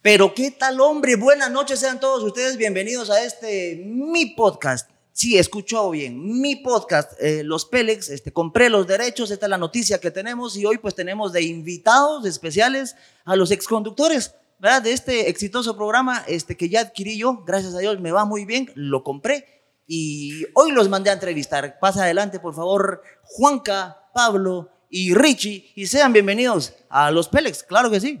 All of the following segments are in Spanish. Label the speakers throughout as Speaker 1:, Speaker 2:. Speaker 1: Pero qué tal hombre, buenas noches sean todos ustedes, bienvenidos a este mi podcast. Sí, escuchó bien, mi podcast, eh, Los Pélex, este, compré los derechos, esta es la noticia que tenemos y hoy pues tenemos de invitados especiales a los exconductores, ¿verdad? De este exitoso programa este, que ya adquirí yo, gracias a Dios me va muy bien, lo compré y hoy los mandé a entrevistar. Pasa adelante, por favor, Juanca, Pablo y Richie y sean bienvenidos a Los Pélex, claro que sí.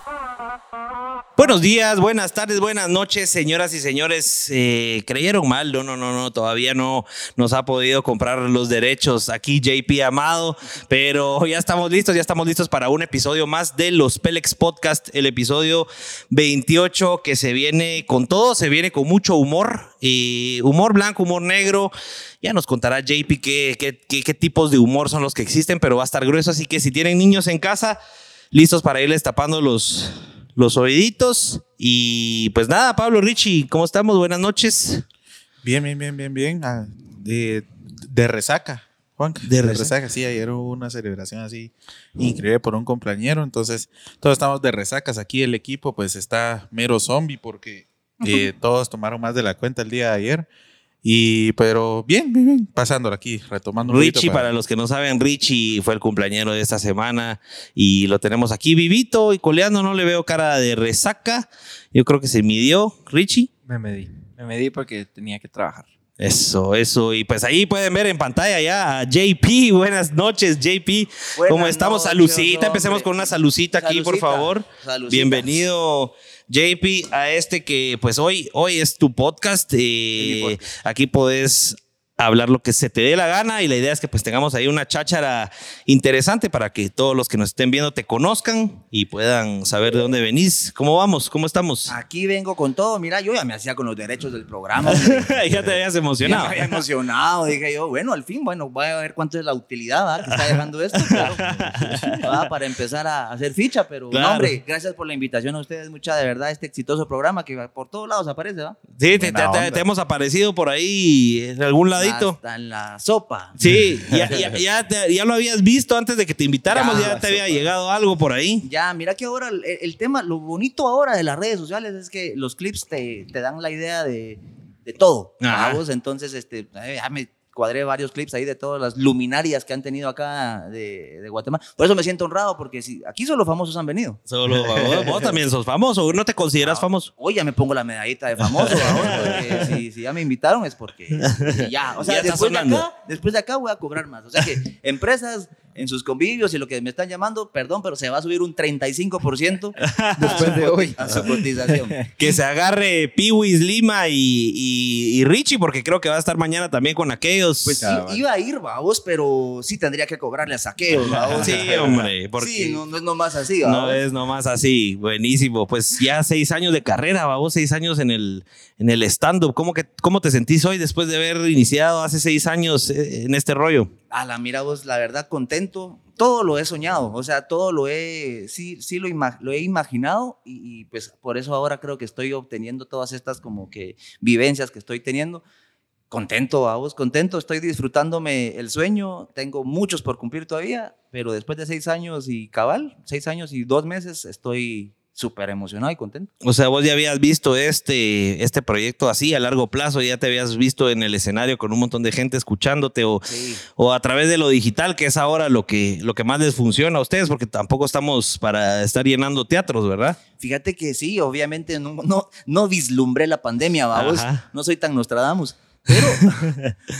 Speaker 2: Buenos días, buenas tardes, buenas noches, señoras y señores. Eh, ¿Creyeron mal? No, no, no, no, todavía no nos ha podido comprar los derechos aquí JP Amado, pero ya estamos listos, ya estamos listos para un episodio más de los Pelex Podcast, el episodio 28 que se viene con todo, se viene con mucho humor, eh, humor blanco, humor negro. Ya nos contará JP qué, qué- qué- qué tipos de humor son los que existen, pero va a estar grueso, así que si tienen niños en casa, listos para irles tapando los, los oíditos. Y pues nada, Pablo Richie, ¿cómo estamos? Buenas noches.
Speaker 3: Bien, bien, bien, bien, bien. Ah, de, de resaca, Juan.
Speaker 2: De resaca.
Speaker 3: sí. Ayer hubo una celebración así increíble por un compañero. Entonces, todos estamos de resacas. Aquí el equipo, pues, está mero zombie porque eh, todos tomaron más de la cuenta el día de ayer. Y, pero bien, bien, bien. Pasándolo aquí, retomando un poquito
Speaker 2: Richie, para los que no saben, Richie fue el cumpleañero de esta semana y lo tenemos aquí vivito y coleando. No le veo cara de resaca. Yo creo que se midió, Richie.
Speaker 4: Me medí. Me medí porque tenía que trabajar.
Speaker 2: Eso, eso. Y pues ahí pueden ver en pantalla ya a JP. Buenas noches, JP.
Speaker 1: Buenas
Speaker 2: ¿Cómo estamos?
Speaker 1: noches,
Speaker 2: Salucita.
Speaker 1: hombre.
Speaker 2: Empecemos con una salucita aquí, por
Speaker 1: Salucita.
Speaker 2: favor.
Speaker 1: Salucita.
Speaker 2: Bienvenido, JP, a este que pues hoy, hoy es tu podcast. eh,
Speaker 4: mi
Speaker 2: Aquí podés hablar lo que se te dé la gana y la idea es que pues tengamos ahí una cháchara interesante para que todos los que nos estén viendo te conozcan y puedan saber de dónde venís. ¿Cómo vamos? ¿Cómo estamos?
Speaker 1: Aquí vengo con todo. Mira, yo ya me hacía con los derechos del programa. hombre.
Speaker 2: ya te habías
Speaker 1: Ya me
Speaker 2: emocionado.
Speaker 1: había emocionado. Dije yo, bueno, al fin, bueno, voy a ver cuánto es la utilidad ¿verdad? que está dejando esto. pero, ¿verdad? para empezar a hacer ficha, pero no,
Speaker 2: Claro.
Speaker 1: hombre, gracias por la invitación a ustedes. Mucha de verdad este exitoso programa que por todos lados aparece, ¿verdad?
Speaker 2: Sí, te,
Speaker 3: Buena
Speaker 2: te- te-
Speaker 3: onda.
Speaker 2: te hemos aparecido por ahí en algún ladito.
Speaker 1: Hasta en la sopa.
Speaker 2: Sí, ya, ya- ya te- ya lo habías visto antes de que te invitáramos,
Speaker 1: Ya,
Speaker 2: ya, te había llegado algo por ahí.
Speaker 1: Ya, mira que ahora el, el tema, lo bonito ahora de las redes sociales es que los clips te, te dan la idea de, de todo.
Speaker 2: Ajá.
Speaker 1: ¿va vos? Entonces, este, eh, ya me cuadré varios clips ahí de todas las luminarias que han tenido acá de, de Guatemala. Por eso me siento honrado, porque si, aquí solo los famosos han venido.
Speaker 2: Solo vos, vos también sos famoso, no te consideras famoso.
Speaker 1: Hoy ya me pongo la medallita de famoso, ¿va vos? porque si, si ya me invitaron es porque ya, o sea,
Speaker 2: Ya está
Speaker 1: después, de
Speaker 2: sonando.
Speaker 1: acá, después de acá voy a cobrar más. O sea que empresas en sus convivios y lo que me están llamando, perdón, pero se va a subir un 35%
Speaker 4: Después de hoy.
Speaker 1: a su cotización.
Speaker 2: Que se agarre Piwis Lima y, y- y Richie, porque creo que va a estar mañana también con aquellos.
Speaker 1: Pues sí, iba a ir, vos, pero sí tendría que cobrarle a saqueo, vamos.
Speaker 2: Sí, hombre, porque-
Speaker 1: Sí, no, no es nomás así,
Speaker 2: No
Speaker 1: vamos.
Speaker 2: es nomás así, buenísimo. Pues ya seis años de carrera, va vos seis años en el, en el stand-up. ¿Cómo, que- ¿Cómo te sentís hoy después de haber iniciado hace seis años eh, en este rollo?
Speaker 1: A la mira vos, la verdad, contento. Todo lo he soñado, o sea, todo lo he, sí, sí lo, ima- lo he imaginado y, y, pues por eso ahora creo que estoy obteniendo todas estas como que vivencias que estoy teniendo. Contento, vamos, contento, estoy disfrutándome el sueño, tengo muchos por cumplir todavía, pero después de seis años y cabal, seis años y dos meses, estoy súper emocionado y contento.
Speaker 2: O sea, vos ya habías visto este, este proyecto así a largo plazo, ya te habías visto en el escenario con un montón de gente escuchándote o,
Speaker 1: Sí.
Speaker 2: o a través de lo digital, que es ahora lo que, lo que más les funciona a ustedes, porque tampoco estamos para estar llenando teatros, ¿verdad?
Speaker 1: Fíjate que sí, obviamente no, no, no vislumbré la pandemia, vamos.
Speaker 2: Ajá.
Speaker 1: No soy tan Nostradamus. Pero,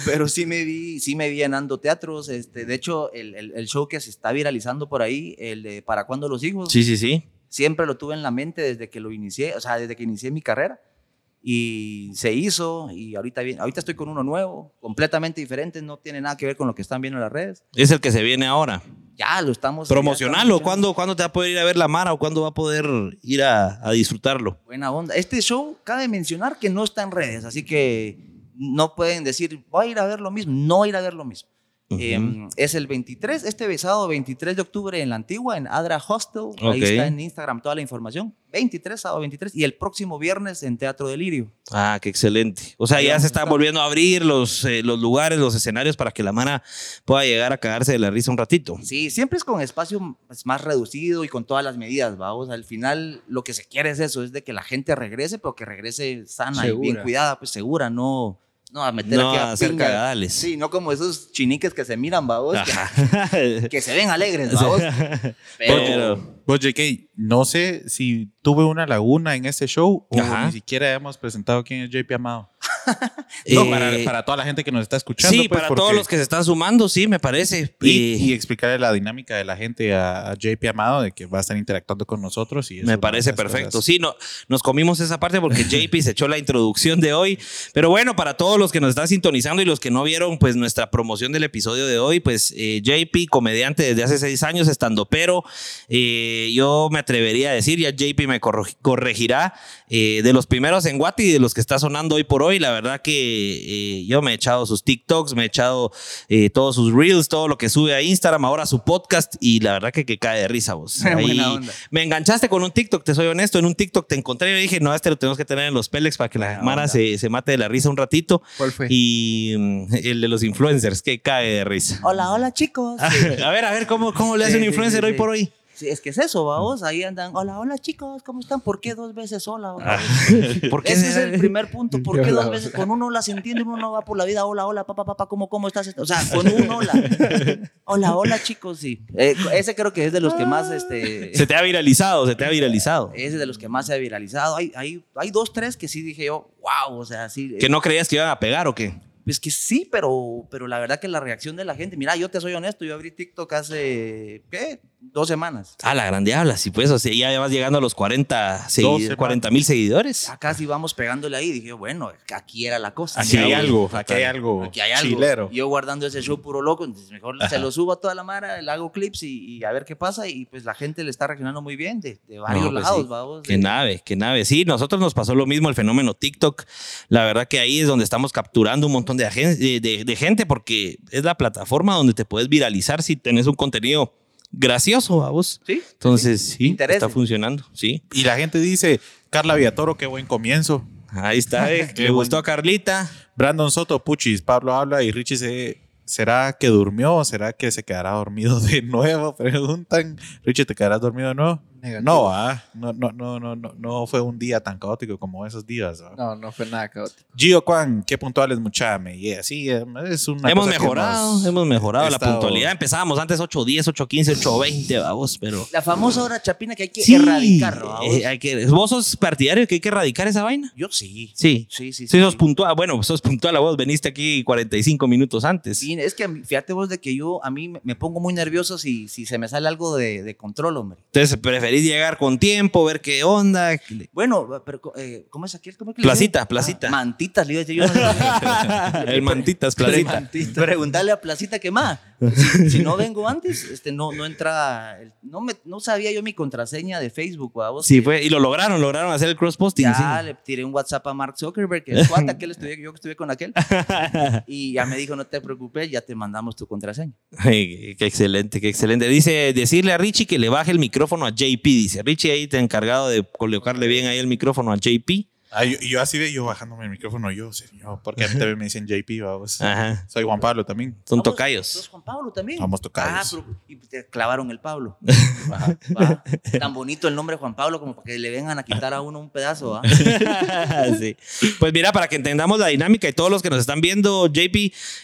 Speaker 1: pero sí me vi, sí me vi llenando teatros. Este, de hecho, el, el- el show que se está viralizando por ahí, el de ¿Para cuándo los hijos?
Speaker 2: sí, sí.
Speaker 1: Siempre lo tuve en la mente desde que lo inicié, o sea, desde que inicié mi carrera. Y se hizo, y ahorita, bien, ahorita estoy con uno nuevo, completamente diferente, no tiene nada que ver con lo que están viendo en las redes.
Speaker 2: Es el que se viene ahora.
Speaker 1: Ya lo estamos.
Speaker 2: ¿Promocional
Speaker 1: ya
Speaker 2: o
Speaker 1: estamos-
Speaker 2: cuándo, cuándo te va a poder ir a ver la Mara o cuándo va a poder ir a, a disfrutarlo?
Speaker 1: Buena onda. Este show, cabe mencionar que no está en redes, así que no pueden decir, voy a ir a ver lo mismo. No ir a ver lo mismo.
Speaker 5: Eh, es el 23, este sábado 23 de octubre en la antigua, en Adra Hostel. Ahí
Speaker 2: Ok.
Speaker 5: está en Instagram toda la información. 23, sábado 23. Y el próximo viernes en Teatro Delirio.
Speaker 2: Ah, qué excelente. O sea, ya se están volviendo a abrir los, eh, los lugares, los escenarios para que la mana pueda llegar a cagarse de la risa un ratito.
Speaker 5: Sí, siempre es con espacio pues, más reducido y con todas las medidas, vamos. al final lo que se quiere es eso, es de que la gente regrese, pero que regrese sana y bien
Speaker 6: Segura.
Speaker 5: cuidada, pues segura, no, no a meter
Speaker 2: No
Speaker 5: aquí
Speaker 2: a hacer
Speaker 5: pinga.
Speaker 2: cagadales.
Speaker 5: Sí, no como esos chiniques que se miran, vamos, que,
Speaker 2: Ajá.
Speaker 5: que se ven alegres, vamos. Pero,
Speaker 2: Pero-
Speaker 3: Vos, JK, no sé si tuve una laguna en este show o
Speaker 2: Ajá.
Speaker 3: ni siquiera hemos presentado quién es JP Amado.
Speaker 2: Eh,
Speaker 3: No, para, para toda la gente que nos está escuchando.
Speaker 2: sí,
Speaker 3: pues,
Speaker 2: para
Speaker 3: porque-
Speaker 2: todos los que se están sumando, sí, me parece.
Speaker 3: Y,
Speaker 2: Eh,
Speaker 3: y explicarle la dinámica de la gente a, a JP Amado de que va a estar interactuando con nosotros. Y es una
Speaker 2: Me
Speaker 3: de
Speaker 2: parece
Speaker 3: las
Speaker 2: perfecto.
Speaker 3: cosas.
Speaker 2: Sí, no, nos comimos esa parte porque JP se echó la introducción de hoy. Pero bueno, para todos los que nos están sintonizando y los que no vieron pues nuestra promoción del episodio de hoy, pues eh, JP, comediante desde hace seis años, estando pero, eh, yo me atrevería a decir, ya JP me corro- corregirá, eh, de los primeros en Guati y de los que está sonando hoy por hoy, la verdad que eh, yo me he echado sus TikToks, me he echado eh, todos sus reels, todo lo que sube a Instagram, ahora su podcast y la verdad que, que cae de risa vos.
Speaker 5: Buena
Speaker 2: Ahí-
Speaker 5: onda.
Speaker 2: me enganchaste con un TikTok, te soy honesto. En un TikTok te encontré y dije, no, este lo tenemos que tener en los Pelex para que la Mara se, se mate de la risa un ratito.
Speaker 6: ¿Cuál
Speaker 5: Pues.
Speaker 6: fue?
Speaker 2: Y mm, el de los influencers, que cae de risa.
Speaker 5: hola, hola chicos.
Speaker 2: a ver, a ver, ¿cómo, cómo le hace
Speaker 5: Sí,
Speaker 2: un
Speaker 5: sí,
Speaker 2: influencer
Speaker 5: sí,
Speaker 2: hoy
Speaker 5: sí.
Speaker 2: por hoy?
Speaker 5: Sí, es que es eso, vamos. Ahí andan. Hola, hola chicos, ¿cómo están? ¿Por qué dos veces hola?
Speaker 2: Ah.
Speaker 5: hola?
Speaker 2: Porque
Speaker 5: Ese es el primer punto. ¿Por qué
Speaker 6: Hola,
Speaker 5: dos veces? Con un hola se entiende, uno no va por la vida. Hola, hola, papá, papá, ¿cómo, cómo estás? O sea, con un hola. Hola, hola, chicos, sí. Eh, ese creo que es de los que más, este...
Speaker 2: Se te ha viralizado, se te ha viralizado.
Speaker 5: Ese es de los que más se ha viralizado. Hay, hay, hay dos, tres que sí dije yo, wow, o sea, sí. eh,
Speaker 2: ¿Que no creías que iban a pegar o qué?
Speaker 5: Pues que sí, pero, pero la verdad que la reacción de la gente... Mira, yo te soy honesto, yo abrí TikTok hace, ¿qué? Dos semanas.
Speaker 2: Ah, la gran diabla, sí, pues, o sea, ya vas llegando a los 40
Speaker 3: Doce,
Speaker 2: mil
Speaker 3: man.
Speaker 2: seguidores. Ah,
Speaker 5: Ya casi vamos pegándole ahí. Dije, yo, bueno, aquí era la cosa.
Speaker 3: Aquí
Speaker 5: Ya,
Speaker 3: hay
Speaker 5: bueno.
Speaker 3: algo, aquí hay algo.
Speaker 5: Aquí hay algo.
Speaker 3: Chilero.
Speaker 5: Yo guardando ese show puro loco, entonces mejor se lo subo a toda la mara, le hago clips y, y a ver qué pasa. Y pues la gente le está reaccionando muy bien de, de varios
Speaker 2: No, pues
Speaker 5: lados,
Speaker 2: sí.
Speaker 5: vamos.
Speaker 2: Qué nave, qué nave. Sí, nosotros nos pasó lo mismo el fenómeno TikTok. La verdad que ahí es donde estamos capturando un montón de, agen- de, de- de gente porque es la plataforma donde te puedes viralizar si tenés un contenido gracioso a vos.
Speaker 5: Sí,
Speaker 2: Entonces, sí,
Speaker 5: Interese.
Speaker 2: está funcionando, sí.
Speaker 3: Y la gente dice, Carla Villatoro, qué buen comienzo.
Speaker 2: Ahí está, eh.
Speaker 3: Qué
Speaker 2: le
Speaker 3: bueno.
Speaker 2: gustó a Carlita.
Speaker 3: Brandon Soto, Puchis, Pablo habla y Richie se... ¿Será que durmió o será que se quedará dormido de nuevo? Preguntan. Richie, ¿te quedarás dormido de nuevo?
Speaker 6: Negativo.
Speaker 3: No, ah, no, no, no, no, no, no fue un día tan caótico como esos días. ¿ah?
Speaker 6: No, no fue nada caótico.
Speaker 3: Gio Kwan, qué puntuales muchame. Yeah, sí, eh, es una
Speaker 2: hemos
Speaker 3: cosa que
Speaker 2: mejorado,
Speaker 3: hemos-
Speaker 2: hemos mejorado la
Speaker 3: estado-
Speaker 2: puntualidad. Empezábamos antes 8.10, 8.15, 8.20, vamos, pero...
Speaker 5: La famosa hora chapina que hay que
Speaker 2: Sí,
Speaker 5: erradicar, vamos.
Speaker 2: eh, hay que, ¿Vos sos partidario que hay que erradicar esa vaina?
Speaker 5: Yo sí.
Speaker 2: Sí.
Speaker 5: Sí, sí,
Speaker 2: Sí, sos puntual. Bueno, sos puntual a vos. Veniste aquí 45 minutos antes.
Speaker 5: Sí, es que a mí- fíjate vos de que yo, a mí me- me pongo muy nervioso si, si se me sale algo de, de control, hombre.
Speaker 2: Entonces preferís llegar con tiempo, ver qué onda.
Speaker 5: Bueno, pero eh, ¿cómo es aquí? ¿Cómo es que le
Speaker 2: Placita,
Speaker 5: dicen?
Speaker 2: placita.
Speaker 5: Ah, mantitas, le iba a decir yo. no sé.
Speaker 2: El mantitas, placita.
Speaker 5: Preguntarle a Placita que más. Si, si no vengo antes, este, no, no entra. el- no, me, no sabía yo mi contraseña de Facebook, vamos.
Speaker 2: Sí, fue. Y lo lograron, lograron hacer el cross-posting.
Speaker 5: Ya
Speaker 2: Sí.
Speaker 5: le tiré un WhatsApp a Mark Zuckerberg, que es cuata, que él estudié, yo que estuve con aquel. Y ya me dijo, no te preocupes, ya te mandamos tu contraseña.
Speaker 2: Ay, qué excelente, qué excelente. Dice, decirle a Richie que le baje el micrófono a JP. Dice, Richie ahí te ha encargado de colocarle bien ahí el micrófono a JP.
Speaker 3: Ah, yo, yo así de yo bajándome el micrófono, yo, señor, porque a mí también me dicen JP, vamos.
Speaker 2: Ajá.
Speaker 3: Soy Juan Pablo también.
Speaker 2: Son
Speaker 5: Vamos,
Speaker 2: tocayos.
Speaker 5: Sos Juan Pablo también.
Speaker 3: Somos tocayos.
Speaker 5: Ah, pero- y te clavaron el Pablo. Va, va. Tan bonito el nombre Juan Pablo como para que le vengan a quitar a uno un pedazo. ¿ah?
Speaker 2: Sí. Pues mira, para que entendamos la dinámica y todos los que nos están viendo, JP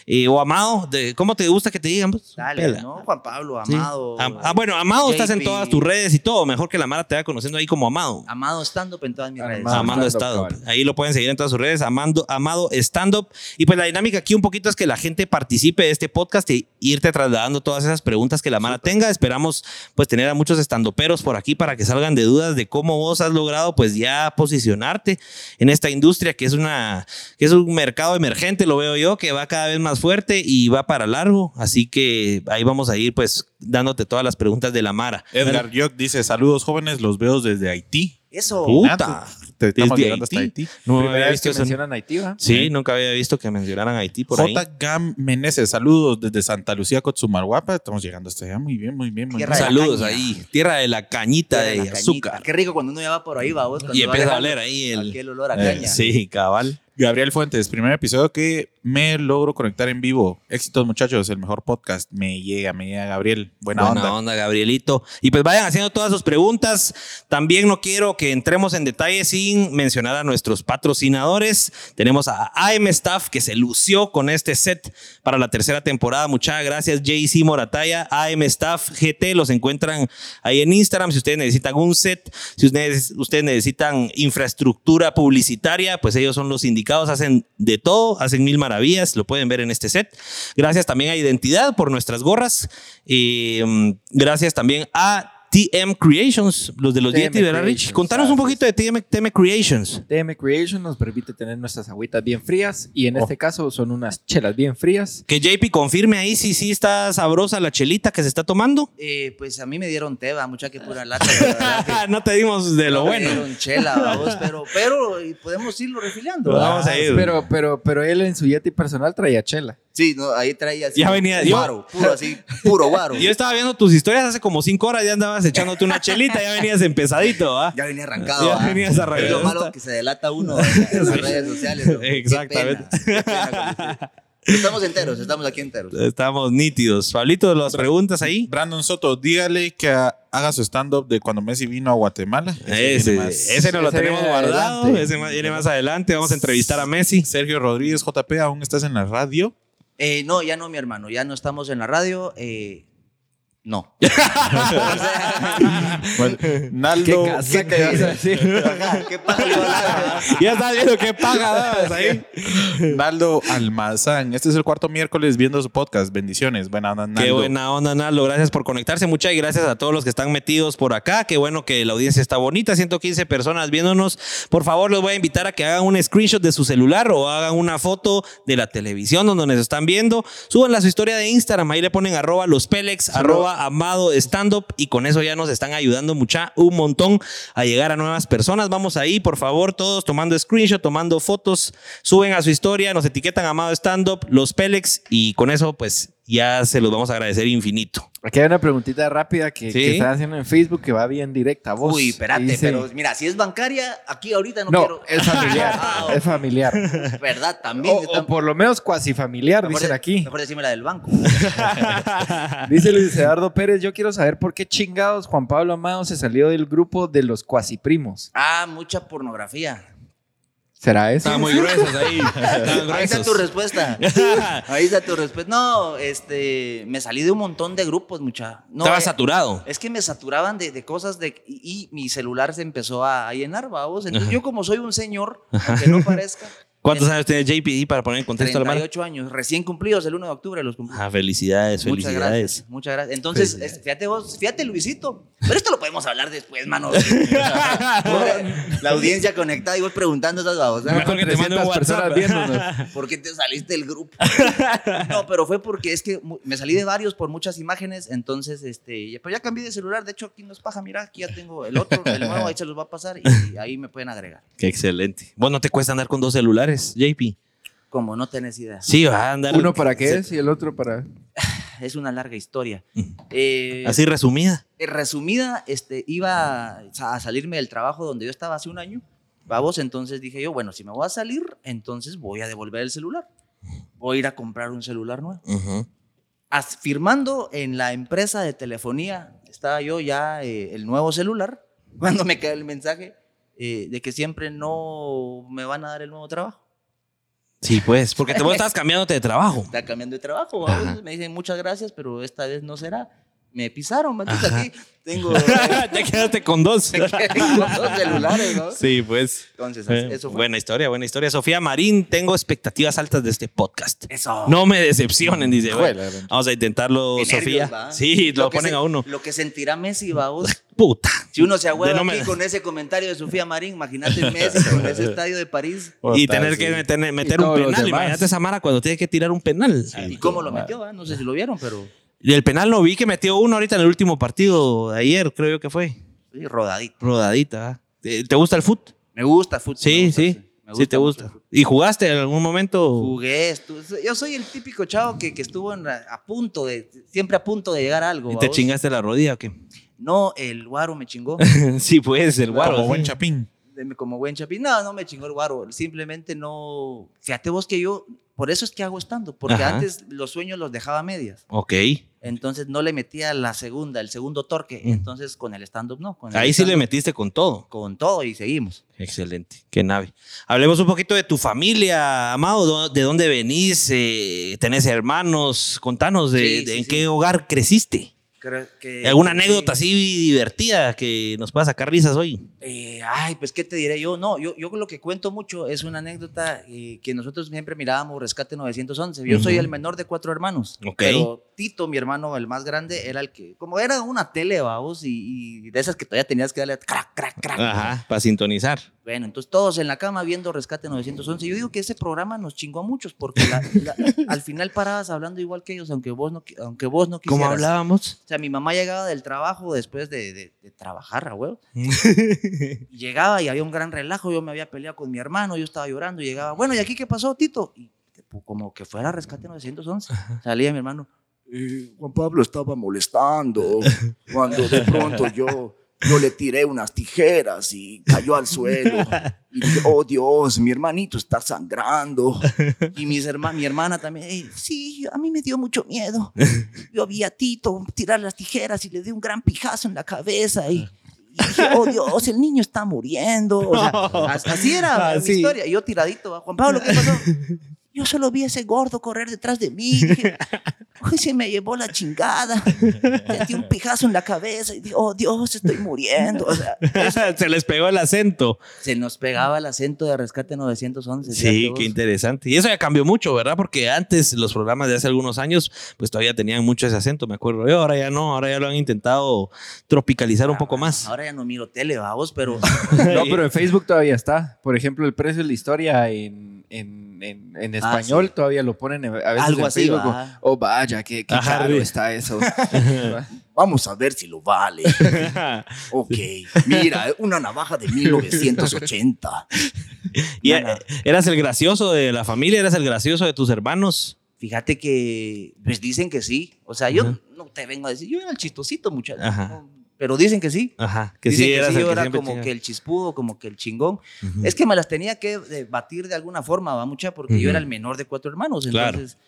Speaker 2: eh, o Amado, de, ¿cómo te gusta que te digan? pues?
Speaker 5: Dale,
Speaker 2: Pela.
Speaker 5: ¿no? Juan Pablo,
Speaker 2: Sí.
Speaker 5: amado.
Speaker 2: Am- ah, bueno, Amado estás en
Speaker 5: JP.
Speaker 2: todas tus redes y todo. Mejor que la Mara te vaya conociendo ahí como Amado.
Speaker 5: Amado stand-up en todas mis redes.
Speaker 6: Amado.
Speaker 2: Amando
Speaker 6: Stand
Speaker 2: Stand
Speaker 6: Up,
Speaker 2: Up.
Speaker 6: cabal.
Speaker 2: Ahí lo pueden seguir en todas sus redes, Amando, Amado Stand Up. Y pues la dinámica aquí un poquito es que la gente participe de este podcast y irte trasladando todas esas preguntas que la Mara tenga. Esperamos pues tener a muchos estandoperos por aquí para que salgan de dudas de cómo vos has logrado pues ya posicionarte en esta industria que es una que es un mercado emergente, lo veo yo, que va cada vez más fuerte y va para largo. Así que ahí vamos a ir pues dándote todas las preguntas de la Mara.
Speaker 3: Edgar York dice, saludos jóvenes, los veo desde Haití.
Speaker 5: Eso.
Speaker 2: Puta.
Speaker 3: te estamos
Speaker 2: de
Speaker 3: llegando hasta
Speaker 2: Haití.
Speaker 3: Haití.
Speaker 2: No
Speaker 4: Primera
Speaker 2: había
Speaker 4: vez que
Speaker 2: visto eso.
Speaker 4: mencionan Haití, ¿va?
Speaker 2: Sí, nunca había visto que mencionaran Haití por ahí.
Speaker 3: J. Gam Meneses, saludos desde Santa Lucía, Cotzumalguapa. Estamos llegando hasta allá. Muy bien, muy bien, muy
Speaker 1: Tierra
Speaker 3: bien.
Speaker 1: de la
Speaker 2: Saludos
Speaker 1: caña.
Speaker 2: ahí. Tierra de la cañita
Speaker 1: Tierra
Speaker 2: de,
Speaker 1: la cañita.
Speaker 2: azúcar.
Speaker 1: Qué rico cuando uno ya va por ahí, va vos. cuando
Speaker 2: Y
Speaker 1: va
Speaker 2: empieza a
Speaker 1: dejando
Speaker 2: oler ahí el.
Speaker 1: Aquel olor a
Speaker 3: Eh,
Speaker 1: caña.
Speaker 2: Sí, cabal.
Speaker 3: Gabriel Fuentes, primer episodio que me logro conectar en vivo. Éxitos, muchachos, el mejor podcast. Me llega, me llega Gabriel. Buena,
Speaker 2: Buena
Speaker 3: onda.
Speaker 2: onda. Gabrielito. Y pues vayan haciendo todas sus preguntas. También no quiero que entremos en detalle sin mencionar a nuestros patrocinadores. Tenemos a AM Staff que se lució con este set para la tercera temporada. Muchas gracias, JC Morataya, AM Staff GT. Los encuentran ahí en Instagram. Si ustedes necesitan un set, si ustedes, ustedes necesitan infraestructura publicitaria, pues ellos son los indicados. Hacen de todo, hacen mil maravillas. Lo pueden ver en este set. Gracias también a Identidad por nuestras gorras. Eh, mm, gracias también a TM Creations, los de los
Speaker 4: TM
Speaker 2: 10 ¿verdad, Rich?
Speaker 4: Creations,
Speaker 2: Contanos un
Speaker 4: así
Speaker 2: poquito de TM, TM Creations.
Speaker 4: TM Creation nos permite tener nuestras agüitas bien frías y en este caso son unas chelas bien frías.
Speaker 2: Que JP confirme ahí si sí está sabrosa la chelita que se está tomando.
Speaker 1: Eh, pues a mí me dieron teba, mucha que pura lata. la verdad que
Speaker 2: no te dimos de lo
Speaker 1: me
Speaker 2: bueno.
Speaker 1: dieron chela, va vos, pero, pero eh, podemos irlo refiliando.
Speaker 2: Vamos
Speaker 1: ¿va?
Speaker 2: a ir.
Speaker 4: Pero, pero, pero él en su Yeti personal traía chela.
Speaker 1: Sí, no, ahí traía así.
Speaker 2: Ya venía- yo-
Speaker 1: Guaro, puro así, puro guaro.
Speaker 2: Yo estaba viendo tus historias hace como cinco horas, ya andabas echándote una chelita, ya venías empezadito, ¿ah?
Speaker 1: Ya venía arrancado.
Speaker 2: Ya
Speaker 1: ¿va?
Speaker 2: venías arrancado.
Speaker 4: Eh,
Speaker 1: Es lo malo que se delata uno en las
Speaker 2: Sí.
Speaker 1: redes sociales. ¿no? Qué
Speaker 2: Exactamente.
Speaker 1: pena, qué pena con usted. estamos enteros, estamos aquí enteros.
Speaker 2: Estamos nítidos. Pablito, las preguntas ahí.
Speaker 3: Brandon Soto, dígale que ha- haga su stand-up de cuando Messi vino a Guatemala. Ese
Speaker 2: Ah, Ese,
Speaker 3: viene más.
Speaker 2: ese no lo
Speaker 4: Ese
Speaker 2: tenemos
Speaker 4: viene
Speaker 2: guardado,
Speaker 4: adelante.
Speaker 2: ese más- viene más adelante. Vamos a entrevistar a Messi. Ah.
Speaker 3: Sergio Rodríguez, JP, ¿aún estás en la radio?
Speaker 1: Eh, no, ya no, mi hermano, ya no estamos en la radio. eh, no. O sea,
Speaker 3: Bueno, Naldo,
Speaker 4: casaca ibas a decir?
Speaker 1: ajá, ¿Qué pasa? le va a dar?
Speaker 2: Ya estás viendo qué paga dabas ahí.
Speaker 3: Naldo Almazán. Este es el cuarto miércoles viendo su podcast. Bendiciones. Buena onda, Naldo.
Speaker 2: Qué buena onda, Nalo. Gracias por conectarse. Muchas gracias a todos los que están metidos por acá. Qué bueno que la audiencia está bonita. 115 personas viéndonos. Por favor, los voy a invitar a que hagan un screenshot de su celular o hagan una foto de la televisión donde nos están viendo. Suban la su historia de Instagram. Ahí le ponen arroba los Pelex, arroba amado stand up. Y con eso ya nos están ayudando mucha, un montón a llegar a nuevas personas. Vamos ahí, por favor, todos tomando screenshot, tomando fotos. Suben a su historia, nos etiquetan amado stand up, los Pelex. Y con eso, pues ya se los vamos a agradecer infinito.
Speaker 4: Aquí hay una preguntita rápida que,
Speaker 2: Sí.
Speaker 4: que están haciendo en Facebook que va bien directa a vos.
Speaker 1: Uy, espérate,
Speaker 4: Dice-
Speaker 1: pero mira, si es bancaria, aquí ahorita no,
Speaker 4: No,
Speaker 1: quiero.
Speaker 4: es familiar.
Speaker 1: Ah,
Speaker 4: es Oh, familiar.
Speaker 1: ¿Verdad? También.
Speaker 4: O,
Speaker 1: está-
Speaker 4: o por lo menos cuasi familiar,
Speaker 1: mejor
Speaker 4: dicen
Speaker 1: de-
Speaker 4: aquí.
Speaker 1: Mejor decime la del banco.
Speaker 4: eh. Dice Luis Eduardo Pérez, yo quiero saber por qué chingados Juan Pablo Amado se salió del grupo de los cuasi primos.
Speaker 1: Ah, mucha pornografía.
Speaker 4: ¿Será eso?
Speaker 2: Estaban muy gruesos ahí. Estaban
Speaker 1: Ahí está
Speaker 2: gruesos.
Speaker 1: tu respuesta. Ahí está tu respuesta. No, este, me salí de un montón de grupos, mucha. No,
Speaker 2: Estaba
Speaker 1: eh,
Speaker 2: saturado.
Speaker 1: Es que me saturaban de, de cosas de, y, y mi celular se empezó a, a llenar, vamos. Entonces yo como soy un señor, aunque no parezca,
Speaker 2: ¿Cuántos años tiene JPD para poner en contexto a la mano?
Speaker 1: 38 años, recién cumplidos el 1 de octubre los cumplí.
Speaker 2: Ah, felicidades,
Speaker 1: Muchas
Speaker 2: felicidades.
Speaker 1: gracias, muchas gracias. Entonces, este, fíjate vos, fíjate Luisito. Pero esto lo podemos hablar después, mano. la audiencia conectada y vos preguntando esas babosadas.
Speaker 2: Mejor que te mande un
Speaker 4: 300 personas
Speaker 2: WhatsApp.
Speaker 4: viéndonos.
Speaker 1: ¿Por qué te saliste del grupo? No, pero fue porque es que mu- me salí de varios por muchas imágenes, entonces, este, ya- pero ya cambié de celular, de hecho aquí nos paja, mira, aquí ya tengo el otro, el nuevo, ahí se los va a pasar y ahí me pueden agregar,
Speaker 2: Qué excelente. Vos no te cuesta andar con dos celulares, JP.
Speaker 1: como no tenés idea.
Speaker 2: Sí, va a andar.
Speaker 4: Uno para qué es y el otro para...
Speaker 1: Es una larga historia. Eh,
Speaker 2: Así resumida.
Speaker 1: Eh, resumida, este, iba a sa- a salirme del trabajo donde yo estaba hace un año. Vamos, entonces dije yo, bueno, si me voy a salir, entonces voy a devolver el celular. Voy a ir a comprar un celular nuevo. As- firmando en la empresa de telefonía, estaba yo ya eh, el nuevo celular, cuando me cae el mensaje eh, de que siempre no me van a dar el nuevo trabajo.
Speaker 2: Sí, pues, porque te vos estás cambiándote de trabajo.
Speaker 1: Está cambiando de trabajo.
Speaker 2: Ajá.
Speaker 1: vamos. Me dicen muchas gracias, pero esta vez no será. Me pisaron, maldita,
Speaker 2: Ajá.
Speaker 1: aquí tengo...
Speaker 2: te quedaste con dos.
Speaker 1: tengo dos celulares, ¿no?
Speaker 2: Sí, pues.
Speaker 1: Entonces,
Speaker 2: Eh,
Speaker 1: eso fue.
Speaker 2: buena historia, buena historia. Sofía Marín, tengo expectativas altas de este podcast.
Speaker 1: Eso.
Speaker 2: No me decepcionen, dice.
Speaker 3: Joder,
Speaker 2: Bueno,
Speaker 3: la verdad.
Speaker 2: vamos a intentarlo,
Speaker 1: Qué nervios,
Speaker 2: Sofía.
Speaker 1: ¿va?
Speaker 2: sí, lo,
Speaker 1: que
Speaker 2: ponen
Speaker 1: se-
Speaker 2: a uno.
Speaker 1: Lo que sentirá Messi, va vos.
Speaker 2: Puta.
Speaker 1: Si uno se
Speaker 2: De
Speaker 1: agüeva
Speaker 2: no me-
Speaker 1: aquí con ese comentario de Sofía Marín, imagínate Messi con ese estadio de París.
Speaker 2: Y
Speaker 3: Puta,
Speaker 2: tener
Speaker 3: sí.
Speaker 2: que meter, meter un
Speaker 4: todos los
Speaker 2: penal.
Speaker 4: demás.
Speaker 2: Imagínate esa Mara cuando tiene que tirar un penal.
Speaker 1: ¿Y cómo lo metió? va? No sé si lo vieron, pero
Speaker 2: Y el penal lo vi que metió uno ahorita en el último partido de ayer, creo yo que fue.
Speaker 1: sí, rodadito.
Speaker 2: Rodadita. ¿ah? ¿Te te gusta el fútbol?
Speaker 1: Me gusta el fútbol. me
Speaker 2: Sí,
Speaker 1: gusta,
Speaker 2: sí.
Speaker 1: Me
Speaker 2: Sí, te
Speaker 1: mucho el
Speaker 2: gusta. ¿Y jugaste en algún momento?
Speaker 1: Jugué, estu- yo soy el típico chavo que, que estuvo en la- a punto de, siempre a punto de llegar a algo.
Speaker 2: ¿Y te
Speaker 1: ¿vaos?
Speaker 2: chingaste la rodilla o qué?
Speaker 1: No, el guaro me chingó,
Speaker 2: sí, pues, el guaro.
Speaker 3: Como
Speaker 2: sí.
Speaker 3: buen chapín.
Speaker 1: de- como buen chapín. No, no me chingó el guaro, simplemente no... Fíjate vos que yo, por eso es que hago estando, porque
Speaker 2: Ajá.
Speaker 1: antes los sueños los dejaba a medias.
Speaker 2: Ok.
Speaker 1: Entonces no le metía la segunda, el segundo torque.
Speaker 2: Mm.
Speaker 1: Entonces con el stand-up no. Con el
Speaker 2: Ahí sí le
Speaker 1: stand-up,
Speaker 2: metiste con todo.
Speaker 1: Con todo y seguimos.
Speaker 2: Excelente. Qué nave. Hablemos un poquito de tu familia, Amado. ¿Dó- ¿De dónde venís? Eh, ¿Tenés hermanos? Contanos de,
Speaker 1: Sí,
Speaker 2: de
Speaker 1: sí,
Speaker 2: en
Speaker 1: sí.
Speaker 2: qué hogar creciste.
Speaker 1: Creo que-
Speaker 2: ¿Alguna
Speaker 1: sí.
Speaker 2: anécdota así divertida que nos pueda sacar risas hoy?
Speaker 1: Eh, ay, pues qué te diré yo. No, yo, yo lo que cuento mucho es una anécdota eh, que nosotros siempre mirábamos Rescate 911. Yo soy
Speaker 2: Ujú.
Speaker 1: el menor de cuatro hermanos.
Speaker 2: Ok.
Speaker 1: Pero Tito, mi hermano, el más grande, era el que, como era una tele, vamos, y, y de esas que todavía tenías que darle crack, crack, crack.
Speaker 2: Ajá, para sintonizar.
Speaker 1: Bueno, entonces todos en la cama viendo Rescate 911. Yo digo que ese programa nos chingó a muchos porque la- la- al final parabas hablando igual que ellos, aunque vos no, qui- aunque vos no quisieras.
Speaker 2: ¿Cómo hablábamos?
Speaker 1: O sea, mi mamá llegaba del trabajo después de, de- de trabajar, a huevo. Y llegaba y había un gran relajo. Yo me había peleado con mi hermano, yo estaba llorando. y Llegaba, bueno, ¿y aquí qué pasó, Tito? Y tipo, como que fuera Rescate 911. Salía mi hermano,
Speaker 5: eh, Juan Pablo estaba molestando cuando de pronto yo, yo le tiré unas tijeras y cayó al suelo. Y dije, oh Dios, mi hermanito está sangrando.
Speaker 1: Y mis herma- mi hermana también. "Ey, sí, a mí me dio mucho miedo. Yo vi a Tito tirar las tijeras y le di un gran pijazo en la cabeza. Y, y dije, oh Dios, el niño está muriendo. O sea, as- así era mi historia. Y yo tiradito, "Ah, Juan Pablo, ¿qué pasó? Yo solo vi a ese gordo correr detrás de mí. Dije, "Ay, se me llevó la chingada. Sentí un pijazo en la cabeza y dije, oh Dios, estoy muriendo. O sea,
Speaker 2: Se les pegó el acento.
Speaker 1: se nos pegaba el acento de rescate 911.
Speaker 2: Sí,
Speaker 1: ¿cierto
Speaker 2: qué
Speaker 1: vos?
Speaker 2: interesante. Y eso ya cambió mucho, ¿verdad? Porque antes los programas de hace algunos años, pues todavía tenían mucho ese acento, me acuerdo. yo. ahora ya no, ahora ya lo han intentado tropicalizar un poco más.
Speaker 1: Ahora ya no miro tele, vamos, pero...
Speaker 4: No, pero en Facebook todavía está. Por ejemplo, el precio de la historia en, en- en- en español
Speaker 1: Ah, sí.
Speaker 4: todavía lo ponen en- a veces
Speaker 1: Algo
Speaker 4: en
Speaker 1: así,
Speaker 4: Facebook.
Speaker 1: ¿va?
Speaker 4: como, Oh, vaya, qué, qué
Speaker 2: Ajá,
Speaker 4: caro
Speaker 2: sí.
Speaker 4: está eso.
Speaker 5: Vamos a ver si lo vale. Ok, mira, una navaja de 1980.
Speaker 2: Y eh, eras el gracioso de la familia, eras el gracioso de tus hermanos.
Speaker 1: Fíjate que, pues dicen que sí. O sea, yo
Speaker 2: Ajá.
Speaker 1: no te vengo a decir, yo era el chistosito, muchacho.
Speaker 2: Ajá.
Speaker 1: No, pero dicen que sí.
Speaker 2: Ajá, que
Speaker 1: dicen
Speaker 2: sí,
Speaker 1: que
Speaker 2: eras
Speaker 1: sí,
Speaker 2: el
Speaker 1: yo
Speaker 2: que
Speaker 1: era
Speaker 2: siempre
Speaker 1: como
Speaker 2: tenía-
Speaker 1: que el chispudo, como que el chingón.
Speaker 2: Ujú.
Speaker 1: Es que me las tenía que eh, batir de alguna forma, va mucha, porque
Speaker 2: Ujú.
Speaker 1: yo era el menor de cuatro hermanos.
Speaker 2: Claro.
Speaker 1: Entonces,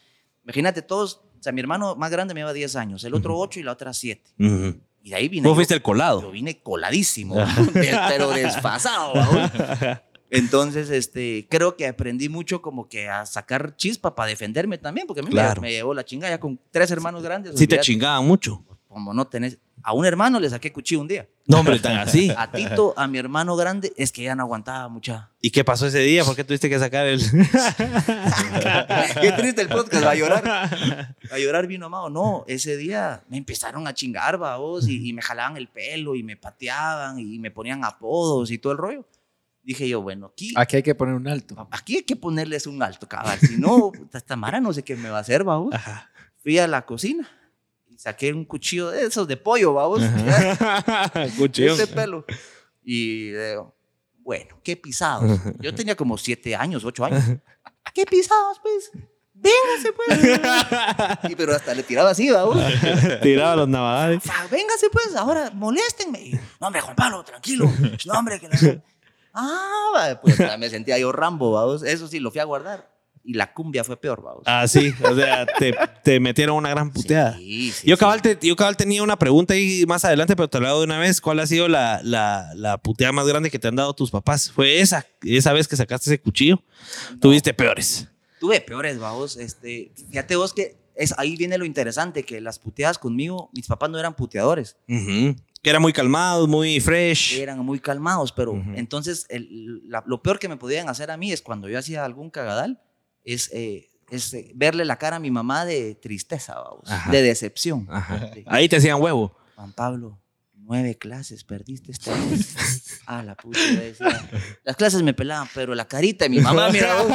Speaker 1: imagínate todos, o sea, mi hermano más grande me lleva 10 años, el otro 8 y la otra 7.
Speaker 2: Ujú.
Speaker 1: Y de ahí vine.
Speaker 2: Vos
Speaker 1: yo.
Speaker 2: fuiste el
Speaker 1: Yo
Speaker 2: colado.
Speaker 1: vine coladísimo, de- pero desfasado. ¿va? Entonces, este, creo que aprendí mucho como que a sacar chispa para defenderme también, porque a mí me-
Speaker 2: Claro.
Speaker 1: me, llevó la chingada ya con tres hermanos grandes.
Speaker 2: Sí te
Speaker 1: olvídate,
Speaker 2: chingaban mucho.
Speaker 1: Como no tenés... A un hermano le saqué cuchillo un día.
Speaker 2: No, hombre, tan así.
Speaker 1: A Tito, a mi hermano grande, es que ya no aguantaba mucha.
Speaker 2: ¿Y qué pasó ese día? ¿Por qué tuviste que sacar el...?
Speaker 1: Qué triste el podcast, va a llorar. A llorar vino amado. No, ese día me empezaron a chingar, va, vos, y, y me jalaban el pelo, y me pateaban, y me ponían apodos y todo el rollo. Dije yo, bueno, aquí...
Speaker 4: Aquí hay que poner un alto.
Speaker 1: aquí hay que ponerles un alto, cabal. Si no, puta, esta Mara no sé qué me va a hacer, babos. Fui a la cocina y saqué un cuchillo de esos de pollo, babos. ya,
Speaker 2: Cuchillón.
Speaker 1: Este pelo. Y le digo, bueno, qué pisados. Yo tenía como siete años, ocho años. "Ah, ¿Qué pisados, pues? Véngase, pues. Y, pero hasta le tiraba así, babos.
Speaker 2: Tiraba los navajales.
Speaker 1: Fa, Véngase, pues, ahora moléstenme. Y, No, hombre, Juan Pablo, tranquilo. No, hombre, que no. Ah, va, pues me sentía yo Rambo, babos. Eso sí, lo fui a guardar. Y la cumbia fue peor, babos.
Speaker 2: Ah, sí. O sea, te, te metieron una gran puteada.
Speaker 1: Sí, sí,
Speaker 2: Yo
Speaker 1: sí.
Speaker 2: cabal, te- yo cabal tenía una pregunta ahí más adelante, pero te la hago de una vez. ¿Cuál ha sido la, la, la puteada más grande que te han dado tus papás? ¿Fue esa, esa vez que sacaste ese cuchillo? Tuviste peores.
Speaker 1: Tuve peores, babos. Este, fíjate vos que es, ahí viene lo interesante, que las puteadas conmigo, mis papás no eran puteadores.
Speaker 2: Ujú. Que eran muy calmados, muy fresh.
Speaker 1: Eran muy calmados, pero
Speaker 2: Ujú.
Speaker 1: entonces el- la- lo peor que me podían hacer a mí es cuando yo hacía algún cagadal, es, eh, es, eh, verle la cara a mi mamá de tristeza, babos,
Speaker 2: Ajá. Ah,
Speaker 1: de decepción.
Speaker 2: Ajá.
Speaker 1: Sí.
Speaker 2: Ahí te hacían huevo.
Speaker 1: Juan Pablo, nueve clases perdiste este mes. Ah, la puta. yo decía, Las clases me pelaban, pero la carita de mi mamá, mira, vos,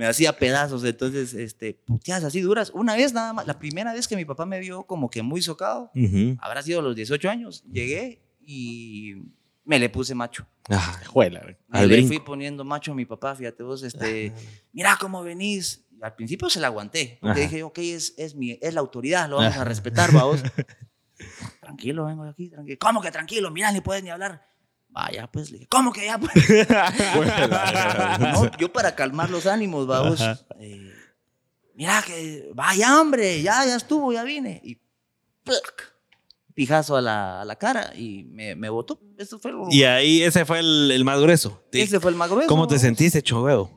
Speaker 1: me hacía pedazos. Entonces, este, puteadas así duras. Una vez nada más, la primera vez que mi papá me vio como que muy socado,
Speaker 2: Ujú.
Speaker 1: habrá sido a los 18 años, llegué y me le puse macho.
Speaker 2: Ah,
Speaker 3: Juela.
Speaker 1: Y
Speaker 2: Al
Speaker 1: le
Speaker 2: brinco. Ah,
Speaker 1: fui poniendo macho a mi papá, fíjate vos, este, mira cómo venís. Al principio se la aguanté, porque
Speaker 2: Ajá. Ah.
Speaker 1: dije, ok, es, es, mi, es la autoridad, lo vamos a respetar, vos. tranquilo, vengo de aquí, tranquilo. ¿Cómo que tranquilo? Mirá, ni puedes ni hablar. Vaya, pues, le dije, ¿cómo que ya? pues?" No, yo para calmar los ánimos, vamos. Eh, mira que, vaya hombre, ya, ya estuvo, ya vine. Y plac, pijazo a la, a la cara y me, me botó. Eso fue lo-
Speaker 2: Y ahí ese fue el, el más grueso. Sí.
Speaker 1: ese fue el mago beso,
Speaker 2: ¿Cómo te
Speaker 1: vamos.
Speaker 2: sentiste, choveo?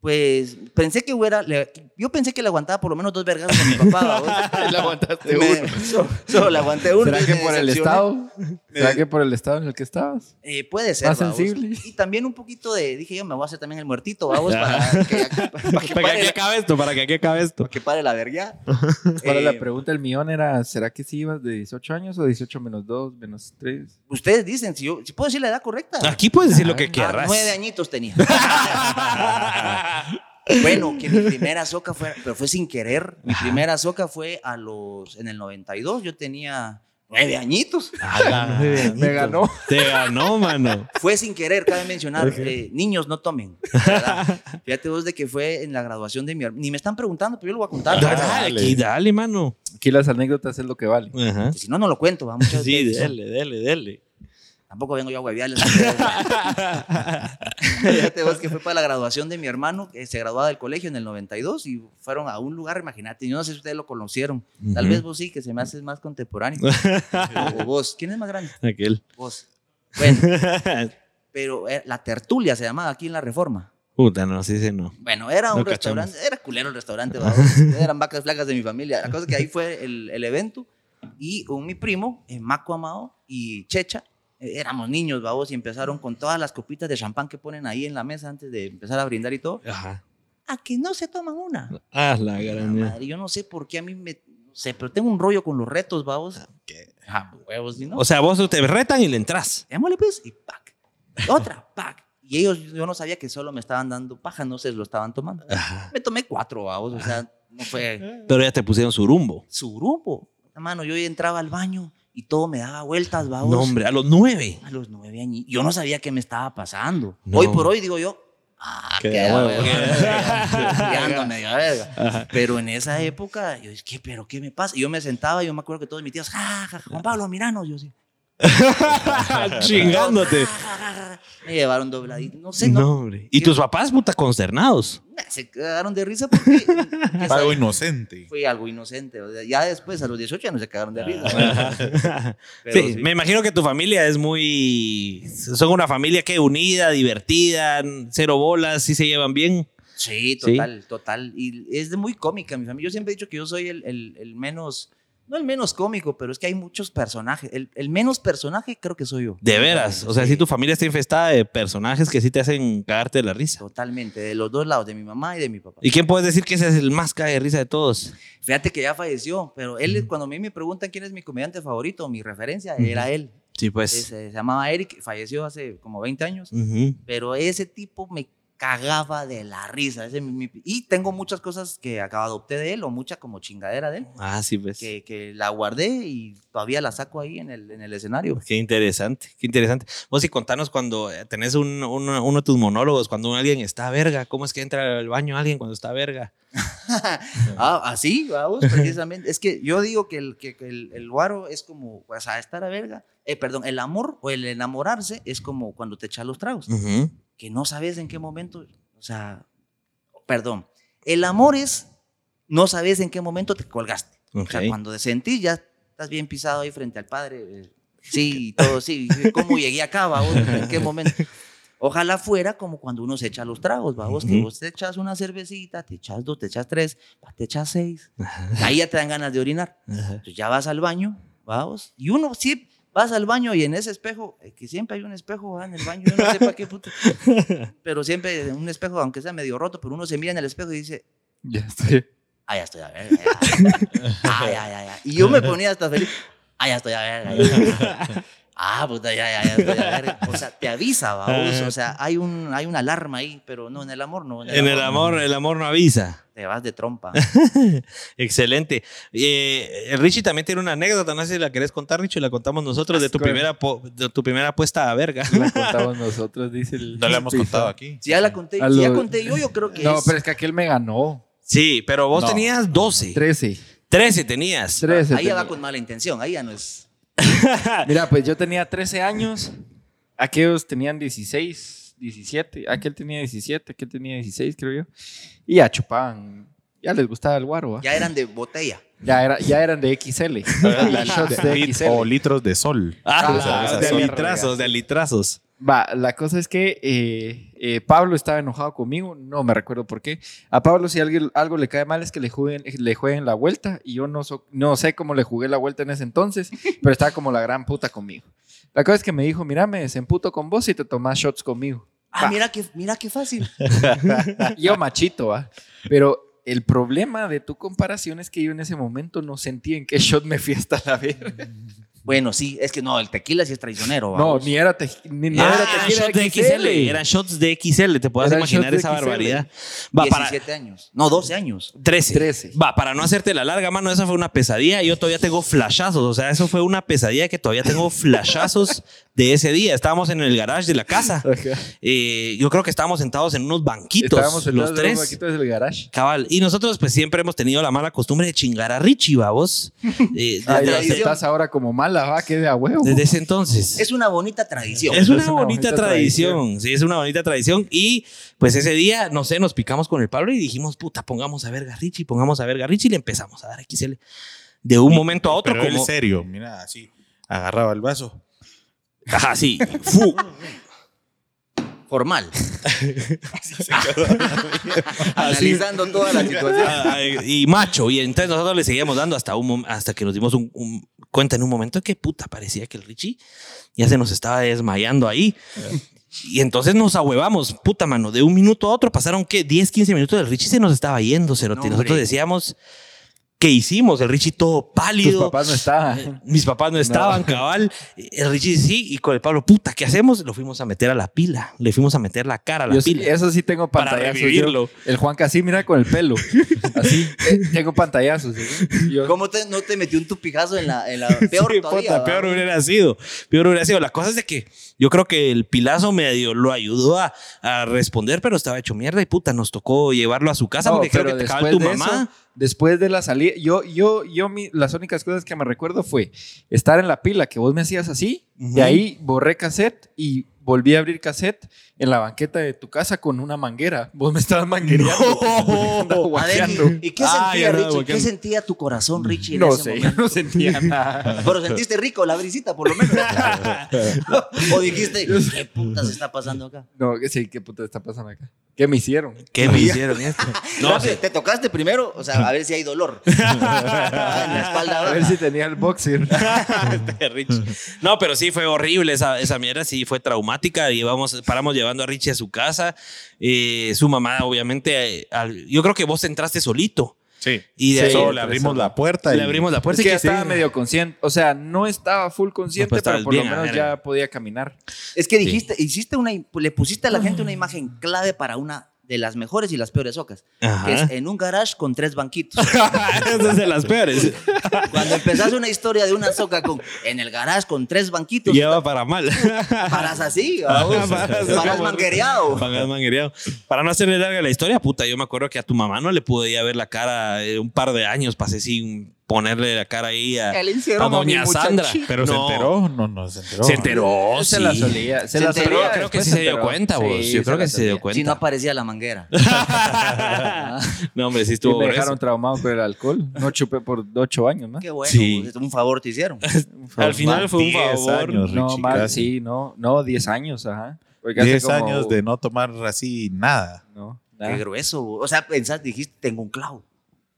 Speaker 1: Pues pensé que hubiera. le- yo pensé que le aguantaba por lo menos dos vergas con mi papá. ¿va?
Speaker 7: Le aguantaste
Speaker 1: Me-
Speaker 7: uno.
Speaker 1: so- solo le aguanté uno.
Speaker 4: ¿Será
Speaker 1: y
Speaker 4: que
Speaker 1: me
Speaker 4: por el
Speaker 1: decepcioné.
Speaker 4: estado? ¿Será que por el estado en el que estabas?
Speaker 1: Eh, puede ser.
Speaker 4: Más
Speaker 1: ¿va vos?
Speaker 4: sensible.
Speaker 1: Y también un poquito de. Dije yo, me voy a hacer también el muertito, vamos, para que, para que
Speaker 2: Para que
Speaker 1: pare,
Speaker 2: aquí
Speaker 1: la-
Speaker 2: acabe esto, para que aquí acabe esto.
Speaker 1: para que pare la verga.
Speaker 4: Ahora
Speaker 1: Eh,
Speaker 4: la pregunta del millón era, ¿será que sí ibas de 18 años o 18 menos 2, menos 3?
Speaker 1: ustedes dicen, si, yo, si puedo decir la edad correcta.
Speaker 2: Aquí puedes decir lo que
Speaker 1: Ah,
Speaker 4: Ah,
Speaker 2: quieras.
Speaker 1: nueve añitos tenía. Bueno, que mi primera soca fue, pero fue sin querer. Mi primera soca fue a los, en el 92, yo tenía nueve añitos.
Speaker 4: Me ganó.
Speaker 2: Te ganó, mano.
Speaker 1: Fue sin querer, cabe mencionar, eh, niños no tomen. ¿verdad? Fíjate vos de que fue en la graduación de mi hermano. Ni me están preguntando, pero yo lo voy a contar.
Speaker 2: Dale,
Speaker 1: ¿verdad?
Speaker 2: aquí, dale, mano.
Speaker 4: Aquí las anécdotas es lo que vale.
Speaker 2: Ajá.
Speaker 1: Pues Si no, no lo cuento. ¿va? Muchas
Speaker 2: Sí,
Speaker 1: veces.
Speaker 2: dele, dele, dele.
Speaker 1: Tampoco vengo yo a huevearles. a ustedes. Fíjate vos que fue para la graduación de mi hermano, que se graduaba del colegio en el 92 y fueron a un lugar, imagínate, yo no sé si ustedes lo conocieron. Tal
Speaker 2: Ujú.
Speaker 1: vez vos sí, que se me haces más contemporáneo. o vos. ¿Quién es más grande?
Speaker 2: Aquel.
Speaker 1: Vos. Bueno, pero eh, la tertulia se llamaba aquí en la Reforma.
Speaker 2: Puta, no, sí, sí, no.
Speaker 1: Bueno, era un
Speaker 2: No cachamos.
Speaker 1: restaurante, era culero el restaurante, ¿va? eran vacas flacas de mi familia. La cosa es que ahí fue el, el evento y un, mi primo, eh, Maco Amado y Checha, eh, éramos niños, babos, y empezaron con todas las copitas de champán que ponen ahí en la mesa antes de empezar a brindar y todo.
Speaker 2: Ajá.
Speaker 1: ¿A que no se toman una?
Speaker 2: Ah, la
Speaker 1: La
Speaker 2: gran.
Speaker 1: madre, yo no sé por qué a mí me... No sé, pero tengo un rollo con los retos, babos. Ah, huevos, ni no.
Speaker 2: O sea, vos te retan y le entras.
Speaker 1: Démosle pues y pac. Otra, pac. Y ellos, yo no sabía que solo me estaban dando paja, no se lo estaban tomando.
Speaker 2: Ajá.
Speaker 1: Me tomé cuatro babos, o sea, no fue
Speaker 2: Pero ya te pusieron surumbo.
Speaker 1: su grupo. Mano, yo entraba al baño y todo me daba vueltas, babos.
Speaker 2: No, hombre, a los nueve.
Speaker 1: A los nueve años. Yo no sabía qué me estaba pasando.
Speaker 2: No.
Speaker 1: Hoy por hoy digo yo, ah,
Speaker 2: Qué
Speaker 1: qué
Speaker 2: huevo.
Speaker 1: huevo, qué huevo, ya ando medio verga. Pero en esa época, yo dije, ¿qué, pero qué me pasa? Y yo me sentaba, y yo me acuerdo que todos mis tíos, ja, ja, Juan Pablo, miranos. Yo sí.
Speaker 2: Chingándote.
Speaker 1: "Ja, ja, ja". Me llevaron dobladito. No sé, no.
Speaker 2: No, hombre. Y tus papás, puta, consternados.
Speaker 1: Se quedaron de risa porque ¿qué
Speaker 3: Pago
Speaker 1: sabe?
Speaker 3: inocente.
Speaker 1: fue algo inocente. o sea, ya después, a los 18, ya no se
Speaker 2: Ah.
Speaker 1: quedaron de risa. Pero
Speaker 2: Sí,
Speaker 1: sí.
Speaker 2: me imagino que tu familia es muy. Son una familia que unida, divertida, cero bolas, sí se llevan bien.
Speaker 1: Sí, total, total. Y es de muy cómica mi familia. Yo siempre he dicho que yo soy el, el- el menos, no el menos cómico, pero es que hay muchos personajes. El, el menos personaje creo que soy yo.
Speaker 2: De veras. O sea, si tu familia está infestada de personajes que sí te hacen cagarte de la risa.
Speaker 1: Totalmente, de los dos lados, de mi mamá y de mi papá.
Speaker 2: ¿Y quién puedes decir que ese es el más caga de risa de todos?
Speaker 1: Fíjate que ya falleció, pero él, cuando a mí me preguntan quién es mi comediante favorito, mi referencia, era él.
Speaker 2: Sí, pues.
Speaker 1: Ese- se llamaba Eric, falleció hace como 20 años.
Speaker 2: Ujú.
Speaker 1: pero ese tipo me cagaba de la risa. Ese mi- mi- y tengo muchas cosas que acá adopté de él o mucha como chingadera de él,
Speaker 2: Ah, sí, pues.
Speaker 1: que, que la guardé y todavía la saco ahí en el, en el escenario.
Speaker 2: Qué interesante, qué interesante. Vos y contanos cuando eh, tenés un- uno, uno de tus monólogos, cuando alguien está verga, ¿cómo es que entra al baño alguien cuando está verga?
Speaker 1: Ah, así, vamos, precisamente. es que yo digo que el, que que el, el guaro es como, o sea, estar a verga. Eh, perdón, el amor o el enamorarse es como cuando te echas los tragos,
Speaker 2: Ujú.
Speaker 1: que no sabes en qué momento, o sea, perdón, el amor es no sabes en qué momento te colgaste.
Speaker 2: Ok.
Speaker 1: O sea, cuando te sentís ya estás bien pisado ahí frente al padre. eh, Sí, y todo, sí. ¿Cómo llegué acá, babos? ¿En qué momento? Ojalá fuera como cuando uno se echa los tragos, babos, que
Speaker 2: Ujú.
Speaker 1: vos te echas una cervecita, te echas dos, te echas tres, pa, te echas seis. Ahí ya te dan ganas de orinar.
Speaker 2: Ajá.
Speaker 1: Entonces ya vas al baño, babos, y uno sí vas al baño y en ese espejo, eh, que siempre hay un espejo ¿verdad? en el baño, yo no sé para qué puta, pero siempre un espejo, aunque sea medio roto, pero uno se mira en el espejo y dice,
Speaker 4: Ya estoy.
Speaker 1: Ah, ya estoy a ver. ya. Ah, ya, ya, ya. Y yo me ponía hasta feliz. Ah, ya estoy a ver. ya, ya, ya. Ah, puta, ya, ya, ya, estoy a ver. O sea, te avisa, vamos. O sea, hay, un, hay una alarma ahí, pero no, en el amor no.
Speaker 2: En el amor, el amor no avisa.
Speaker 1: Te vas de trompa.
Speaker 2: Excelente. Eh, Richie también tiene una anécdota, no sé si la querés contar, Richie, la contamos nosotros de tu
Speaker 4: Asco.
Speaker 2: primera, po- de tu primera apuesta a verga.
Speaker 4: La contamos nosotros, dice el.
Speaker 3: No la hemos
Speaker 4: Piso.
Speaker 3: contado aquí.
Speaker 1: Si ya la conté,
Speaker 4: A
Speaker 1: si ya
Speaker 4: lo-
Speaker 1: conté yo, yo creo que
Speaker 4: No,
Speaker 1: es-
Speaker 4: pero es que aquel me ganó.
Speaker 2: Sí, pero vos
Speaker 3: No.
Speaker 2: tenías 12.
Speaker 4: 13.
Speaker 2: 13 tenías.
Speaker 4: 13.
Speaker 1: ahí ya va
Speaker 4: tenía.
Speaker 1: con mala intención, ahí ya no es.
Speaker 4: Mira, pues yo tenía 13 años. Aquellos tenían 16, 17. Aquel tenía 17, aquel tenía 16, creo yo. Y ya chupaban. Ya les gustaba el guaro, ¿va? Ya,
Speaker 1: Ya eran de botella.
Speaker 4: era, ya eran de XL. Las shots de
Speaker 3: Lit- O
Speaker 4: XL.
Speaker 3: litros de sol.
Speaker 2: Ah,
Speaker 4: Ah,
Speaker 2: o sea,
Speaker 4: de
Speaker 2: de
Speaker 4: mierda.
Speaker 2: litrazos, de litrazos.
Speaker 4: Va, la cosa es que eh, eh, Pablo estaba enojado conmigo, no me recuerdo por qué. A Pablo si alguien, algo le cae mal es que le jueguen, le jueguen la vuelta y yo no, so- no sé cómo le jugué la vuelta en ese entonces, pero estaba como la gran puta conmigo. La cosa es que me dijo, mira, me desemputo con vos y te tomás shots conmigo.
Speaker 1: Ah,
Speaker 4: Va.
Speaker 1: mira qué, mira qué fácil.
Speaker 4: Yo machito, ¿va? Pero el problema de tu comparación es que yo en ese momento no sentí en qué shot me fui hasta la verga.
Speaker 1: Bueno, sí, es que no, el tequila sí es traicionero.
Speaker 4: No,
Speaker 1: vamos.
Speaker 4: ni era, te- ni, ni
Speaker 2: Ah,
Speaker 4: era
Speaker 2: eran
Speaker 4: tequila
Speaker 2: shots de XL. Eran shots de XL, te puedes
Speaker 4: Eran
Speaker 2: imaginar
Speaker 4: shots de
Speaker 2: esa
Speaker 4: XL.
Speaker 2: barbaridad. Va, para,
Speaker 1: 17 años. No, 12 años.
Speaker 2: 13.
Speaker 4: 13.
Speaker 2: Va, para no hacerte la larga, mano, esa fue una pesadilla. Yo todavía tengo flashazos. O sea, eso fue una pesadilla que todavía tengo flashazos de ese día. Estábamos en el garage de la casa.
Speaker 4: Ajá.
Speaker 2: Eh, yo creo que estábamos sentados en unos banquitos.
Speaker 4: Estábamos en
Speaker 2: los tres.
Speaker 4: desde el garage.
Speaker 2: Cabal. Y nosotros, pues siempre hemos tenido la mala costumbre de chingar a Richie, babos. Eh,
Speaker 4: Ay,
Speaker 2: desde,
Speaker 4: la
Speaker 2: ese-
Speaker 4: aceptás ahora como mala, va, que de a huevo.
Speaker 2: desde ese entonces.
Speaker 1: Es una bonita tradición.
Speaker 2: Es una,
Speaker 4: Es una
Speaker 2: bonita,
Speaker 4: bonita
Speaker 2: tradición. sí, es una bonita tradición. Y pues ese día, no sé, nos picamos con el Pablo y dijimos, puta, pongamos a ver a Richie, pongamos a ver a Richie y le empezamos a dar XL. De un momento a otro,
Speaker 3: Pero
Speaker 2: como.
Speaker 3: él serio, mira, así. Agarraba el vaso.
Speaker 2: Ajá, sí. Fu.
Speaker 1: Formal. Analizando toda la situación.
Speaker 2: Ah, y macho. Y entonces nosotros le seguíamos dando hasta, un, mom- hasta que nos dimos un, un- cuenta en un momento que puta, parecía que el Richie ya se nos estaba desmayando ahí.
Speaker 4: Eh.
Speaker 2: Y entonces nos ahuevamos, puta mano, de un minuto a otro pasaron que 10, 15 minutos, el Richie se nos estaba yendo, cerote.
Speaker 1: No,
Speaker 2: Y nosotros
Speaker 1: hombre.
Speaker 2: decíamos, ¿qué hicimos? El Richie todo
Speaker 4: Tus
Speaker 2: pálido.
Speaker 4: papás no estaban.
Speaker 2: Mis papás no estaban, cabal. El Richie sí, y con el Pablo, puta, ¿qué hacemos? Lo fuimos a meter a la pila. Le fuimos a meter la cara a la
Speaker 4: Yo sí-
Speaker 2: pila.
Speaker 4: eso sí tengo
Speaker 2: Para
Speaker 4: pantallazos. yo.
Speaker 2: revivirlo.
Speaker 4: el Juan casi mira con el pelo. Así. eh, tengo pantallazos. ¿sí? Yo-
Speaker 1: ¿Cómo te- no te metió un tupijazo en la, en la peor
Speaker 2: Sí,
Speaker 1: todavía?
Speaker 2: puta,
Speaker 1: va?
Speaker 2: peor hubiera sido. Peor hubiera sido. La cosa es de que yo creo que el pilazo medio lo ayudó a, a responder, pero estaba hecho mierda y puta, nos tocó llevarlo a su casa
Speaker 4: No,
Speaker 2: porque creo que
Speaker 4: pero
Speaker 2: te acaba tu
Speaker 4: de
Speaker 2: mamá.
Speaker 4: eso, después de la salida, yo, yo, yo, mi- las únicas cosas que me recuerdo fue estar en la pila que vos me hacías así,
Speaker 2: Ujú.
Speaker 4: de ahí borré cassette y volví a abrir cassette en la banqueta de tu casa con una manguera. Vos me estabas manguereando.
Speaker 2: No.
Speaker 4: Andaba
Speaker 1: A ver,
Speaker 4: guaqueando.
Speaker 1: ¿y qué
Speaker 2: Ah,
Speaker 1: sentía,
Speaker 2: ya no,
Speaker 1: Richie? ¿Qué
Speaker 2: guaqueando.
Speaker 1: sentía tu corazón, Richie, en
Speaker 4: No
Speaker 1: ese
Speaker 4: sé, yo
Speaker 1: momento?
Speaker 4: no sentía nada.
Speaker 1: Pero sentiste rico la brisita, por lo menos. o dijiste, ¿qué puta se está pasando acá?
Speaker 4: No, que sí, ¿qué puta está pasando acá? ¿Qué me hicieron?
Speaker 2: ¿Qué me hicieron esto? No,
Speaker 1: Rápido,
Speaker 2: sí.
Speaker 1: ¿Te tocaste primero? O sea, a ver si hay dolor. Ah, en la espalda.
Speaker 4: A ver si tenía el boxer.
Speaker 2: de Richie. No, pero sí fue horrible esa, esa mierda, sí fue traumática. Llevamos, paramos llevando a Richie a su casa. Eh, su mamá, obviamente, eh, al- yo creo que vos entraste solito.
Speaker 3: Sí.
Speaker 2: Y de ahí-
Speaker 3: Solo le abrimos la puerta.
Speaker 2: Le
Speaker 3: y-
Speaker 2: abrimos la puerta.
Speaker 4: es que
Speaker 2: y
Speaker 4: ya
Speaker 2: sí.
Speaker 4: estaba medio consciente. O sea, no estaba full consciente,
Speaker 2: No, pues, estabas
Speaker 4: pero por lo
Speaker 2: bien, a
Speaker 4: menos
Speaker 2: ver.
Speaker 4: ya podía caminar.
Speaker 1: Es que dijiste, hiciste una, le pusiste a la gente una imagen clave para una de las mejores y las peores ocas, que
Speaker 2: Ajá.
Speaker 1: es en un garage con tres banquitos.
Speaker 2: Esa es de las peores.
Speaker 1: Cuando empezás una historia de una soca con en el garage con tres banquitos,
Speaker 2: Lleva para mal.
Speaker 1: paras así, vamos,
Speaker 2: Paras así,
Speaker 1: paras
Speaker 2: como-
Speaker 1: manguereado.
Speaker 2: Para, manguereado. Para no hacerle larga la historia, puta, yo me acuerdo que a tu mamá no le pude ir a ver la cara eh, un par de años, pasé sin ponerle la cara ahí a,
Speaker 1: El
Speaker 2: a
Speaker 1: encierro,
Speaker 2: doña Sandra.
Speaker 3: Pero
Speaker 2: No,
Speaker 3: se enteró. No, no, se enteró.
Speaker 2: Se enteró,
Speaker 4: se
Speaker 2: Oh, sí.
Speaker 4: la solía. Se,
Speaker 1: Se
Speaker 4: la
Speaker 1: enteró,
Speaker 4: solía,
Speaker 2: Creo que
Speaker 4: después
Speaker 2: sí se dio
Speaker 4: enteró.
Speaker 2: cuenta,
Speaker 4: Sí,
Speaker 2: vos. Yo creo
Speaker 4: la
Speaker 2: que sí se dio
Speaker 4: solía.
Speaker 1: Si no
Speaker 2: cuenta.
Speaker 1: aparecía la manguera.
Speaker 2: no, hombre, sí
Speaker 4: Y
Speaker 2: estuvo
Speaker 4: me
Speaker 2: grueso.
Speaker 4: dejaron traumado con el alcohol. No chupé por ocho años, ¿no?
Speaker 1: Qué bueno,
Speaker 2: Sí.
Speaker 1: pues, un favor te hicieron.
Speaker 2: Al final fue un
Speaker 3: 10
Speaker 2: favor.
Speaker 3: años,
Speaker 4: No,
Speaker 3: Richie,
Speaker 4: mal,
Speaker 3: casi.
Speaker 4: sí, no, no, diez años, ajá. Porque hace
Speaker 3: 10
Speaker 4: como-
Speaker 3: años de no tomar así nada.
Speaker 4: No, nada.
Speaker 2: Ah.
Speaker 1: Qué grueso. bo. O sea, pensás, dijiste, tengo un clavo.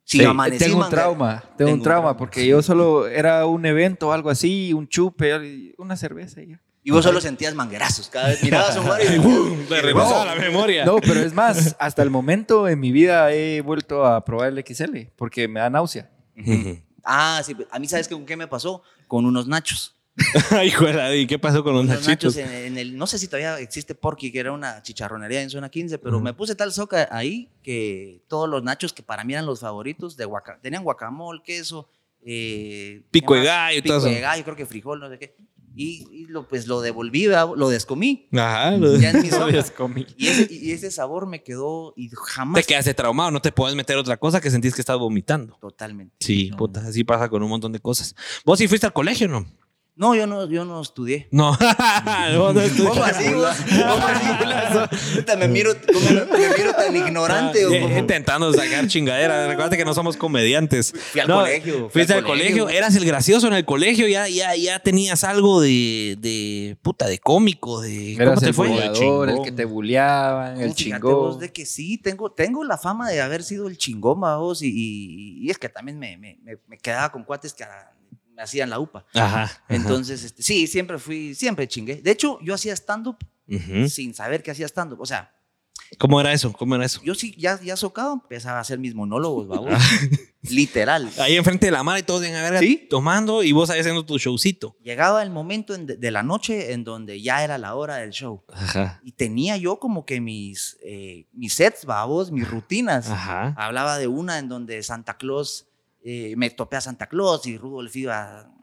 Speaker 1: Si
Speaker 4: Sí,
Speaker 1: amanecí
Speaker 4: tengo un
Speaker 1: manguera-
Speaker 4: trauma, tengo, un trauma, porque yo solo era un evento o algo así, un chupe, una cerveza y ya.
Speaker 1: Y vos solo sentías manguerazos. Cada vez mirabas a un bar y ¡pum!
Speaker 2: Le regresaba la memoria.
Speaker 4: No, pero es más, hasta el momento en mi vida he vuelto a probar el XL porque me da náusea.
Speaker 2: Ujú.
Speaker 1: Ah, sí. A mí, ¿sabes qué- con qué me pasó? Con unos nachos.
Speaker 2: Ay, juela, ¿y qué pasó con los
Speaker 1: Los nachos
Speaker 2: nachitos?
Speaker 1: en, en el, no sé si todavía existe Porky, que era una chicharronería en zona 15, pero me puse tal soca ahí que todos los nachos que para mí eran los favoritos de guaca- tenían guacamole, queso, eh,
Speaker 2: Pico de
Speaker 1: ¿qué más?
Speaker 2: gallo y todo
Speaker 1: pico
Speaker 2: eso.
Speaker 1: de gallo, creo que frijol, no sé qué. Y, y lo, pues lo devolví, ¿verdad? lo descomí.
Speaker 2: Ajá, lo
Speaker 1: Ya en mi sopa.
Speaker 2: Los comí.
Speaker 1: Y ese, y ese sabor me quedó y jamás.
Speaker 2: Te quedaste traumado, no te puedes meter otra cosa que sentís que estás vomitando.
Speaker 1: Totalmente.
Speaker 2: Sí, puta, así pasa con un montón de cosas. ¿Vos sí fuiste al colegio, no?
Speaker 1: No, yo no, yo no estudié.
Speaker 2: No, vos no estudiaste.
Speaker 1: ¿Cómo así, vos? ¿Cómo así? Puta, Me miro, me, me miro tan ignorante. o
Speaker 2: Eh,
Speaker 1: como-
Speaker 2: Intentando sacar chingadera. Recuerda que no somos comediantes.
Speaker 1: Fui al
Speaker 2: No,
Speaker 1: colegio. fui
Speaker 2: Fuiste al colegio, eras el gracioso en el colegio, ya, ya, ya tenías algo de, de puta, de cómico, de ¿cómo
Speaker 4: Eras
Speaker 2: te
Speaker 4: el
Speaker 2: fue?
Speaker 4: goleador, el
Speaker 2: Chingón.
Speaker 4: que te buleaban, el
Speaker 1: Tú fíjate
Speaker 4: chingón.
Speaker 1: vos de que sí, tengo, tengo la fama de haber sido el chingón, va, vos, y, y- y es que también me, me- me- me quedaba con cuates que ah, me hacían la upa.
Speaker 2: Ajá. ajá.
Speaker 1: Entonces, este, sí, siempre fui, siempre chingué. De hecho, yo hacía stand-up
Speaker 2: Ujú.
Speaker 1: sin saber que hacía stand-up. O sea,
Speaker 2: ¿Cómo era eso? ¿Cómo era eso?
Speaker 1: yo sí, ya, ya socado, empezaba a hacer mis monólogos, va, vos.
Speaker 2: Ah.
Speaker 1: Literal.
Speaker 2: Ahí enfrente de la madre y todos en la verga
Speaker 1: ¿Sí?
Speaker 2: tomando y vos ahí haciendo tu showcito.
Speaker 1: Llegaba el momento en- de la noche en donde ya era la hora del show.
Speaker 2: Ajá.
Speaker 1: Y tenía yo como que mis, eh, mis sets, va, vos, mis rutinas.
Speaker 2: Ajá.
Speaker 1: Hablaba de una en donde Santa Claus, eh, me topé a Santa Claus y Rudolf iba a-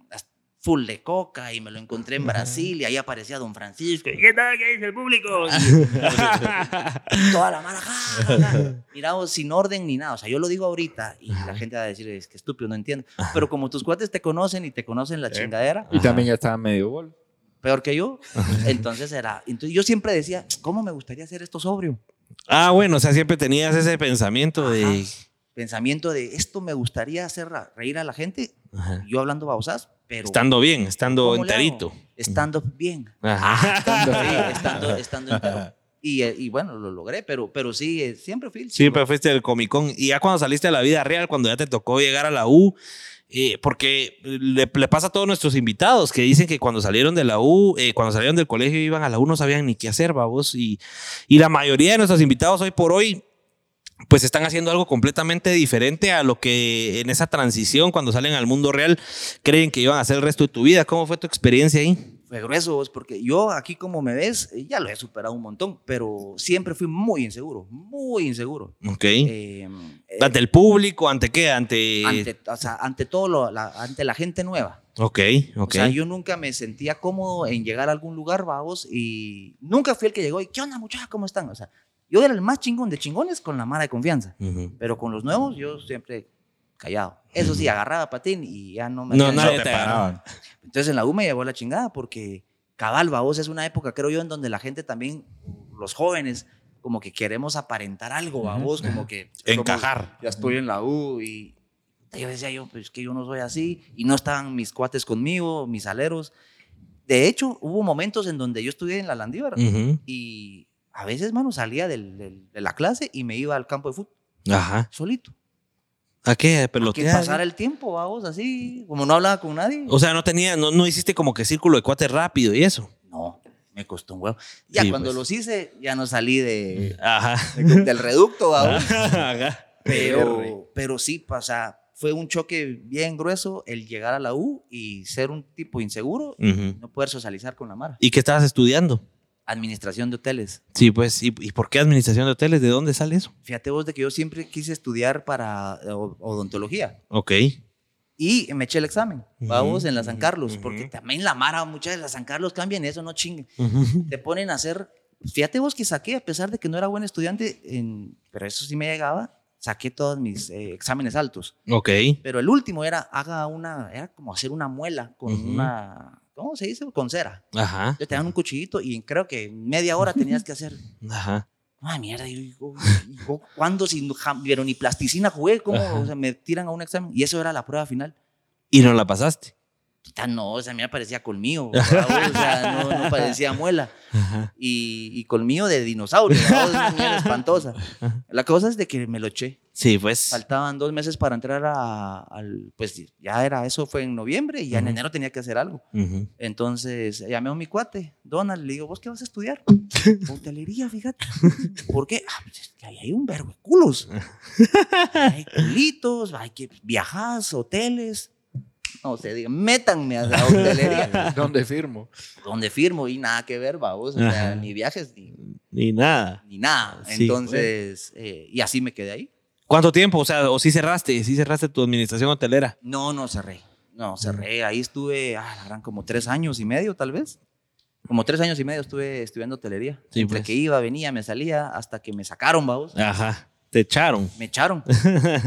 Speaker 1: full de coca y me lo encontré en Brasil y ahí aparecía Don Francisco. ¿Y qué tal? ¿Qué dice el público? Y toda la mala. ja, ja, ja. Mira, vos, sin orden ni nada. O sea, yo lo digo ahorita y la gente va a decir, es que estúpido, no entiendo. Pero como tus cuates te conocen y te conocen la chingadera,
Speaker 4: Y también ya estaba medio gol.
Speaker 1: peor que yo, entonces era... Entonces yo siempre decía, ¿cómo me gustaría hacer esto sobrio?
Speaker 2: Ah, bueno, o sea, siempre tenías ese pensamiento de.
Speaker 1: Pensamiento de, esto me gustaría hacer ra- reír a la gente
Speaker 2: Ajá.
Speaker 1: yo hablando babosas, pero
Speaker 2: Estando bien, estando
Speaker 1: ¿cómo le hago?
Speaker 2: enterito.
Speaker 1: Estando bien.
Speaker 2: Ajá.
Speaker 1: Estando, sí, estando, estando entero. Y, eh, y bueno, lo logré, pero, pero sí, eh, siempre fui. el
Speaker 2: Sí,
Speaker 1: chico.
Speaker 2: pero fuiste del Comic Con. Y ya cuando saliste a la vida real, cuando ya te tocó llegar a la U, eh, porque le, le pasa a todos nuestros invitados que dicen que cuando salieron de la U, eh, cuando salieron del colegio iban a la U, no sabían ni qué hacer, babos. Y, y la mayoría de nuestros invitados hoy por hoy, pues están haciendo algo completamente diferente a lo que en esa transición, cuando salen al mundo real, creen que iban a hacer el resto de tu vida. ¿Cómo fue tu experiencia ahí?
Speaker 1: Fue grueso, vos, porque yo aquí como me ves, eh, ya lo he superado un montón, pero siempre fui muy inseguro, muy inseguro.
Speaker 2: Ok.
Speaker 1: Eh, eh,
Speaker 2: ¿Ante el público? ¿Ante qué? Ante.
Speaker 1: ante, o sea, ante todo, lo- la, ante la gente nueva.
Speaker 2: Ok, ok.
Speaker 1: O sea, yo nunca me sentía cómodo en llegar a algún lugar, babos, y nunca fui el que llegó y, ¿qué onda, muchachos? ¿Cómo están? O sea, yo era el más chingón de chingones con la mara de confianza.
Speaker 2: Ujú.
Speaker 1: Pero con los nuevos yo siempre callado. Eso sí, agarraba patín y ya no me...
Speaker 2: No,
Speaker 1: hacían
Speaker 2: nadie
Speaker 1: nada.
Speaker 2: te agarraba.
Speaker 1: Entonces en la U me llevó la chingada porque cabal, babos, es una época, creo yo, en donde la gente también, los jóvenes, como que queremos aparentar algo, babos, como que...
Speaker 2: Encajar.
Speaker 1: Ya estoy en la U y... Yo decía yo, pues que yo no soy así y no estaban mis cuates conmigo, mis aleros. De hecho, hubo momentos en donde yo estudié en la Landívar
Speaker 2: Ujú.
Speaker 1: y a veces, mano, salía del- del- de la clase y me iba al campo de fútbol
Speaker 2: Ajá.
Speaker 1: solito.
Speaker 2: ¿A qué?
Speaker 1: Hay que
Speaker 2: Pelotear.
Speaker 1: pasar el tiempo, vamos, así, como no hablaba con nadie.
Speaker 2: O sea, no tenía, no, no hiciste como que círculo de cuate rápido y eso.
Speaker 1: No, me costó un huevo. Ya
Speaker 2: Oh. Sí,
Speaker 1: cuando
Speaker 2: pues.
Speaker 1: los hice, ya no salí de,
Speaker 2: Ajá.
Speaker 1: de- del reducto, vamos.
Speaker 2: Ajá.
Speaker 1: pero, pero sí, pa- o sea, fue un choque bien grueso el llegar a la U y ser un tipo inseguro y
Speaker 2: Ujú.
Speaker 1: no poder socializar con la Mara.
Speaker 2: ¿Y qué estabas estudiando?
Speaker 1: Administración de hoteles.
Speaker 2: Sí, pues, ¿y, y por qué administración de hoteles? ¿De dónde sale eso?
Speaker 1: Fíjate vos de que yo siempre quise estudiar para eh, o- odontología.
Speaker 2: Ok.
Speaker 1: Y me eché el examen,
Speaker 2: Ujú,
Speaker 1: vamos, en la San
Speaker 2: ujú,
Speaker 1: Carlos,
Speaker 2: ujú.
Speaker 1: porque también la Mara, muchas de las San Carlos cambian eso, no chinguen.
Speaker 2: Ujú.
Speaker 1: te ponen a hacer. pues, Fíjate vos que saqué, a pesar de que no era buen estudiante, en- pero eso sí me llegaba, saqué todos mis eh, exámenes altos.
Speaker 2: Ok.
Speaker 1: Pero el último era, haga una, era como hacer una muela con
Speaker 2: Ujú.
Speaker 1: una, ¿cómo se dice? Con cera.
Speaker 2: Ajá.
Speaker 1: Yo te dan un cuchillito y creo que media hora tenías que hacer.
Speaker 2: Ajá.
Speaker 1: Ah, mierda, yo digo, ¿y yo ¿cuándo? Si no jam- pero ni plasticina jugué, ¿cómo?
Speaker 2: Ajá.
Speaker 1: O sea, me tiran a un examen. Y eso era la prueba final.
Speaker 2: ¿Y no la pasaste?
Speaker 1: Puta, no, o sea, a mí me parecía colmillo, ¿verdad? o sea, no, no parecía muela.
Speaker 2: Ajá.
Speaker 1: y, y colmillo de dinosaurio. ¿no? Una mierda espantosa. La cosa es de que me lo eché.
Speaker 2: Sí, pues.
Speaker 1: Faltaban dos meses para entrar a- al... Pues ya era, eso fue en noviembre y ya en enero tenía que hacer algo.
Speaker 2: Ujú.
Speaker 1: Entonces llamé a mi cuate, Donald, le digo, ¿vos qué vas a estudiar? Hotelería, fíjate. ¿Por qué? Ah, pues es que ahí hay un verbo de culos. Hay culitos, hay que viajar, hoteles. No se diga, métanme a la hotelería,
Speaker 4: ¿Dónde firmo?
Speaker 1: donde firmo y nada que ver, babos. O sea,
Speaker 2: Ajá.
Speaker 1: ni viajes ni,
Speaker 2: Ni nada.
Speaker 1: ni nada.
Speaker 2: Ah, Sí,
Speaker 1: Entonces, eh, y así me quedé ahí.
Speaker 2: ¿Cuánto tiempo? O sea, o sí cerraste, sí cerraste tu administración hotelera.
Speaker 1: No, no cerré. No, cerré. Ahí estuve, ah, la gran, como tres años y medio, tal vez. Como tres años y medio estuve estudiando hotelería.
Speaker 2: Sí,
Speaker 1: Entre
Speaker 2: pues.
Speaker 1: que iba, venía, me salía, hasta que me sacaron, babos.
Speaker 2: Ajá. Te echaron.
Speaker 1: Me echaron.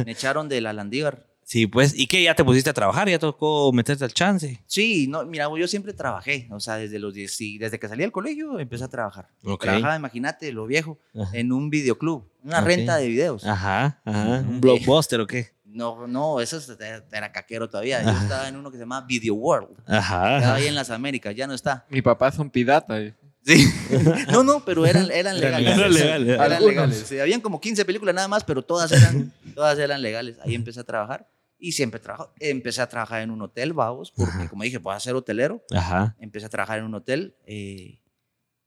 Speaker 1: me echaron de la Landívar.
Speaker 2: Sí, pues. ¿Y qué? ¿Ya te pusiste a trabajar? ¿Ya tocó meterte al chance?
Speaker 1: Sí, no, mira, yo siempre trabajé, o sea, desde los 10, sí, desde que salí del colegio empecé a trabajar.
Speaker 2: Ok.
Speaker 1: Trabajaba, imagínate, lo viejo,
Speaker 2: Ajá.
Speaker 1: en un videoclub, una
Speaker 2: Ok. Ah.
Speaker 1: renta de videos.
Speaker 2: Ajá, ajá.
Speaker 1: Ujú.
Speaker 2: ¿Un blockbuster o qué?
Speaker 1: No, no, eso es- eh, era caquero todavía. Yo
Speaker 2: Ajá.
Speaker 1: estaba en uno que se llamaba Video World,
Speaker 2: Ajá.
Speaker 1: estaba ahí en las Américas, ya no está.
Speaker 4: Mi papá es un pirata. eh.
Speaker 1: Sí. no, no, pero eran, eran
Speaker 2: Era
Speaker 1: legales.
Speaker 2: legal, legal, legal.
Speaker 1: Eran
Speaker 4: Algunos.
Speaker 1: legales. Sí, habían como 15 películas nada más, pero todas eran, todas eran legales. Ahí empecé a trabajar y siempre trabajo. Empecé a trabajar en un hotel, babos, porque como dije, voy a ser hotelero.
Speaker 2: Ajá.
Speaker 1: empecé a trabajar en un hotel eh,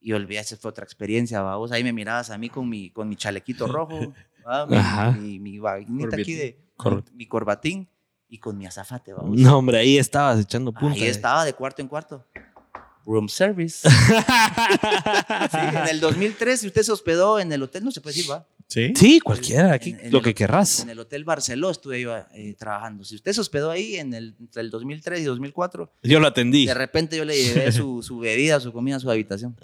Speaker 1: y olvidaste, fue otra experiencia, vamos. Ahí me mirabas a mí con mi, con mi chalequito rojo, ¿va? mi,
Speaker 2: Ajá.
Speaker 1: mi, mi vainita aquí de
Speaker 2: Corbatín.
Speaker 1: mi corbatín y con mi azafate, vamos.
Speaker 2: No, hombre, ahí estabas echando punta.
Speaker 1: Ahí estaba de cuarto en cuarto. Room service. Sí, en el 2003, si usted se hospedó en el hotel, no se puede decir, va.
Speaker 3: Sí.
Speaker 2: Sí, cualquiera, aquí
Speaker 1: En- en
Speaker 2: lo
Speaker 1: el-
Speaker 2: que querrás.
Speaker 1: En el Hotel Barceló estuve yo eh, trabajando. Si usted se hospedó ahí en el, entre el 2003 y 2004,
Speaker 2: Yo lo atendí.
Speaker 1: de repente yo le llevé su, su bebida, su comida, su habitación.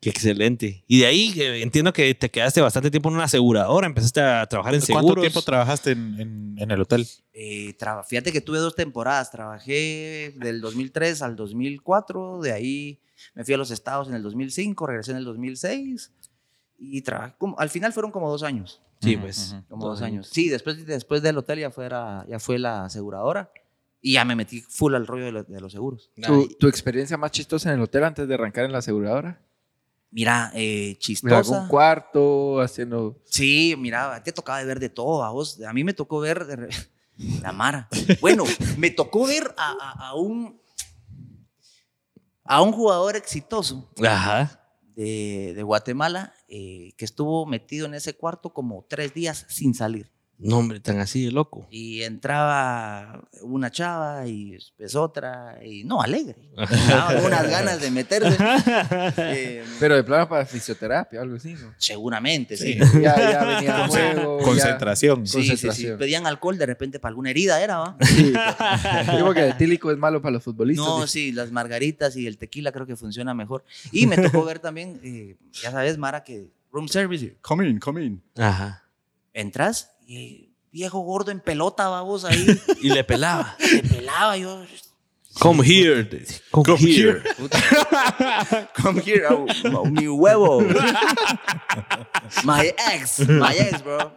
Speaker 2: Qué excelente. Y de ahí eh, entiendo que te quedaste bastante tiempo en una aseguradora, empezaste a trabajar en seguros.
Speaker 3: ¿Cuánto tiempo trabajaste en, en- en el hotel?
Speaker 1: Eh, traba- fíjate que tuve dos temporadas, trabajé del 2003 al 2004, de ahí me fui a los estados en el 2005, regresé en el 2006 y trabajé, como- al final fueron como dos años,
Speaker 2: Sí,
Speaker 3: Ujú,
Speaker 2: pues.
Speaker 3: ujú.
Speaker 1: como dos, años. Sí, después, después del hotel ya, fuera, ya fue la aseguradora y ya me metí full al rollo de, lo- de los seguros.
Speaker 4: ¿Tu, tu experiencia más chistosa en el hotel antes de arrancar en la aseguradora?
Speaker 1: Mira, eh,
Speaker 4: Mira,
Speaker 1: chistosa.
Speaker 4: un cuarto, haciendo...
Speaker 1: Sí, mira, te tocaba ver de todo, a vos. A mí me tocó ver de re- la Mara. Bueno, me tocó ver a, a- a un a un jugador exitoso
Speaker 2: Ajá.
Speaker 1: de, de Guatemala eh, que estuvo metido en ese cuarto como tres días sin salir.
Speaker 2: No, hombre, tan así de loco.
Speaker 1: Y entraba una chava y después otra, y no, alegre. Daba unas ganas de meterse. Eh,
Speaker 4: Pero de plano para fisioterapia, algo así, ¿no?
Speaker 1: seguramente, sí.
Speaker 4: Ya, ya venía el juego. ya-
Speaker 3: Concentración.
Speaker 1: Sí, sí, sí,
Speaker 4: Concentración.
Speaker 1: Pedían alcohol de repente para alguna herida, era, ¿va?
Speaker 4: Sí. Digo que el etílico es malo para los futbolistas.
Speaker 1: No,
Speaker 4: dice.
Speaker 1: sí, las margaritas y el tequila creo que funciona mejor. Y me tocó ver también, eh, ya sabes, Mara, que room service,
Speaker 5: Come in, come in.
Speaker 2: Ajá.
Speaker 1: entras y viejo gordo en pelota, babos, ahí,
Speaker 2: Y le pelaba.
Speaker 1: te pelaba yo.
Speaker 2: Come here. Come, here.
Speaker 1: Come here, oh, oh, mi huevo. My ex, my ex, bro.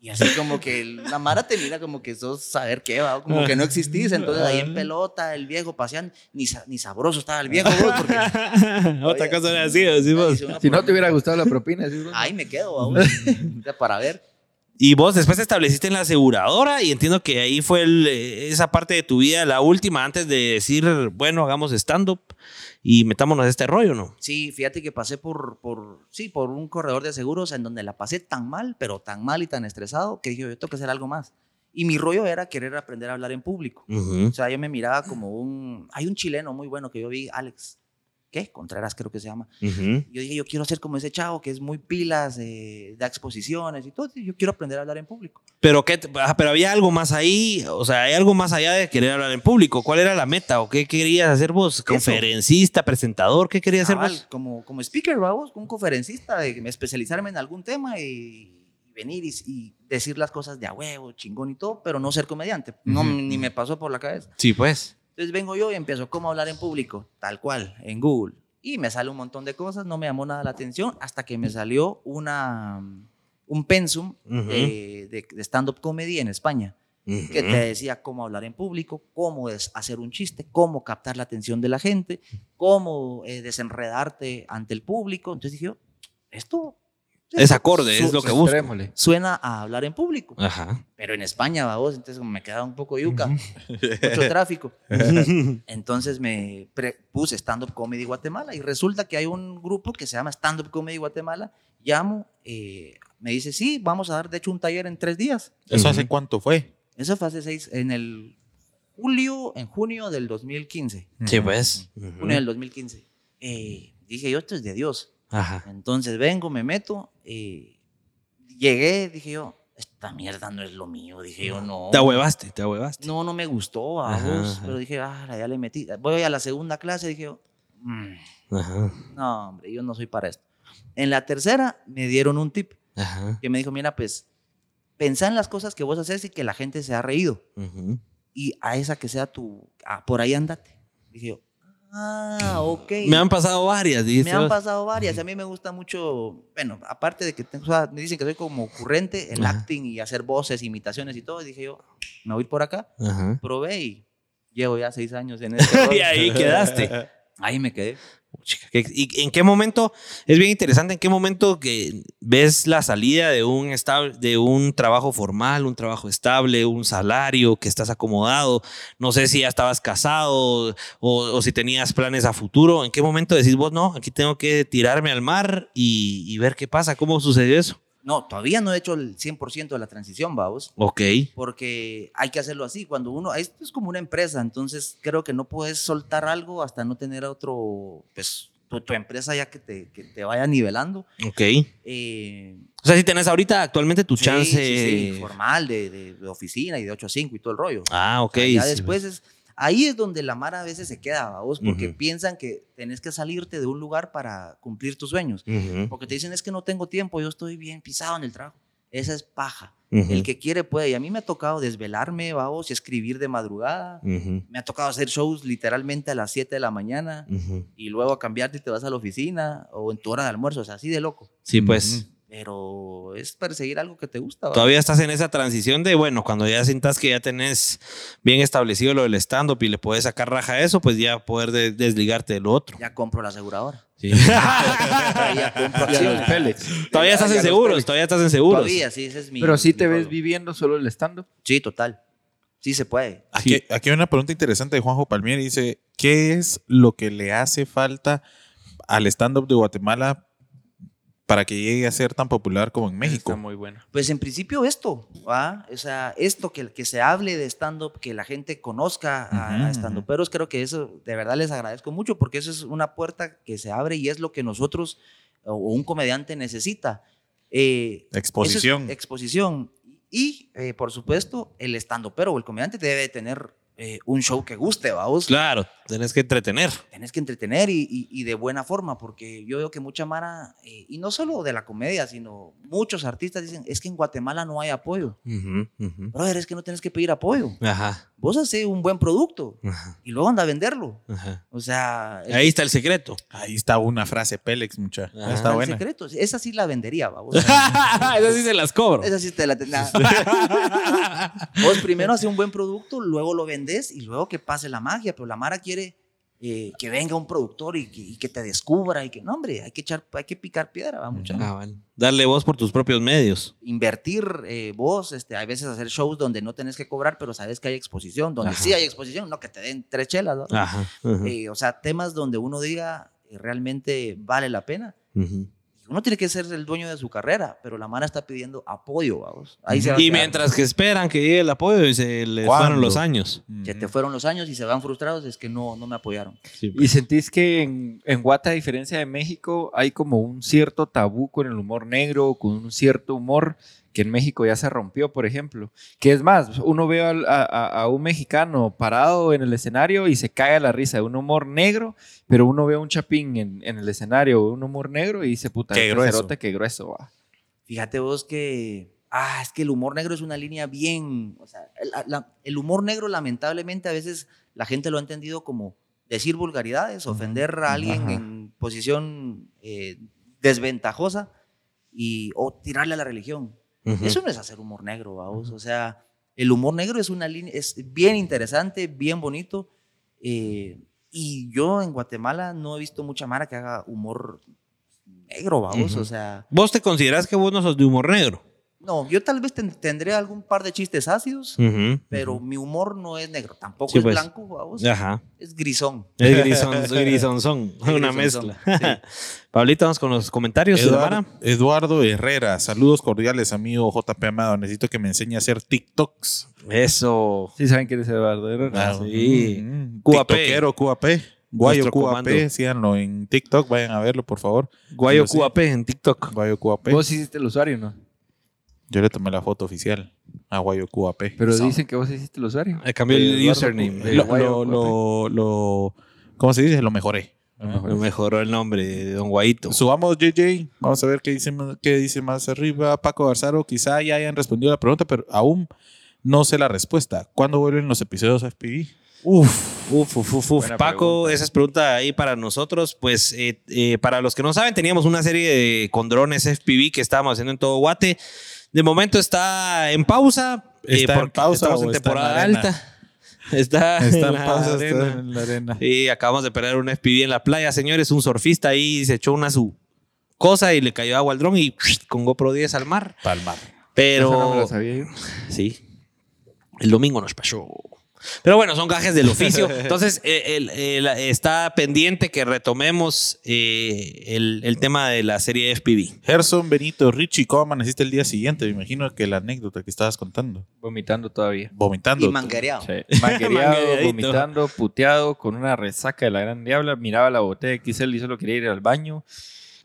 Speaker 1: Y así como que la Mara te mira como que sos saber qué, va, como que no existís. Entonces ahí en pelota, el viejo paseando, ni, sa- ni sabroso estaba el viejo, bro, porque...
Speaker 2: Otra cosa era así, decimos.
Speaker 1: Hizo una
Speaker 4: Si no
Speaker 1: por-
Speaker 4: te hubiera gustado la propina, decís, bueno,
Speaker 1: Ahí me quedo aún. O sea, para ver.
Speaker 2: Y vos después te estableciste en la aseguradora y entiendo que ahí fue el, eh, esa parte de tu vida, la última, antes de decir, bueno, hagamos stand-up y metámonos a este rollo, ¿no?
Speaker 1: Sí, fíjate que pasé por, por, sí, por un corredor de seguros en donde la pasé tan mal, pero tan mal y tan estresado que dije, yo tengo que hacer algo más. Y mi rollo era querer aprender a hablar en público. O sea, yo me miraba como un... Hay un chileno muy bueno que yo vi, Alex. ¿Qué? Contreras creo que se llama.
Speaker 2: Ujú.
Speaker 1: Yo dije, yo quiero ser como ese chavo que es muy pilas, eh, da exposiciones y todo. Yo quiero aprender a hablar en público.
Speaker 2: Pero, qué, ah, pero había algo más ahí, o sea, hay algo más allá de querer hablar en público. ¿Cuál era la meta o qué querías hacer vos? ¿Conferencista, presentador? ¿Qué querías hacer
Speaker 1: Cabal,
Speaker 2: vos?
Speaker 1: como, como speaker, vamos, un conferencista, de especializarme en algún tema y, y venir y, y decir las cosas de a huevo, chingón y todo, pero no ser comediante. No, ni me pasó por la cabeza.
Speaker 2: Sí, pues.
Speaker 1: Entonces vengo yo y empiezo cómo hablar en público, tal cual, en Google. Y me sale un montón de cosas, no me llamó nada la atención, hasta que me salió una, un pensum
Speaker 2: Ujú.
Speaker 1: de, de- de stand-up comedy en España que te decía cómo hablar en público, cómo es hacer un chiste, cómo captar la atención de la gente, cómo eh, desenredarte ante el público. Entonces dije, yo, esto
Speaker 2: Es acorde, es lo que busco.
Speaker 4: Sustrémosle.
Speaker 1: suena a hablar en público,
Speaker 2: Ajá.
Speaker 1: pero en España, babos, entonces como me quedaba un poco yuca, mucho tráfico. Entonces me pre- puse Stand Up Comedy Guatemala y resulta que hay un grupo que se llama Stand Up Comedy Guatemala. Llamo, eh, me dice, sí, vamos a dar de hecho un taller en tres días.
Speaker 3: ¿Eso hace cuánto fue?
Speaker 1: Eso fue hace seis, en el julio, en junio del 2015.
Speaker 2: Sí, pues.
Speaker 1: Junio del 2015. Eh, dije, yo esto es de Dios.
Speaker 2: Ajá.
Speaker 1: Entonces vengo, me meto, eh, llegué, dije yo, esta mierda no es lo mío, dije yo, no.
Speaker 2: Te ahuevaste, te ahuevaste.
Speaker 1: No, no me gustó, a
Speaker 2: Ajá,
Speaker 1: vos,
Speaker 2: ajá.
Speaker 1: pero dije, ah, ya le metí. Voy a la segunda clase, dije yo, "Mm,
Speaker 2: Ajá.
Speaker 1: no, hombre, yo no soy para esto. En la tercera me dieron un tip
Speaker 2: Ajá.
Speaker 1: que me dijo, mira, pues, pensá en las cosas que vos haces y que la gente se ha reído.
Speaker 2: Ujú.
Speaker 1: Y a esa que sea tu, ah, por ahí andate. Dije yo, ah, ok.
Speaker 2: Me han pasado varias, dijiste.
Speaker 1: Me han
Speaker 2: vos.
Speaker 1: pasado varias. A mí me gusta mucho, bueno, aparte de que tengo, o sea, me dicen que soy como ocurrente en
Speaker 2: Ajá.
Speaker 1: acting y hacer voces, imitaciones y todo. Y dije yo, me voy por acá.
Speaker 2: Ajá.
Speaker 1: Probé y llevo ya seis años en este
Speaker 2: Y
Speaker 1: rollo.
Speaker 2: ahí quedaste.
Speaker 1: Ahí me quedé.
Speaker 2: Chica, ¿qué- ¿Y en qué momento? Es bien interesante en qué momento que ves la salida de un, estab- de un trabajo formal, un trabajo estable, un salario, que estás acomodado. No sé si ya estabas casado o, o si tenías planes a futuro. ¿En qué momento decís vos, no, aquí tengo que tirarme al mar y, y ver qué pasa? ¿Cómo sucedió eso?
Speaker 1: No, todavía no he hecho el 100% de la transición, vamos.
Speaker 2: Ok.
Speaker 1: Porque hay que hacerlo así. Cuando uno, esto es como una empresa, entonces creo que no puedes soltar algo hasta no tener otro, pues, tu, tu empresa ya que te, que te vaya nivelando.
Speaker 2: Ok.
Speaker 1: Eh,
Speaker 2: O sea, si tenés ahorita actualmente tu
Speaker 1: Sí,
Speaker 2: chance.
Speaker 1: sí, sí, formal de, de- de oficina y de 8 a 5 y todo el rollo.
Speaker 2: Ah, ok.
Speaker 1: O sea, ya
Speaker 2: sí,
Speaker 1: después es, ahí es donde la mara a veces se queda, ¿va vos, porque
Speaker 2: Ujú.
Speaker 1: piensan que tenés que salirte de un lugar para cumplir tus sueños.
Speaker 2: Ujú,
Speaker 1: Porque te dicen, es que no tengo tiempo, yo estoy bien pisado en el trabajo. Esa es paja.
Speaker 2: ujú,
Speaker 1: El que quiere puede. Y a mí me ha tocado desvelarme, va vos, y escribir de madrugada.
Speaker 2: ujú,
Speaker 1: Me ha tocado hacer shows literalmente a las 7 de la mañana
Speaker 4: Mm.
Speaker 2: ujú.
Speaker 1: y luego a cambiarte y te vas a la oficina o en tu hora de almuerzo. O sea, así de loco.
Speaker 2: Sí, pues.
Speaker 1: Pero es perseguir algo que te gusta. ¿va?
Speaker 2: Todavía estás en esa transición de, bueno, cuando ya sientas que ya tenés bien establecido lo del stand-up y le puedes sacar raja a eso, pues ya poder de- desligarte de lo otro.
Speaker 1: Ya compro la aseguradora. Ya
Speaker 2: todavía
Speaker 1: compro
Speaker 4: Y a los
Speaker 1: acciones.
Speaker 4: Pellets.
Speaker 2: estás
Speaker 4: Ya
Speaker 2: en
Speaker 4: los
Speaker 2: seguros,
Speaker 4: Pellets.
Speaker 2: todavía estás en seguros.
Speaker 1: Todavía, sí, ese es mi.
Speaker 4: Pero sí te
Speaker 1: mi
Speaker 4: ves
Speaker 1: rollo.
Speaker 4: viviendo solo el stand-up.
Speaker 1: Sí, total. Sí se puede.
Speaker 3: Aquí, aquí hay una pregunta interesante de Juanjo Palmieri. Dice, ¿qué es lo que le hace falta al stand-up de Guatemala para que llegue a ser tan popular como en
Speaker 4: Está
Speaker 3: México?
Speaker 4: muy bueno.
Speaker 1: Pues en principio esto, ¿va? O sea, esto que, que se hable de stand-up, que la gente conozca a,
Speaker 3: Ujú,
Speaker 1: a stand-uperos, creo que eso de verdad les agradezco mucho porque eso es una puerta que se abre y es lo que nosotros o o un comediante necesita. Eh, Eso es
Speaker 3: Exposición.
Speaker 1: exposición. Y, eh, por supuesto, el estando, pero el comediante debe tener eh, un show que guste, vamos.
Speaker 2: Claro, tenés que entretener.
Speaker 1: Tenés que entretener y, y- y de buena forma, porque yo veo que mucha mara, eh, y no solo de la comedia, sino muchos artistas dicen, es que en Guatemala no hay apoyo.
Speaker 2: Ujú, ujú.
Speaker 1: Brother, es que no tenés que pedir apoyo.
Speaker 2: Ajá,
Speaker 1: Vos haces un buen producto
Speaker 2: ajá,
Speaker 1: y luego anda a venderlo.
Speaker 2: ajá.
Speaker 1: O sea, el-
Speaker 2: Ahí está el secreto.
Speaker 3: Ahí está una frase Pélex, mucha.
Speaker 2: Ajá.
Speaker 3: Está
Speaker 1: el
Speaker 3: buena.
Speaker 1: secreto. Esa sí la vendería, vamos.
Speaker 2: Esas Ah, sí se las cobro.
Speaker 1: Esa sí te la tenés. Vos primero haces un buen producto, luego lo vendes y luego que pase la magia. Pero la Mara quiere eh, que venga un productor y que, y que te descubra y que, no, hombre, hay que, echar, hay que picar piedra, va mucha.
Speaker 2: Ah, vale. Darle voz por tus propios medios.
Speaker 1: Invertir eh, vos, este, a veces hacer shows donde no tenés que cobrar, pero sabes que hay exposición, donde
Speaker 2: Ajá.
Speaker 1: sí hay exposición, no que te den tres chelas. ¿no?
Speaker 2: Ajá. ajá,
Speaker 1: Eh, o sea, temas donde uno diga eh, realmente vale la pena.
Speaker 2: ujú.
Speaker 1: Uno tiene que ser el dueño de su carrera, pero la Mara está pidiendo apoyo, vamos. Ahí se va a
Speaker 2: Y
Speaker 1: quedar.
Speaker 2: mientras que esperan que llegue el apoyo y se les
Speaker 3: ¿Cuándo?
Speaker 2: fueron los años.
Speaker 1: Se te fueron los años y se van frustrados, es que no, no me apoyaron.
Speaker 2: Sí, pues.
Speaker 4: ¿Y sentís que en, en Guata, a diferencia de México, hay como un cierto tabú con el humor negro, con un cierto humor que en México ya se rompió, por ejemplo? Que es más, uno ve al- a, a- a un mexicano parado en el escenario y se cae a la risa de un humor negro, pero uno ve a un chapín en, en el escenario, un humor negro y dice, puta,
Speaker 3: Qué
Speaker 4: este
Speaker 3: grueso.
Speaker 4: cerote, qué grueso. va".
Speaker 1: Fíjate vos que, ah, es que el humor negro es una línea bien, o sea, el, la- el humor negro lamentablemente a veces la gente lo ha entendido como decir vulgaridades, ofender a alguien
Speaker 4: Ajá.
Speaker 1: en posición eh, desventajosa y, o tirarle a la religión.
Speaker 2: Ujú.
Speaker 1: Eso no es hacer humor negro, vamos. O sea, el humor negro es una línea, es bien interesante, bien bonito. eh, y yo en Guatemala no he visto mucha mara que haga humor negro, vamos.
Speaker 2: Ujú.
Speaker 1: O sea,
Speaker 2: ¿Vos te considerás que vos no sos de humor negro?
Speaker 1: No, yo tal vez ten- tendré algún par de chistes ácidos,
Speaker 2: Ujú.
Speaker 1: pero mi humor no es negro, tampoco
Speaker 2: Sí,
Speaker 1: es
Speaker 2: pues.
Speaker 1: blanco, vamos,
Speaker 2: Ajá.
Speaker 1: es grisón.
Speaker 2: Es grisonzón, grisonzón, una
Speaker 1: Grisonzón,
Speaker 2: mezcla. Pablito, vamos con los comentarios de la
Speaker 3: Eduardo,
Speaker 2: vara.
Speaker 3: Eduardo Herrera, saludos cordiales, amigo JP Amado. Necesito que me enseñe a hacer TikToks.
Speaker 2: Eso.
Speaker 4: Sí saben quién es Eduardo Herrera.
Speaker 2: Ah, sí.
Speaker 3: Mm,
Speaker 2: QAP.
Speaker 3: TikTokero, QAP. Guayo
Speaker 2: Nuestro
Speaker 3: QAP,
Speaker 2: comando.
Speaker 3: síganlo en TikTok, vayan a verlo, por favor.
Speaker 2: Guayo
Speaker 3: Yo sí.
Speaker 2: QAP en TikTok.
Speaker 3: Guayo QAP.
Speaker 4: Vos hiciste el usuario, ¿no?
Speaker 3: Yo le tomé la foto oficial a Guayo QAP.
Speaker 4: Pero dicen que vos hiciste el usuario.
Speaker 2: Eh, Cambió el
Speaker 4: Eduardo
Speaker 2: username.
Speaker 4: Q-
Speaker 2: Eh,
Speaker 3: Lo, lo,
Speaker 4: Guayo
Speaker 3: lo, lo- ¿Cómo se dice? Lo mejoré. Lo mejoré.
Speaker 2: Mejoró el nombre de Don Guaito.
Speaker 3: Subamos JJ, vamos a ver qué dice, más- qué dice más arriba. Paco Garzaro, quizá ya hayan respondido la pregunta, pero aún no sé la respuesta. ¿Cuándo vuelven los episodios FPV?
Speaker 2: Uf, uf, uf, uf, uf.
Speaker 4: Buena
Speaker 2: Paco,
Speaker 4: pregunta.
Speaker 2: esa es pregunta ahí para nosotros. Pues eh, eh, para los que no saben, teníamos una serie de con drones FPV que estábamos haciendo en todo Guate. De momento está en pausa. eh,
Speaker 3: ¿Está en
Speaker 2: porque
Speaker 3: pausa
Speaker 2: estamos
Speaker 3: o
Speaker 2: en
Speaker 3: está en la
Speaker 2: temporada
Speaker 3: arena?
Speaker 2: alta. Está,
Speaker 3: Está
Speaker 2: en
Speaker 3: en
Speaker 2: la
Speaker 3: paz, está
Speaker 2: arena.
Speaker 3: en la arena.
Speaker 2: Sí, acabamos de perder un FPV en la playa, señores. Un surfista ahí se echó una su cosa y le cayó agua al dron y con GoPro 10 al mar.
Speaker 3: Palmar.
Speaker 2: Pero.
Speaker 4: Esa no me la sabía yo.
Speaker 2: Sí. El domingo nos pasó. Pero bueno, son gajes del oficio. Entonces, eh, el- el- está pendiente que retomemos eh, el, el tema de la serie FPV.
Speaker 3: Gerson Benito Richie, ¿cómo amaneciste el día siguiente? Me imagino que la anécdota que estabas contando.
Speaker 4: Vomitando todavía.
Speaker 3: Vomitando.
Speaker 1: Y manguereado.
Speaker 4: Manguereado,
Speaker 2: Manguereadito.
Speaker 4: vomitando, puteado, con una resaca de la gran diabla. Miraba la botella de XL y solo quería ir al baño.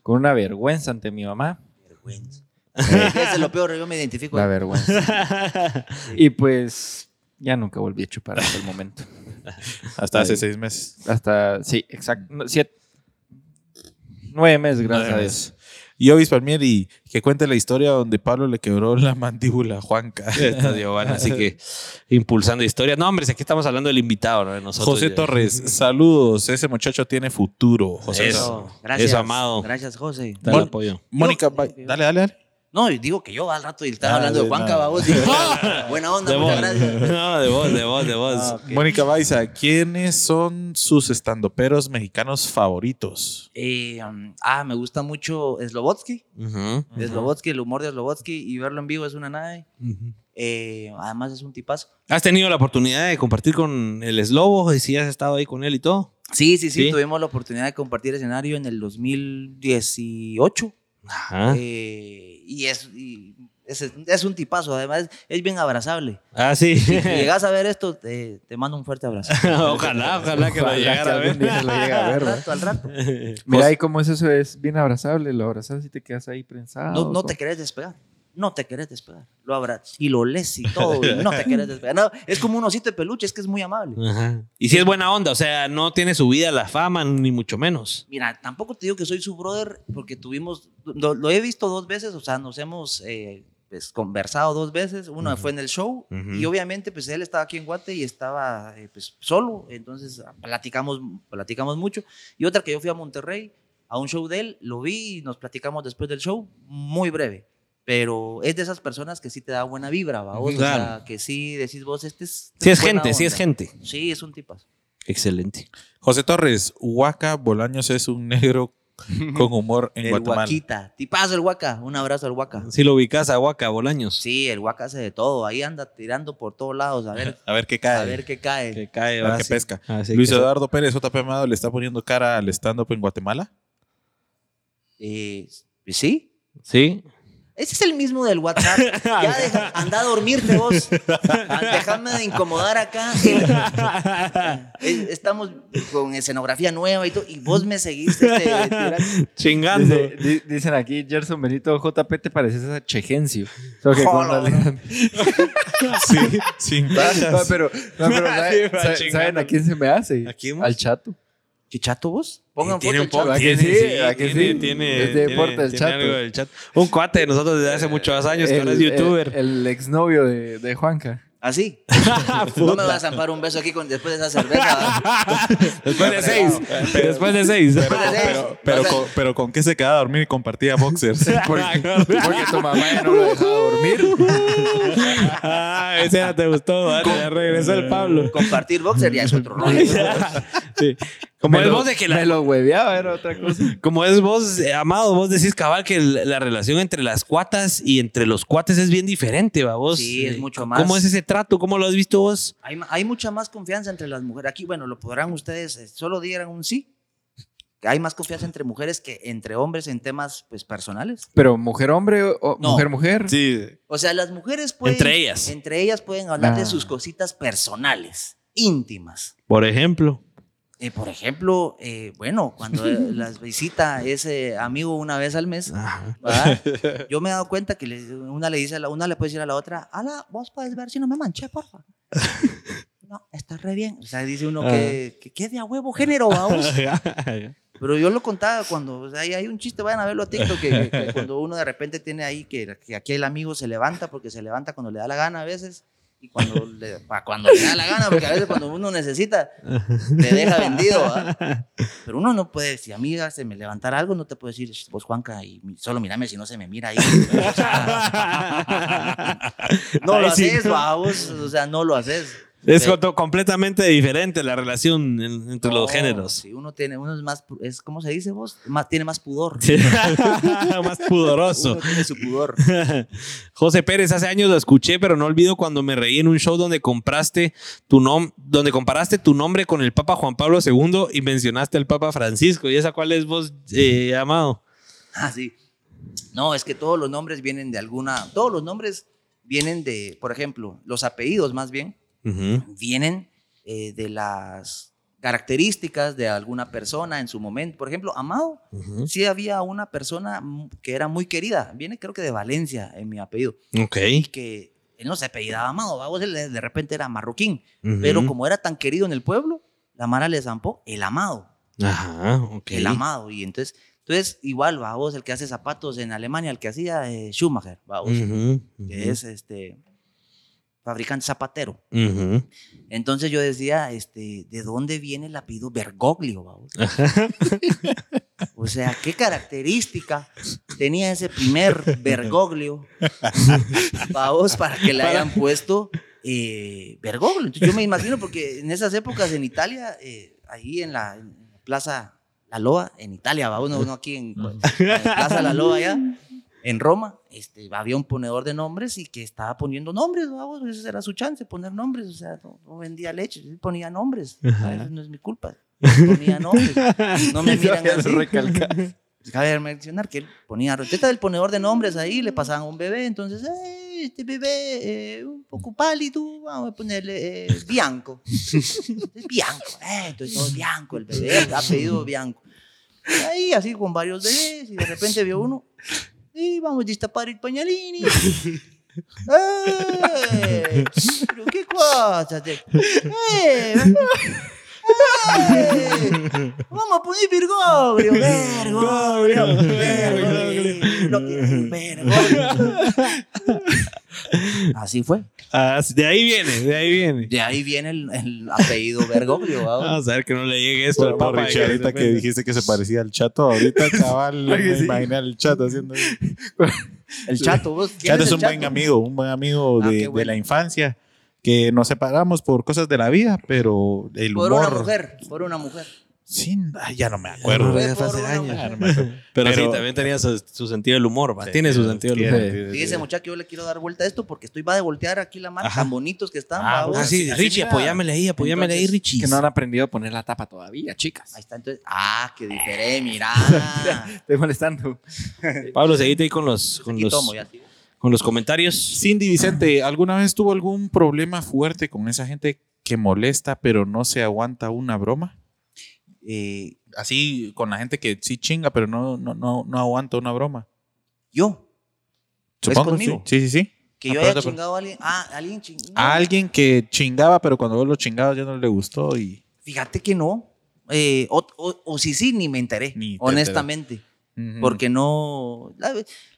Speaker 4: Con una vergüenza ante mi mamá. Eh,
Speaker 1: Vergüenza. Ese es lo peor, yo me identifico.
Speaker 4: La vergüenza. y pues ya nunca volví a chupar hasta el momento.
Speaker 3: Hasta hace
Speaker 4: Ahí.
Speaker 3: seis meses.
Speaker 4: Hasta, sí, exacto. no, siete. Nueve meses, gracias a Dios.
Speaker 3: Y Ovis Palmieri, que cuente la historia donde Pablo le quebró la mandíbula a Juanca.
Speaker 2: Esta Giovanna, así que impulsando historias. No, hombre, si aquí estamos hablando del invitado, ¿no? De nosotros.
Speaker 3: José Torres, saludos. Ese muchacho tiene futuro. José
Speaker 2: Eso.
Speaker 3: Torres.
Speaker 1: gracias.
Speaker 2: eso, amado.
Speaker 1: Gracias, José.
Speaker 2: Dale
Speaker 3: Mon-
Speaker 2: apoyo.
Speaker 3: Mónica,
Speaker 1: Yo-
Speaker 3: Ba- dale, dale, dale.
Speaker 1: No, y digo que yo al rato y estaba
Speaker 3: Ah,
Speaker 1: hablando de
Speaker 3: de
Speaker 1: Juan
Speaker 3: nada.
Speaker 1: Cabagos. ¡Ah! Buena onda,
Speaker 2: De vos.
Speaker 1: muchas gracias. Ah.
Speaker 2: No, de vos, de vos, de vos.
Speaker 3: Mónica Baiza, ¿quiénes son sus estandoperos mexicanos favoritos?
Speaker 1: Eh, um, ah, me gusta mucho Slobotsky.
Speaker 2: Ujú.
Speaker 1: Slobotsky, el humor de Slobotsky y verlo en vivo es una nave. Eh, además es un tipazo.
Speaker 2: ¿Has tenido la oportunidad de compartir con el Slobo? ¿Y si has estado ahí con él y todo?
Speaker 1: Sí, sí, sí,
Speaker 2: Sí.
Speaker 1: tuvimos la oportunidad de compartir escenario en el 2018.
Speaker 2: Ajá.
Speaker 1: Eh, y es, y es, es un tipazo, además es bien abrazable.
Speaker 2: Ah, sí.
Speaker 1: Si llegas a ver esto, te, te mando un fuerte abrazo.
Speaker 2: ojalá, ojalá que lo
Speaker 4: Ojalá que
Speaker 2: llegara a ver.
Speaker 4: algún día lo llegue a ver,
Speaker 1: al
Speaker 4: ¿verdad?
Speaker 1: rato, al rato.
Speaker 4: Mira ahí cómo es eso, es bien abrazable. Lo abrazas y te quedas ahí prensado.
Speaker 1: No, no te querés despegar. No te querés despegar. Lo abrazas y lo lees y todo. y no te querés despegar. No, es como un osito de peluche, es que es muy amable.
Speaker 2: Ajá. Y si es buena onda, o sea, no tiene subida la fama, ni mucho menos.
Speaker 1: Mira, tampoco te digo que soy su brother porque tuvimos, lo, lo he visto dos veces, o sea, nos hemos eh, pues, conversado dos veces, una fue en el show
Speaker 2: Ujú.
Speaker 1: y obviamente pues él estaba aquí en Guate y estaba eh, pues solo, entonces platicamos, platicamos mucho y otra que yo fui a Monterrey a un show de él, lo vi y nos platicamos después del show, muy breve. Pero es de esas personas que sí te da buena vibra, ¿va? vos? O
Speaker 2: Claro.
Speaker 1: sea, que sí decís vos, este es.
Speaker 2: Si es
Speaker 1: buena
Speaker 2: gente, si es
Speaker 1: onda.
Speaker 2: gente.
Speaker 1: Sí, es un tipazo.
Speaker 2: Excelente.
Speaker 3: José Torres, Huaca Bolaños es un negro con humor en
Speaker 1: El
Speaker 3: Guatemala.
Speaker 1: Huaquita. Tipazo el Huaca. Un abrazo al Huaca.
Speaker 2: Si lo ubicas a Huaca Bolaños.
Speaker 1: Sí, el Huaca hace de todo. Ahí anda tirando por todos lados. A ver,
Speaker 3: A ver qué cae.
Speaker 1: a ver qué cae.
Speaker 2: Que cae,
Speaker 3: a ver
Speaker 2: va,
Speaker 3: qué
Speaker 2: sí.
Speaker 3: pesca.
Speaker 2: Ah, sí,
Speaker 3: Luis
Speaker 2: que-
Speaker 3: Eduardo Pérez, JP Amado, le está poniendo cara al stand-up en Guatemala.
Speaker 1: Eh, ¿Sí?
Speaker 2: Sí.
Speaker 1: Ese es el mismo del WhatsApp. Ya deja, anda a dormirte vos. Déjame de incomodar acá. Eh, Estamos con escenografía nueva y todo. Y vos me seguiste. este, tirando.
Speaker 2: Chingando.
Speaker 4: Dice- di- dicen aquí, Gerson Benito, JP, te pareces a Chegencio. Solo que con
Speaker 1: Hola,
Speaker 4: la-
Speaker 3: Sí, sin
Speaker 4: No,
Speaker 3: pajas.
Speaker 4: pero, no, pero ¿sabe-
Speaker 2: Sí, va
Speaker 4: sabe-
Speaker 2: chingando.
Speaker 4: ¿saben a quién se me hace?
Speaker 2: ¿A quién?
Speaker 4: Al chato.
Speaker 1: ¿Chichato vos? Pongan
Speaker 2: Tiene
Speaker 1: foto
Speaker 2: un
Speaker 1: del Chato.
Speaker 2: poco,
Speaker 4: ¿A que
Speaker 2: tiene,
Speaker 4: sí? ¿A que
Speaker 2: tiene,
Speaker 4: sí?
Speaker 2: tiene-
Speaker 4: Es de
Speaker 2: tiene-
Speaker 4: deporte del
Speaker 2: tiene
Speaker 4: chato.
Speaker 2: algo del chat. Un cuate de nosotros desde hace muchos años, que ahora es
Speaker 4: El-
Speaker 2: youtuber.
Speaker 4: El, el exnovio de, de Juanca.
Speaker 1: ¿Así? ¿Ah, No me vas a zampar un beso aquí con, después de esa cerveza.
Speaker 2: Después de seis. Después de seis.
Speaker 3: Pero, pero con, pero con qué se quedaba a dormir y compartía boxers.
Speaker 4: Porque tu mamá ya no lo dejaba dormir.
Speaker 2: ah, ese ya te gustó. Dale, ya regresó el Pablo.
Speaker 1: Compartir boxer ya es otro rollo.
Speaker 2: Sí. Como
Speaker 4: Me
Speaker 2: es
Speaker 4: lo-
Speaker 2: vos de que la-
Speaker 4: Me lo hueveaba, era otra cosa.
Speaker 2: Como es vos, eh, Amado, vos decís cabal que l- la relación entre las cuatas y entre los cuates es bien diferente, va vos.
Speaker 1: Sí, es
Speaker 2: Eh,
Speaker 1: mucho
Speaker 2: ¿cómo
Speaker 1: más.
Speaker 2: ¿Cómo es ese trato? ¿Cómo lo has visto vos?
Speaker 1: Hay, ma- hay mucha más confianza entre las mujeres. Aquí, bueno, lo podrán ustedes, eh, solo dieran un sí. Que hay más confianza entre mujeres que entre hombres en temas pues, personales.
Speaker 4: Pero mujer-hombre o
Speaker 1: No.
Speaker 4: mujer-mujer.
Speaker 2: Sí.
Speaker 1: O sea, las mujeres pueden...
Speaker 2: Entre ellas.
Speaker 1: Entre ellas pueden hablar de
Speaker 4: Ah.
Speaker 1: sus cositas personales, íntimas.
Speaker 2: Por ejemplo.
Speaker 1: Eh, por ejemplo, eh, bueno, cuando eh, las visita ese amigo una vez al mes, ¿verdad? yo me he dado cuenta que le- una le dice a la una le puede decir a la otra, ala, vos podés ver si no me manché, porfa. No, está re bien. O sea, dice uno
Speaker 2: Ah.
Speaker 1: que, que, que de a huevo género, vamos. Pero yo lo contaba cuando, o sea, ahí hay un chiste, vayan a verlo a TikTok, que, que- que cuando uno de repente tiene ahí que, que aquí el amigo se levanta porque se levanta cuando le da la gana a veces. Y cuando le, pa- cuando le da la gana, porque a veces cuando uno necesita, te deja vendido. ¿va? Pero uno no puede, si amiga se me levantara algo, no te puedo decir, "Sh, vos Juanca, y mi- solo mírame si no se me mira ahí. O sea, no lo
Speaker 2: Ahí sí.
Speaker 1: haces, vamos, o sea, no lo haces.
Speaker 2: Es
Speaker 1: Pero-
Speaker 2: coto- completamente diferente la relación en- entre los
Speaker 1: No,
Speaker 2: géneros.
Speaker 1: sí, uno tiene, uno es más, pu- es, ¿cómo se dice vos? Más, tiene más pudor.
Speaker 2: Más pudoroso.
Speaker 1: Uno tiene su pudor.
Speaker 2: José Pérez, hace años lo escuché, pero no olvido cuando me reí en un show donde compraste tu nom donde comparaste tu nombre con el Papa Juan Pablo II y mencionaste al Papa Francisco. ¿Y esa cuál es vos, eh, Amado?
Speaker 1: Ah, sí. No, es que todos los nombres vienen de alguna, todos los nombres vienen de, por ejemplo, los apellidos más bien,
Speaker 2: Ujú.
Speaker 1: vienen eh, de las características de alguna persona en su momento. Por ejemplo, Amado, sí había una persona mm, que era muy querida, viene creo que de Valencia en mi apellido,
Speaker 2: Ok.
Speaker 1: que él no se apellidaba Amado, ¿va? Vos, él de de repente era marroquín,
Speaker 2: Ujú.
Speaker 1: pero como era tan querido en el pueblo, la Mara le zampó el Amado.
Speaker 2: Ajá, ok.
Speaker 1: el amado. Y entonces, entonces igual, va vos, el que hace zapatos en Alemania, el que hacía eh, Schumacher, va vos,
Speaker 2: Ujú, ujú,
Speaker 1: que es este fabricante zapatero.
Speaker 2: ujú.
Speaker 1: Entonces yo decía, este, ¿de dónde viene el apellido Bergoglio, va vos? O sea, ¿qué característica tenía ese primer Bergoglio, va vos, para que le hayan puesto eh, Bergoglio? Entonces yo me imagino, porque en esas épocas en Italia, eh, ahí en la, en la plaza la Loa en Italia, va uno, uno aquí en, en Plaza La Loa allá, en Roma, este, había un ponedor de nombres y que estaba poniendo nombres, va uno, esa era su chance, poner nombres, o sea, no, no vendía leche, él ponía nombres, a veces no es mi culpa, ponía nombres, no me miran así. Pues, Cabe mencionar que él ponía receta del ponedor de nombres ahí, le pasaban un bebé, entonces, "Eh, este bebé eh, un poco pálido, vamos a ponerle eh, Bianco. Entonces, Bianco, eh, entonces todo Bianco, el bebé, el apellido Bianco. Y ahí, así con varios bebés, y de repente vio uno, y vamos a destapar el pañalini. ¡Eh! ¿Pero qué cosa? te- ¡Eh! ¡Eh! Vamos a poner Virgobrio,
Speaker 2: Ah,
Speaker 1: Virgobrio, Virgobrio, lo que- Virgobrio. Así fue.
Speaker 2: Ah, de ahí viene, de ahí viene.
Speaker 1: De ahí viene el, el apellido Bergoglio. ¿va?
Speaker 2: Vamos a ver que no le llegue esto
Speaker 3: Por,
Speaker 2: al
Speaker 3: por
Speaker 2: Papa.
Speaker 3: Richie, ahorita que dijiste que se parecía al chato, ahorita chaval, me imaginé al chato haciendo eso.
Speaker 1: El chato, vos. ¿quién
Speaker 3: Chato es
Speaker 1: el
Speaker 3: un buen amigo, un buen amigo
Speaker 1: Ah,
Speaker 3: de,
Speaker 1: qué
Speaker 3: de
Speaker 1: bueno.
Speaker 3: la infancia, que nos separamos por cosas de la vida, pero el
Speaker 1: Por
Speaker 3: humor...
Speaker 1: una mujer, por una mujer.
Speaker 3: Sí, ay, ya no me acuerdo.
Speaker 1: Fue por una mujer.
Speaker 3: Ya no me acuerdo.
Speaker 2: Pero, sí,
Speaker 3: Pero-
Speaker 2: también tenía su, su sentido del humor, va. Tiene su sentido del humor.
Speaker 1: Fíjese, muchacho, yo le quiero dar vuelta a esto porque estoy va a voltear aquí la mano, tan bonitos que están. va, vos.
Speaker 2: Ah, sí, Richie, apoyámele ahí, apoyámele ahí,
Speaker 4: Entonces,
Speaker 2: Richie.
Speaker 4: Que no han aprendido a poner la tapa todavía, chicas.
Speaker 1: Ahí está, entonces. Ah, que diferé, mirá.
Speaker 4: Estoy molestando.
Speaker 2: Pablo, seguite ahí con los, con
Speaker 1: Aquí
Speaker 2: los,
Speaker 1: tomo ya, sí.
Speaker 2: con los comentarios.
Speaker 3: Cindy Vicente, ¿alguna vez tuvo algún problema fuerte con esa gente que molesta pero no se aguanta una broma?
Speaker 1: Eh,
Speaker 3: Así, con la gente que sí chinga pero no, no, no, no aguanta una broma.
Speaker 1: yo, ¿Es
Speaker 3: Supongo,
Speaker 1: conmigo?
Speaker 3: Sí, sí, sí. sí.
Speaker 1: que yo
Speaker 3: Ah,
Speaker 1: haya
Speaker 3: perdón,
Speaker 1: chingado a alguien. Ah, alguien chingado.
Speaker 3: A alguien que chingaba pero cuando vos lo chingabas ya no le gustó y...
Speaker 1: Fíjate que no. Eh, o, o- o si sí, ni me enteré,
Speaker 3: Ni te Mm.
Speaker 1: honestamente.
Speaker 3: Ujú.
Speaker 1: Porque no. la-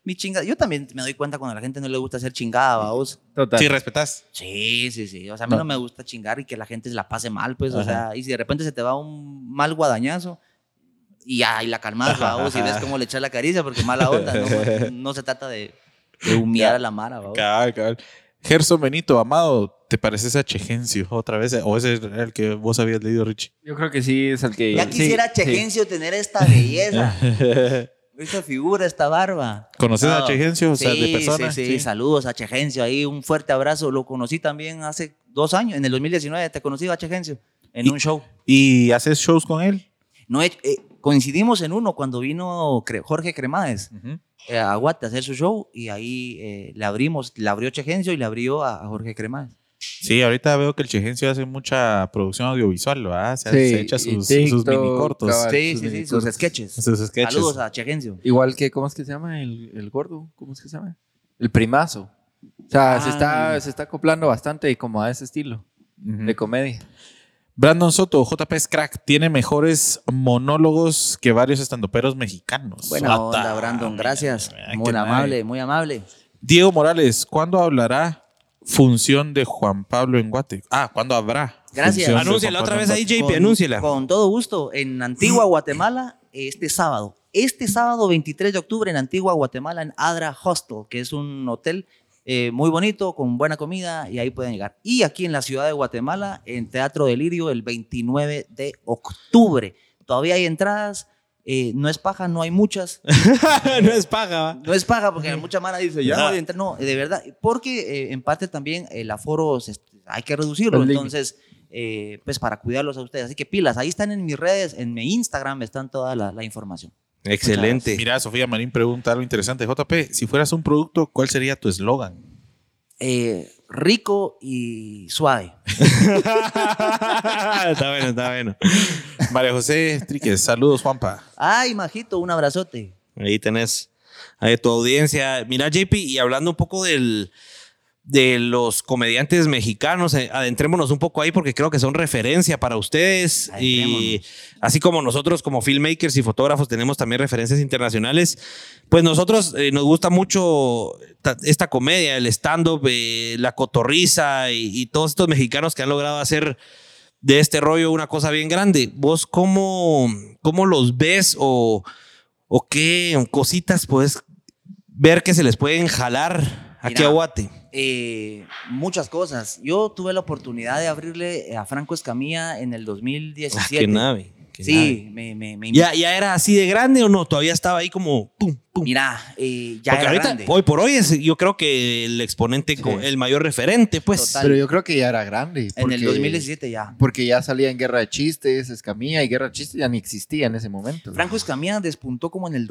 Speaker 1: mi chinga, yo también me doy cuenta cuando a la gente no le gusta ser chingada, ¿vaos?
Speaker 4: Total.
Speaker 3: Sí, respetás.
Speaker 1: Sí, sí, sí. O sea, a mí no.
Speaker 3: No.
Speaker 1: me gusta chingar y que la gente se la pase mal, pues. O sea, y si de repente se te va un mal guadañazo y ya, y la calmas, vamos, y ves cómo le echas la caricia, porque mala onda. No, No se trata de, de humear a la mara, vamos.
Speaker 3: Cabal, cabal. Gerson Benito, amado, ¿te pareces a Chegencio otra vez? ¿O ese era el que vos habías leído, Richie?
Speaker 4: Yo creo que sí es el que.
Speaker 1: Ya
Speaker 4: sí,
Speaker 1: quisiera
Speaker 4: sí.
Speaker 1: Chegencio tener esta belleza, esta figura, esta barba.
Speaker 3: ¿Conoces a
Speaker 1: No.
Speaker 3: Chegencio? O sea,
Speaker 1: Sí,
Speaker 3: de persona.
Speaker 1: Sí, sí, saludos a Chegencio ahí, un fuerte abrazo. Lo conocí también hace dos años, en el 2019, te conocí a Chegencio en
Speaker 3: Y-
Speaker 1: un show.
Speaker 3: ¿Y haces shows con él?
Speaker 1: No, he- eh, coincidimos en uno cuando vino Cre- Jorge Cremades eh, a Guate a hacer su show y ahí eh, le abrimos, le abrió Chegencio y le abrió a, a Jorge Cremades.
Speaker 3: Sí, ahorita veo que el Chegencio hace mucha producción audiovisual, ¿verdad? Se,
Speaker 4: Sí,
Speaker 3: se echa
Speaker 4: y
Speaker 3: sus,
Speaker 4: TikTok,
Speaker 3: sus mini cortos.
Speaker 4: cabal.
Speaker 1: Sí,
Speaker 4: sus
Speaker 1: sí, sí,
Speaker 4: minicortos.
Speaker 1: sus sketches.
Speaker 3: Sus sketches.
Speaker 1: Saludos a Chegencio.
Speaker 4: Igual que, ¿cómo es que se llama el, el gordo? ¿Cómo es que se llama? El primazo. O sea, se está,
Speaker 1: Ah.
Speaker 4: se está acoplando bastante como a ese estilo de comedia.
Speaker 3: Brandon Soto, JP es crack, tiene mejores monólogos que varios estandoperos mexicanos.
Speaker 1: Buena
Speaker 3: Ata,
Speaker 1: onda, Brandon,
Speaker 3: mira,
Speaker 1: gracias.
Speaker 3: mira,
Speaker 1: Muy
Speaker 3: qué
Speaker 1: amable, muy amable.
Speaker 3: Diego Morales, ¿cuándo hablará función de Juan Pablo en Guate? Ah, ¿cuándo habrá?
Speaker 1: Gracias.
Speaker 3: función de
Speaker 2: Anúnciala
Speaker 3: Juan
Speaker 2: otra
Speaker 3: Pablo
Speaker 2: vez
Speaker 3: en
Speaker 2: ahí,
Speaker 3: Guate?
Speaker 2: JP, anúnciala.
Speaker 1: Con todo gusto, en Antigua Guatemala, este sábado. Este sábado 23 de octubre en Antigua Guatemala, en Adra Hostel, que es un hotel eh, muy bonito, con buena comida, y ahí pueden llegar. Y aquí en la ciudad de Guatemala, en Teatro Delirio, el 29 de octubre. Todavía hay entradas, eh, no es paja, no hay muchas.
Speaker 2: no es paga, ¿va?
Speaker 1: No es paja, porque mucha mara dice, ya
Speaker 2: Ya.
Speaker 1: no voy a entrar. No, de verdad, porque eh, en parte también el aforo se- hay que reducirlo.
Speaker 4: El límite.
Speaker 1: Entonces, eh, pues para cuidarlos a ustedes. Así que pilas, ahí están en mis redes, en mi Instagram están toda la, la información.
Speaker 2: Excelente.
Speaker 3: Mira, Sofía Marín pregunta algo interesante. JP, si fueras un producto, ¿cuál sería tu eslogan?
Speaker 1: Eh, rico y suave.
Speaker 2: está bueno, está bueno.
Speaker 3: María José Triques, saludos, Juanpa.
Speaker 1: Ay, majito, un abrazote.
Speaker 2: Ahí tenés ahí tu audiencia. Mira, JP, y hablando un poco del, de los comediantes mexicanos, eh, adentrémonos un poco ahí porque creo que son referencia para ustedes. Y así como nosotros, como filmmakers y fotógrafos, tenemos también referencias internacionales. Pues nosotros eh, nos gusta mucho ta- esta comedia, el stand-up, eh, la cotorriza y, y todos estos mexicanos que han logrado hacer de este rollo una cosa bien grande. ¿Vos cómo, cómo los ves o, o qué cositas puedes ver que se les pueden jalar aquí
Speaker 1: Mira.
Speaker 2: a Guate?
Speaker 1: eh, muchas cosas. Yo tuve la oportunidad de abrirle a Franco Escamilla en el
Speaker 2: Ah,
Speaker 1: 2017.
Speaker 2: qué nave. qué nave.
Speaker 1: sí, me, me, me
Speaker 2: ¿Ya, ¿Ya era así de grande o no? Todavía estaba ahí como pum, pum.
Speaker 1: Mira, eh, ya
Speaker 2: Porque
Speaker 1: era
Speaker 2: ahorita,
Speaker 1: grande.
Speaker 2: hoy por hoy, es yo creo que el exponente, co- el mayor referente, pues.
Speaker 1: Total.
Speaker 4: Pero yo creo que ya era grande.
Speaker 1: en el
Speaker 4: porque-
Speaker 1: 2017
Speaker 2: Ah.
Speaker 1: ya.
Speaker 4: Porque ya salía en Guerra de Chistes, Escamilla, y Guerra de Chistes ya ni existía en ese momento.
Speaker 1: Franco Escamilla despuntó como en el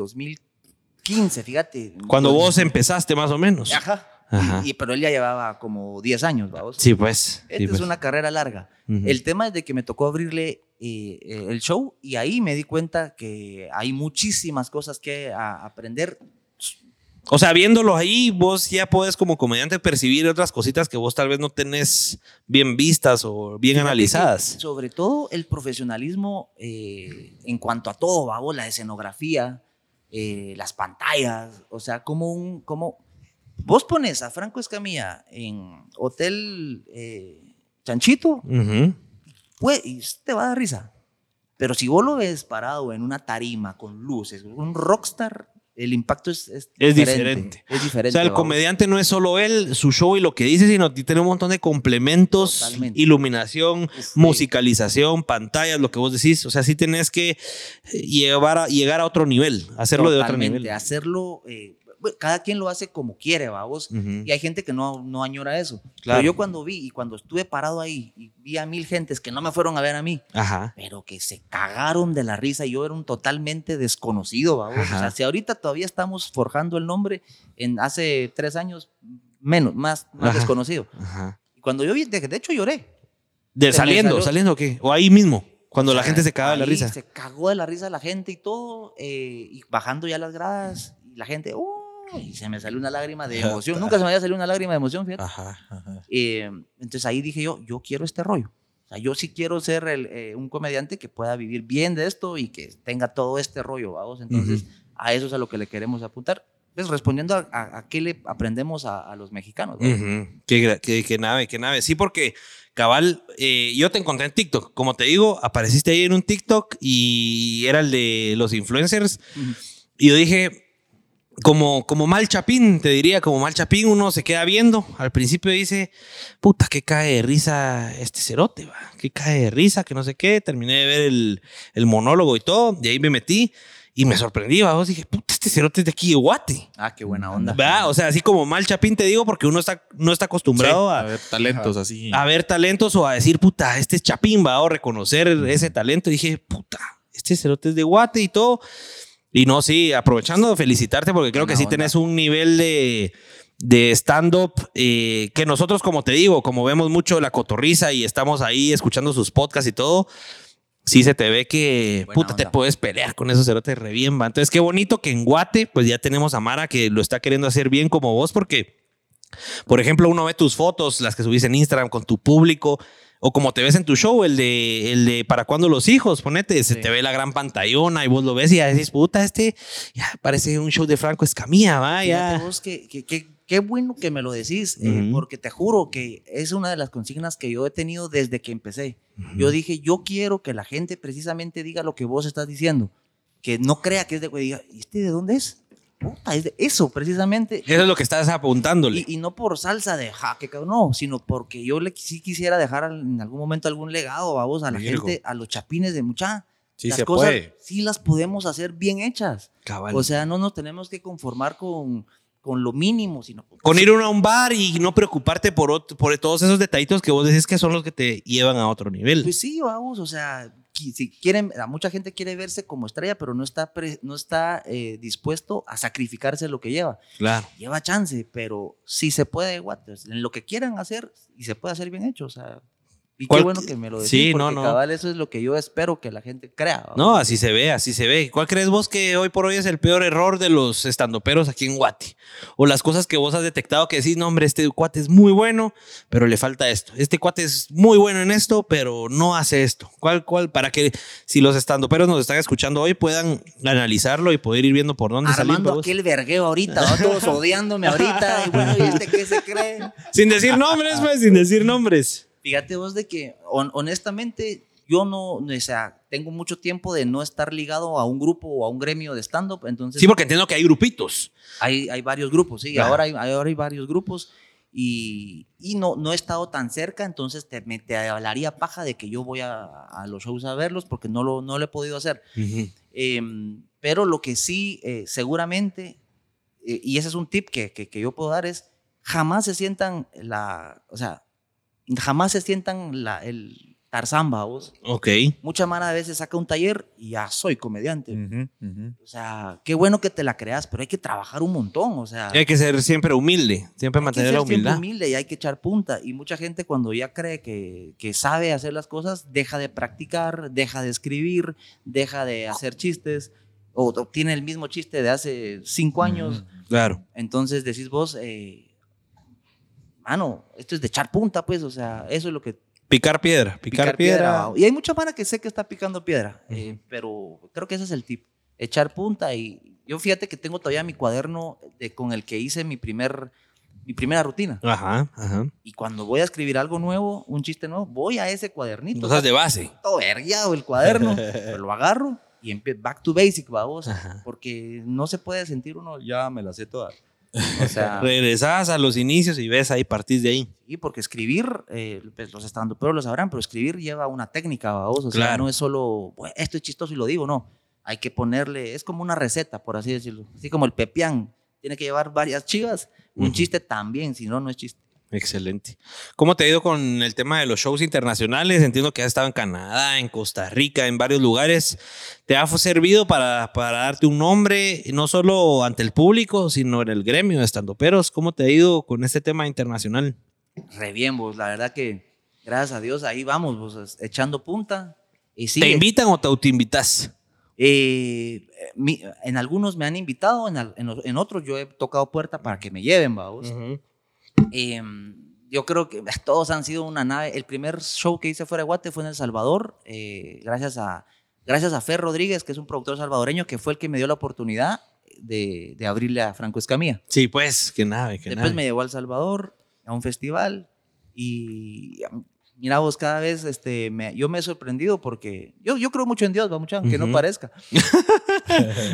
Speaker 1: 2015, fíjate.
Speaker 2: Cuando vos empezaste, más o menos.
Speaker 1: Ajá.
Speaker 2: Ajá.
Speaker 1: Y, y- pero él ya llevaba como 10 años, vamos.
Speaker 2: Sí, pues.
Speaker 1: Esta
Speaker 2: sí,
Speaker 1: es
Speaker 2: pues.
Speaker 1: una carrera larga.
Speaker 2: Ujú.
Speaker 1: El tema es de que me tocó abrirle eh, eh, el show y ahí me di cuenta que hay muchísimas cosas que a- aprender.
Speaker 2: O sea, viéndolo ahí, vos ya podés como comediante percibir otras cositas que vos tal vez no tenés bien vistas o bien analizadas.
Speaker 1: Sobre todo el profesionalismo eh, en cuanto a todo, vamos, la escenografía, eh, las pantallas, o sea, como un... Como, vos pones a Franco Escamilla en Hotel eh, Chanchito
Speaker 2: Ujú.
Speaker 1: pues, y te va a dar risa. Pero si vos lo ves parado en una tarima con luces, un rockstar, el impacto es, es,
Speaker 2: Es diferente.
Speaker 1: Es diferente.
Speaker 2: O sea, el
Speaker 1: vamos.
Speaker 2: comediante no es solo él, su show y lo que dice, sino que tiene un montón de complementos,
Speaker 1: Totalmente.
Speaker 2: iluminación,
Speaker 1: Sí.
Speaker 2: musicalización, pantallas, lo que vos decís. O sea, sí tenés que eh, llevar a, llegar a otro nivel, hacerlo
Speaker 1: Totalmente,
Speaker 2: de otro
Speaker 1: Hacerlo, eh, bueno, cada quien lo hace como quiere, vamos.
Speaker 2: nivel. Ujú.
Speaker 1: Y hay gente que no, no añora eso.
Speaker 2: Claro.
Speaker 1: Pero yo cuando vi y cuando estuve parado ahí y vi a mil gentes que no me fueron a ver a mí,
Speaker 2: Ajá.
Speaker 1: pero que se cagaron de la risa. y Yo era un totalmente desconocido, babos. O
Speaker 2: Ajá.
Speaker 1: sea, si ahorita todavía estamos forjando el nombre, en hace tres años, menos, más, más
Speaker 2: Ajá.
Speaker 1: desconocido.
Speaker 2: Ajá.
Speaker 1: Y cuando yo vi, de, de hecho lloré.
Speaker 2: De
Speaker 1: me
Speaker 2: saliendo,
Speaker 1: salió-
Speaker 2: saliendo, ¿qué? O ahí mismo, cuando
Speaker 1: O
Speaker 2: la
Speaker 1: sea,
Speaker 2: gente se caga de
Speaker 1: Ah,
Speaker 2: la
Speaker 1: ahí
Speaker 2: risa.
Speaker 1: Se cagó de la risa la gente y todo, eh, y bajando ya las gradas, y la gente, "Uh", y se me salió una lágrima de emoción. Nunca se me había salido una lágrima de emoción, fíjate.
Speaker 3: Ajá, ajá.
Speaker 1: Eh, entonces ahí dije yo, yo quiero este rollo. O sea, yo sí quiero ser el, eh, un comediante que pueda vivir bien de esto y que tenga todo este rollo, vamos. Entonces, a eso es a lo que le queremos apuntar. Pues respondiendo a, a- a qué le aprendemos a, a los mexicanos. ¿no?
Speaker 2: Ujú. Qué, gra- qué- qué nave, qué nave. Sí, porque cabal, eh, yo te encontré en TikTok. Como te digo, apareciste ahí en un TikTok y era el de los influencers.
Speaker 1: Ujú.
Speaker 2: Y yo dije, como, como mal chapín, te diría, como mal chapín, uno se queda viendo. Al principio dice, puta, que cae de risa este cerote, va. Que cae de risa, que no sé qué. Terminé de ver el, el monólogo y todo. De ahí me metí y me sorprendí, va. Vos dije, puta, este cerote es de aquí de Guate.
Speaker 1: Ah, qué buena onda.
Speaker 2: ¿Va? O sea, así como mal chapín te digo, porque uno está, no está acostumbrado
Speaker 3: A
Speaker 2: a,
Speaker 3: ver, talentos así.
Speaker 2: a ver talentos o a decir, puta, este es chapín, va, o reconocer ese talento. Y dije, puta, este cerote es de guate y todo. Y no, sí, aprovechando, felicitarte porque creo que sí tenés un nivel de, de stand-up eh, que nosotros, como te digo, como vemos mucho la cotorriza y estamos ahí escuchando sus podcasts y todo. Sí, se te ve que
Speaker 1: Buena
Speaker 2: puta, te
Speaker 1: onda.
Speaker 2: puedes pelear con esos cerotes re bien, va. Entonces, qué bonito que en Guate, pues ya tenemos a Mara que lo está queriendo hacer bien como vos, porque por ejemplo, uno ve tus fotos, las que subís en Instagram con tu público, o como te ves en tu show, el de, el de ¿Para cuándo los hijos? Ponete, se te ve la gran pantallona y vos lo ves y ya decís, puta, este ya parece un show de Franco Escamilla, va,
Speaker 1: Fíjate
Speaker 2: ya.
Speaker 1: vos que, que- que- qué bueno que me lo decís, eh,
Speaker 2: Ujú.
Speaker 1: porque te juro que es una de las consignas que yo he tenido desde que empecé. Yo dije, yo quiero que la gente precisamente diga lo que vos estás diciendo, que no crea que es de... que Diga, ¿y este de dónde es? Puta, es de eso precisamente.
Speaker 2: Eso es lo que estás apuntándole.
Speaker 1: Y, y no por salsa de ja, que cabrón, no, sino porque yo le, sí quisiera dejar al- en algún momento algún legado, vamos, a la
Speaker 3: Virgo.
Speaker 1: gente, a los chapines de mucha.
Speaker 3: Sí
Speaker 1: las
Speaker 3: se
Speaker 1: cosas
Speaker 3: puede.
Speaker 1: sí las podemos hacer bien hechas.
Speaker 2: Cabal.
Speaker 1: O sea, no nos tenemos que conformar con, con lo mínimo, sino
Speaker 2: con ir uno a un bar y no preocuparte por, ot- por todos esos detallitos que vos decís que son los que te llevan a otro nivel.
Speaker 1: Pues sí, vamos, o sea, qui- si quieren, a mucha gente quiere verse como estrella, pero no está, pre- no está eh, dispuesto a sacrificarse lo que lleva.
Speaker 2: claro.
Speaker 1: Lleva chance, pero sí se puede, guate, en lo que quieran hacer y se puede hacer bien hecho, o sea. Y qué
Speaker 2: ¿Cuál-
Speaker 1: bueno que me lo decís,
Speaker 2: Sí, no,
Speaker 1: porque
Speaker 2: no.
Speaker 1: cabal, eso es lo que yo espero que la gente crea. ¿va?
Speaker 2: No, así se ve, así se ve. ¿Cuál crees vos que hoy por hoy es el peor error de los estandoperos aquí en Guati? O las cosas que vos has detectado que decís, no, hombre, este cuate es muy bueno, pero le falta esto. Este cuate es muy bueno en esto, pero no hace esto. ¿Cuál, cuál? Para que si los estandoperos nos están escuchando hoy puedan analizarlo y poder ir viendo por dónde salir.
Speaker 1: Armando
Speaker 2: babos.
Speaker 1: aquel vergueo ahorita, ¿va? todos odiándome ahorita, y bueno, ¿y este qué se cree?
Speaker 2: Sin decir nombres, pues, sin decir nombres.
Speaker 1: Fíjate vos de que hon- honestamente yo no, o sea, tengo mucho tiempo de no estar ligado a un grupo o a un gremio de stand-up, entonces
Speaker 2: Sí, porque entiendo que hay grupitos.
Speaker 1: hay, hay varios grupos, sí, ahora hay, ahora hay varios grupos y, y no, no he estado tan cerca, entonces te, me- te hablaría paja de que yo voy a, a los shows a verlos porque no lo, no lo he podido hacer. Em, pero lo que sí, eh, seguramente, eh, y ese es un tip que, que, que yo puedo dar, es jamás se sientan la, o sea, jamás se sientan la, el tarzán, vos.
Speaker 2: Ok.
Speaker 1: Mucha mara a veces saca un taller y ya soy comediante.
Speaker 3: Ujú, ujú.
Speaker 1: O sea, qué bueno que te la creas, pero hay que trabajar un montón, o sea.
Speaker 2: Hay que ser siempre humilde, siempre
Speaker 1: hay que
Speaker 2: mantener
Speaker 1: ser
Speaker 2: la
Speaker 1: siempre
Speaker 2: humildad.
Speaker 1: humilde y hay que echar punta. Y mucha gente cuando ya cree que, que sabe hacer las cosas, deja de practicar, deja de escribir, deja de hacer chistes, o, o tiene el mismo chiste de hace cinco años.
Speaker 2: Claro.
Speaker 1: Entonces decís vos, eh, mano, esto es de echar punta, pues, o sea, eso es lo que...
Speaker 2: Picar piedra, picar, piedra.
Speaker 1: va. Y hay mucha pana que sé que está picando piedra, eh, pero creo que ese es el tip, echar punta. Y yo fíjate que tengo todavía mi cuaderno de- con el que hice mi, primer, mi primera rutina.
Speaker 2: Ajá, ajá.
Speaker 1: Y cuando voy a escribir algo nuevo, un chiste nuevo, voy a ese cuadernito.
Speaker 2: Cosas de base.
Speaker 1: Todo vergueado el cuaderno, pero lo agarro y empiezo back to basic, babos. Porque no se puede sentir uno, ya me la sé toda. O sea,
Speaker 2: Regresás a los inicios y ves ahí, partís de ahí.
Speaker 1: sí, porque escribir, eh, pues los estandoperos lo sabrán, pero escribir lleva una técnica, babos. O sea,
Speaker 2: Claro.
Speaker 1: no es solo, "Bueno, esto es chistoso y lo digo, no. Hay que ponerle, es como una receta, por así decirlo. Así como el pepián, tiene que llevar varias chivas. Un
Speaker 2: Ujú.
Speaker 1: chiste también, si no, no es chiste.
Speaker 2: Excelente. ¿Cómo te ha ido con el tema de los shows internacionales? Entiendo que has estado en Canadá, en Costa Rica, en varios lugares. ¿Te ha servido para, para darte un nombre, no solo ante el público, sino en el gremio de estandoperos? ¿Cómo te ha ido con este tema internacional?
Speaker 1: re bien, vos. La verdad que, gracias a Dios, ahí vamos, vos, es- echando punta. Y sí,
Speaker 2: ¿Te invitan o te autoinvitas?
Speaker 1: eh, mi- en algunos me han invitado, en, al- en, los- en otros yo he tocado puerta para que me lleven, va, vos. Eh, yo creo que todos han sido una nave. El primer show que hice fuera de Guate fue en El Salvador, eh, gracias, a, gracias a Fer Rodríguez, que es un productor salvadoreño, que fue el que me dio la oportunidad de, de abrirle a Franco Escamilla.
Speaker 2: Sí, pues, que nave, que
Speaker 1: Después
Speaker 2: nave.
Speaker 1: me llevó a El Salvador, a un festival, y um, Mira vos, cada vez este, me- yo me he sorprendido porque yo, yo creo mucho en Dios, va mucho, aunque no
Speaker 2: Ujú.
Speaker 1: parezca.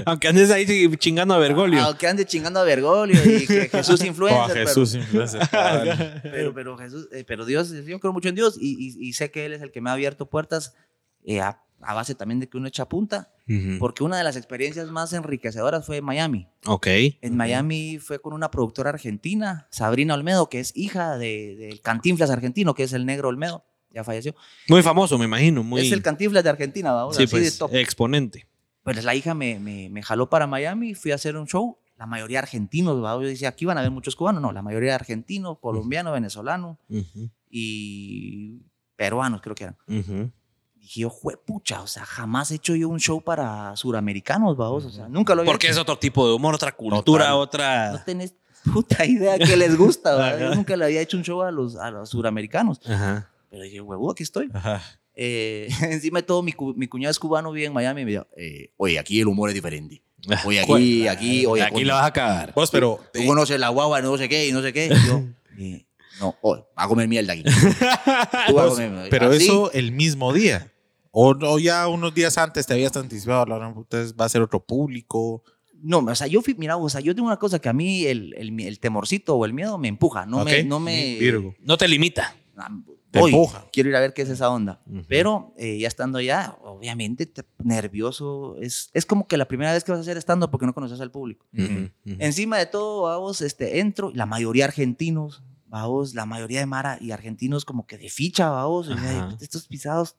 Speaker 2: Aunque andes ahí chingando a Bergoglio.
Speaker 1: Aunque Ah, ande chingando a Bergoglio y que Jesús influencer.
Speaker 3: O a
Speaker 1: pero-
Speaker 3: Oh, Jesús influencer. Ah, cabal.
Speaker 1: pero, pero Jesús, eh, pero Dios, yo creo mucho en Dios y, y- y sé que Él es el que me ha abierto puertas eh, a, a base también de que uno echa punta,
Speaker 2: Ujú.
Speaker 1: porque una de las experiencias más enriquecedoras fue en Miami.
Speaker 2: Ok.
Speaker 1: En Miami fue con una productora argentina, Sabrina Olmedo, que es hija de- del Cantinflas argentino, que es el negro Olmedo, ya falleció.
Speaker 2: Muy famoso, me imagino. Muy,
Speaker 1: Es el Cantinflas de Argentina, vamos,
Speaker 2: sí,
Speaker 1: así
Speaker 2: pues,
Speaker 1: de top.
Speaker 2: exponente.
Speaker 1: Pues la hija me, me, me jaló para Miami, fui a hacer un show, la mayoría argentinos, ¿va? yo decía, aquí van a haber muchos cubanos, no, la mayoría argentinos, colombianos, venezolanos
Speaker 2: Ujú,
Speaker 1: y peruanos creo que eran.
Speaker 2: ujú.
Speaker 1: Dije yo, juepucha, o sea, jamás he hecho yo un show para suramericanos, vamos, o sea, nunca lo había
Speaker 2: Porque
Speaker 1: hecho.
Speaker 2: es otro tipo de humor, otra cultura,
Speaker 3: Total.
Speaker 1: No
Speaker 2: otra.
Speaker 1: tenés puta idea que les gusta, ¿va?
Speaker 2: Ajá.
Speaker 1: yo nunca le había hecho un show a los, a los suramericanos.
Speaker 2: Ajá.
Speaker 1: Pero dije, huevo, aquí estoy.
Speaker 3: Ajá.
Speaker 1: Eh, encima de todo, mi, cu- mi cuñado es cubano, vive en Miami, y me dijo,
Speaker 7: Eh, oye, aquí el humor es diferente. Oye, aquí, aquí, oye,
Speaker 2: Aquí
Speaker 7: coño,
Speaker 2: la vas a cagar.
Speaker 3: Vos, pues, pero
Speaker 7: tú conoces la guagua, no sé qué, y no sé qué. Y yo,
Speaker 1: eh,
Speaker 7: no, oye, va a comer mierda aquí. Tú vas a comer mierda.
Speaker 3: Pero
Speaker 7: Así,
Speaker 3: eso el mismo día. O, o ya unos días antes te habías anticipado, la gran puta es- va a ser otro público.
Speaker 1: no, o sea, yo fui, mira, o sea, yo tengo una cosa que a mí el, el- el temorcito o el miedo me empuja, no me,
Speaker 3: Ok.
Speaker 1: no me,
Speaker 3: Virgo.
Speaker 2: No te limita.
Speaker 1: Ah,
Speaker 3: Te
Speaker 1: voy,
Speaker 3: empuja.
Speaker 1: Quiero ir a ver qué es esa onda.
Speaker 2: Ujú.
Speaker 1: Pero eh, ya estando allá, obviamente te- nervioso. Es, es como que la primera vez que vas a hacer estando porque no conoces al público.
Speaker 2: Ujú, ujú.
Speaker 1: Encima de todo, vamos, este, entro, y la mayoría argentinos, vamos, la mayoría de Mara y argentinos como que de ficha, vamos. y yo,
Speaker 2: Ajá.
Speaker 1: "Ay, estos pisados,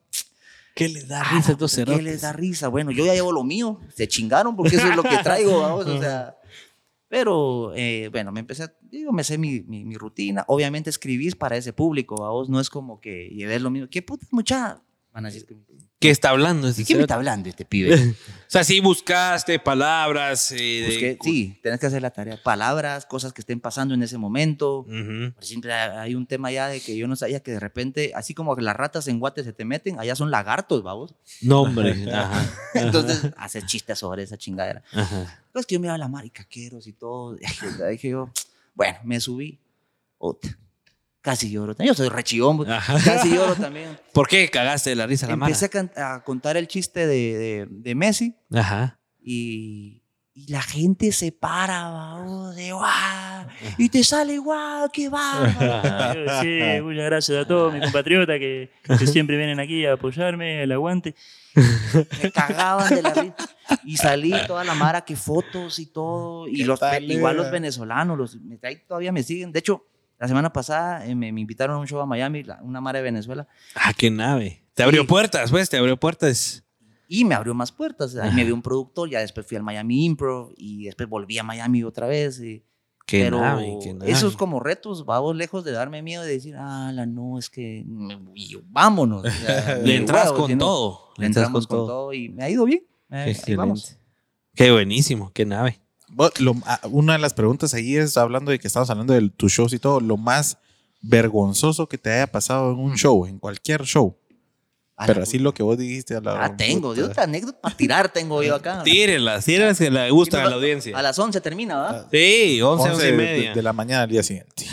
Speaker 2: ¿Qué les da
Speaker 1: ah, ¿qué les da risa? Bueno, yo ya llevo lo mío, se chingaron porque eso es lo que traigo, vamos, o sea. Pero eh, bueno, me empecé, a- digo, me sé mi, mi- mi rutina. Obviamente escribís para ese público, vamos, no es como que lleves lo mismo. ¿Qué puta mucha? Van a decir,
Speaker 2: ¿Qué está hablando?
Speaker 7: ¿De
Speaker 2: este
Speaker 7: qué me
Speaker 2: cerote?
Speaker 7: está hablando este pibe?
Speaker 2: O sea, sí buscaste palabras. eh, de-
Speaker 1: busqué- sí, tenés Pues que hacer la tarea. Palabras, cosas que estén pasando en ese momento.
Speaker 2: Ujú.
Speaker 1: Por siempre hay un tema ya de que yo no sabía que de repente, así como las ratas en Guate se te meten, allá son lagartos, vamos.
Speaker 2: No, hombre. Ajá.
Speaker 1: Entonces, haces chistes sobre esa chingadera.
Speaker 2: Ajá.
Speaker 1: Pues que yo miraba la mar y caqueros y todo. dije yo, bueno, me subí. Ot, casi lloro. Yo soy rechillón, pues.
Speaker 2: Ajá.
Speaker 1: casi lloro también.
Speaker 2: ¿Por qué cagaste de la risa a la mala?
Speaker 1: Empecé a, can- a contar el chiste de, de- de Messi
Speaker 2: Ajá.
Speaker 1: y, y la gente se para, vamos, de guau. Y te sale guau, qué va.
Speaker 8: Sí, muchas gracias a todos mis compatriotas que, que siempre vienen aquí a apoyarme, el aguante.
Speaker 1: Me cagaban de la risa. Y salí toda la mara, que fotos y todo. Y los,
Speaker 3: tal,
Speaker 1: igual
Speaker 3: eh?
Speaker 1: los venezolanos, los, me- ahí todavía me siguen. De hecho, la semana pasada eh, me, me invitaron a un show a Miami, la- una mara de Venezuela,
Speaker 2: Ah, qué nave. Te abrió
Speaker 1: Sí.
Speaker 2: puertas, pues, te abrió puertas.
Speaker 1: y me abrió más puertas. Ahí
Speaker 2: Ajá.
Speaker 1: me vio un productor, ya después fui al Miami Improv y después volví a Miami otra vez. y-
Speaker 2: Qué
Speaker 1: pero
Speaker 2: nave, qué nave.
Speaker 1: esos como retos, vamos lejos de darme miedo de decir, ah, la no, es que me- y yo, vámonos. o sea,
Speaker 2: Le entras
Speaker 1: huevos,
Speaker 2: con
Speaker 1: y no.
Speaker 2: todo.
Speaker 1: Le entramos con todo. y me ha ido bien. Eh, ahí
Speaker 2: Excelente.
Speaker 1: vamos.
Speaker 2: Qué buenísimo, qué nave.
Speaker 3: Vos, lo- ah, una de las preguntas ahí es, hablando de que estamos hablando de tus shows y todo, lo más vergonzoso que te haya pasado en un show, en cualquier show.
Speaker 1: A la
Speaker 3: Pero así
Speaker 1: puta.
Speaker 3: lo que vos dijiste a la
Speaker 1: Ah,
Speaker 3: gran
Speaker 1: tengo, de
Speaker 3: puta.
Speaker 1: otra anécdota para tirar tengo yo acá.
Speaker 2: Tírenlas, tírenlas que le gustan a la
Speaker 1: A
Speaker 2: audiencia.
Speaker 1: las 11 termina, ¿verdad?
Speaker 2: Sí, 11, 11 y
Speaker 3: de-
Speaker 2: media.
Speaker 3: De, de la mañana al día siguiente.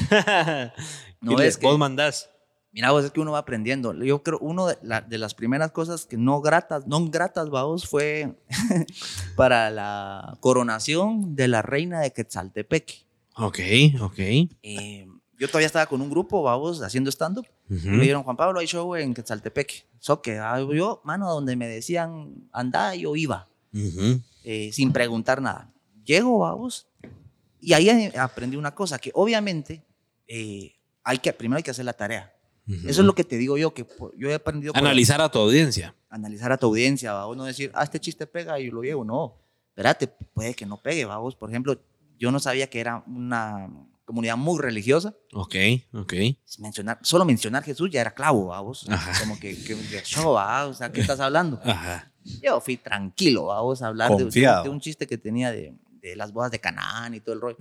Speaker 1: No,
Speaker 2: Y le-
Speaker 1: es que-
Speaker 2: Vos mandás.
Speaker 1: Mira, vos, es que uno va aprendiendo. Yo creo, una de, la- de las primeras cosas que no gratas, no gratas, vamos, fue para la coronación de la reina de Quetzaltepec.
Speaker 2: Ok, ok.
Speaker 1: Eh, yo todavía estaba con un grupo, vamos, haciendo stand-up.
Speaker 2: Ujú.
Speaker 1: Me dijeron, Juan Pablo, hay show en Quetzaltepec. So que ah, yo, mano, donde me decían andá, yo iba,
Speaker 2: Ujú.
Speaker 1: eh, sin preguntar nada. Llego, vamos, y ahí eh, aprendí una cosa, que obviamente eh, hay que, primero hay que hacer la tarea.
Speaker 2: Ujú.
Speaker 1: Eso es lo que te digo yo, que por- yo he aprendido. por-
Speaker 2: Analizar a tu audiencia.
Speaker 1: analizar a tu audiencia, ¿va? vos no decir, ah, este chiste pega y lo llevo, no. Espérate, puede que no pegue, ¿va? vos. Por ejemplo, yo no sabía que era una comunidad muy religiosa.
Speaker 2: Ok, ok.
Speaker 1: Mencionar, solo mencionar Jesús ya era clavo, ¿va? vos.
Speaker 2: Ajá.
Speaker 1: Como que, que, que show, ¿va? o sea, ¿qué estás hablando?
Speaker 2: Ajá.
Speaker 1: Yo fui tranquilo, ¿va? vos, a hablar de- de,
Speaker 3: Confiado.
Speaker 1: de un chiste que tenía de, de las bodas de Canaán y todo el rollo.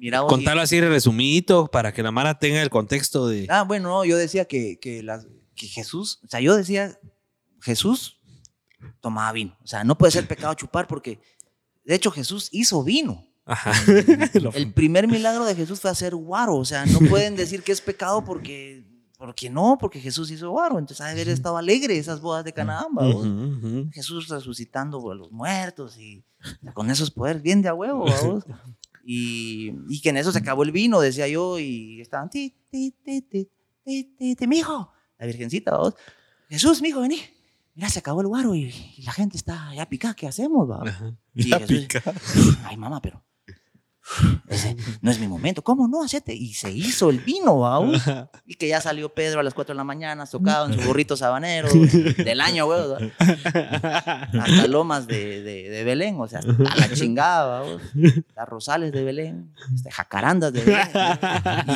Speaker 1: Mira, vos, y-
Speaker 2: Contarlo así resumidito para que la Mara tenga el contexto de.
Speaker 1: Ah, bueno, no, yo decía que, que, las- que Jesús, o sea, yo decía, Jesús tomaba vino. O sea, no puede ser pecado chupar porque, de hecho, Jesús hizo vino.
Speaker 2: Ajá.
Speaker 1: El primer milagro de Jesús fue hacer guaro. O sea, no pueden decir que es pecado porque ¿por qué no? Porque Jesús hizo barro, entonces ha de haber estado alegre esas bodas de Canaán, ¿va vos? Jesús resucitando a los muertos y con esos poderes, bien de a huevo, ¿va vos? Y, y que en eso se acabó el vino, decía yo, y estaban, ti, ti, ti, ti, ti, ti, ti, mijo, la virgencita, ¿va vos? Jesús, mijo, vení. Mira, se acabó el guaro y, y la gente está ya picada, ¿qué hacemos, va? Y
Speaker 2: Ya
Speaker 1: Jesús, Ay, mamá, pero ese no es mi momento. ¿Cómo no? Hacete. Y se hizo el vino, vamos. Y que ya salió Pedro a las 4 de la mañana, socado en su burrito sabanero del año, güey. o sea, Hasta Lomas de, de- de Belén, o sea, hasta la chingada, vamos. Las Rosales de Belén, hasta Jacarandas de Belén.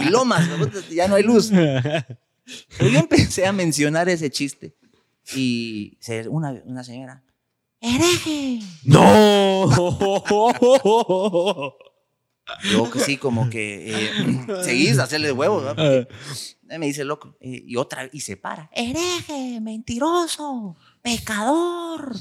Speaker 1: Y Lomas, güey, ya no hay luz. Pero yo empecé a mencionar ese chiste. Y se- una, una señora, ¡hereje!
Speaker 2: ¡No!
Speaker 1: Yo que sí, como que eh, seguís a hacerle huevos, ¿verdad?
Speaker 2: Ah.
Speaker 1: Porque, eh, me dice loco. eh, y otra, y se para. Hereje, mentiroso, pecador.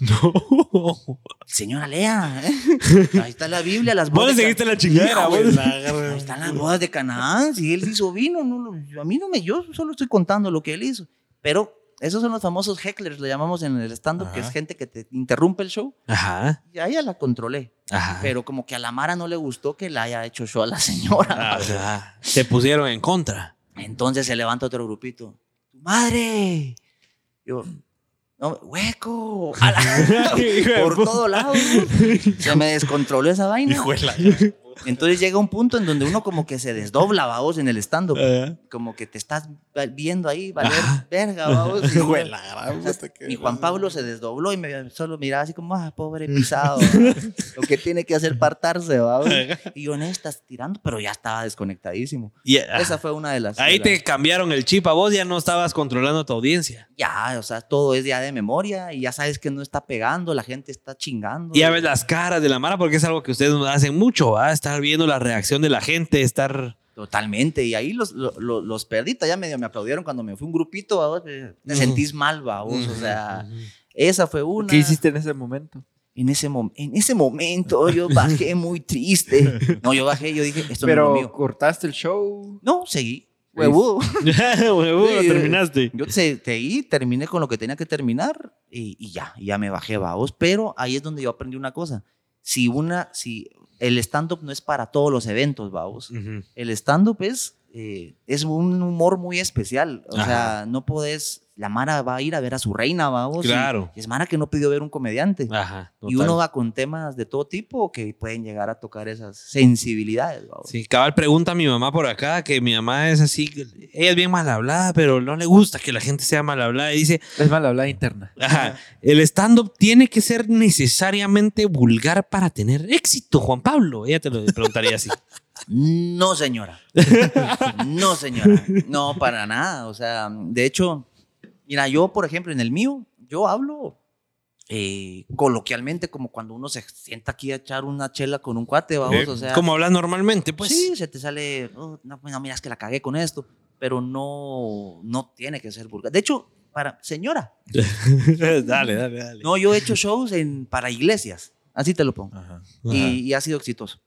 Speaker 1: Señora Lea, ¿eh? ahí está la Biblia, las
Speaker 2: Vos le
Speaker 1: bodas. de
Speaker 2: seguiste
Speaker 1: Ca-
Speaker 2: la chingadera,
Speaker 1: Hijo,
Speaker 2: güey.
Speaker 1: Ahí están las bodas de Canaán. Si él hizo vino, no lo- yo- a mí no me, yo solo estoy contando lo que él hizo. Pero esos son los famosos hecklers, le llamamos en el stand-up,
Speaker 2: Ah.
Speaker 1: que es gente que te interrumpe el show.
Speaker 2: Ajá.
Speaker 1: Y a ella la controlé.
Speaker 2: Ajá.
Speaker 1: Pero como que a la Mara no le gustó que la haya hecho yo a la señora.
Speaker 2: Ah. Ajá. Se pusieron en contra.
Speaker 1: Entonces se levanta otro grupito. ¡Tu madre! Yo, no, hueco. A la- por todos lados. Se me descontroló esa vaina. Entonces llega un punto en donde uno como que se desdobla, vaos, en el stand-up. Como que te estás viendo ahí, valer verga, vaos. Y, y Juan Pablo se desdobló y me, solo miraba así como, ah, pobre pisado. ¿va? Lo que tiene que hacer partarse, vaos. Y yo, estás tirando, pero ya estaba desconectadísimo.
Speaker 2: Y- ah,
Speaker 1: Esa fue una de las... de
Speaker 2: Ahí
Speaker 1: las-
Speaker 2: te cambiaron el chip a vos, ya no estabas controlando a tu audiencia.
Speaker 1: ya, o sea, todo es ya de memoria y ya sabes que no está pegando, la gente está chingando.
Speaker 2: Y ya ves las caras de la Mara, porque es algo que ustedes hacen mucho, ¿va? Estar viendo la reacción de la gente, estar.
Speaker 1: Totalmente, y ahí los, lo- lo- los, perdí, ya medio me aplaudieron cuando me fue un grupito, ¿va vos? eh, te sentís mal, ¿va vos? o sea, esa fue una.
Speaker 4: ¿Qué hiciste en ese momento?
Speaker 1: En ese, mom- en ese momento yo bajé muy triste. No, yo bajé, yo dije, esto no es lo
Speaker 4: Pero
Speaker 1: mío.
Speaker 4: cortaste el show.
Speaker 1: No, seguí, huevudo.
Speaker 2: Huevudo,
Speaker 1: Sí,
Speaker 2: terminaste.
Speaker 1: Yo te- seguí, terminé con lo que tenía que terminar y, y ya, y ya me bajé vaos. Pero ahí es donde yo aprendí una cosa. Si una, si el stand-up no es para todos los eventos, vaos.
Speaker 2: Ujú.
Speaker 1: El stand-up es, eh, es un humor muy especial. O sea, no podés, la Mara va a ir a ver a su reina, vaos. y-
Speaker 2: Claro.
Speaker 1: y es Mara que no pidió ver un comediante.
Speaker 2: Ajá.
Speaker 1: y
Speaker 2: total.
Speaker 1: uno va con temas de todo tipo que pueden llegar a tocar esas sensibilidades, vaos.
Speaker 2: Sí, cabal pregunta a mi mamá por acá, que mi mamá es así, ella es bien mal hablada, pero no le gusta que la gente sea mal hablada. Y dice,
Speaker 4: Es mala hablada interna.
Speaker 2: ajá, el stand-up tiene que ser necesariamente vulgar para tener éxito, Juan Pablo. Ella te lo preguntaría así.
Speaker 1: No, señora. No, señora. No, para nada. O sea, de hecho, mira, yo, por ejemplo, en el mío, yo hablo eh, coloquialmente como cuando uno se sienta aquí a echar una chela con un cuate, vamos, o sea.
Speaker 2: Como hablas normalmente, pues.
Speaker 1: sí, se te sale, "Oh, no, no, mira, es que la cagué con esto, pero no, no tiene que ser vulgar. De hecho, para, señora,
Speaker 2: dale, dale, dale.
Speaker 1: no, yo he hecho shows en, para iglesias, así te lo pongo, y,
Speaker 2: Y,
Speaker 1: y ha sido exitoso.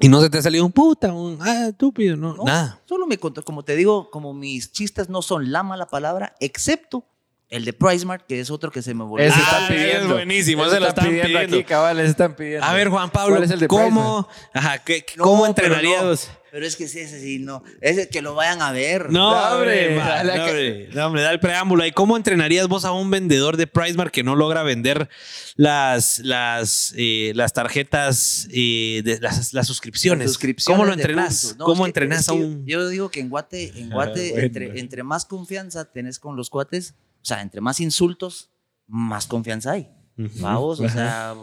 Speaker 2: y no se te ha salido un puta, un ah, estúpido, no,
Speaker 1: No,
Speaker 2: nada.
Speaker 1: Solo me contó, como te digo, como mis chistes no son la mala palabra, excepto el de PriceMart, que es otro que se me volvió.
Speaker 4: Ese
Speaker 1: Ah,
Speaker 4: está
Speaker 2: es
Speaker 4: pidiendo.
Speaker 2: buenísimo,
Speaker 4: Eso
Speaker 2: se lo están
Speaker 4: están pidiendo
Speaker 2: pidiendo.
Speaker 4: aquí, cabales, están pidiendo.
Speaker 2: A ver, Juan Pablo,
Speaker 4: ¿Cuál es el de
Speaker 2: ¿cómo, ajá, qué- qué- ¿cómo entrenarías?
Speaker 1: Ah, Pero es que sí, ese sí, no. Ese que lo vayan a ver.
Speaker 2: No,
Speaker 4: No,
Speaker 2: hombre,
Speaker 4: hombre,
Speaker 2: ma,
Speaker 4: dale
Speaker 2: no,
Speaker 4: acá.
Speaker 2: hombre, no, hombre, da el preámbulo. ¿Y cómo entrenarías vos a un vendedor de Pricemark que no logra vender las, las, eh, las tarjetas, eh, de, las, las suscripciones?
Speaker 1: Suscripciones
Speaker 2: ¿Cómo lo
Speaker 1: de
Speaker 2: entrenás?
Speaker 1: puntos. No,
Speaker 2: ¿Cómo
Speaker 1: es que-
Speaker 2: entrenás
Speaker 1: es
Speaker 2: a
Speaker 1: que
Speaker 2: un...? Ah,
Speaker 1: Yo digo que en Guate, en Guate entre, entre más confianza tenés con los cuates, o sea, entre más insultos, más confianza hay. Vamos, o sea,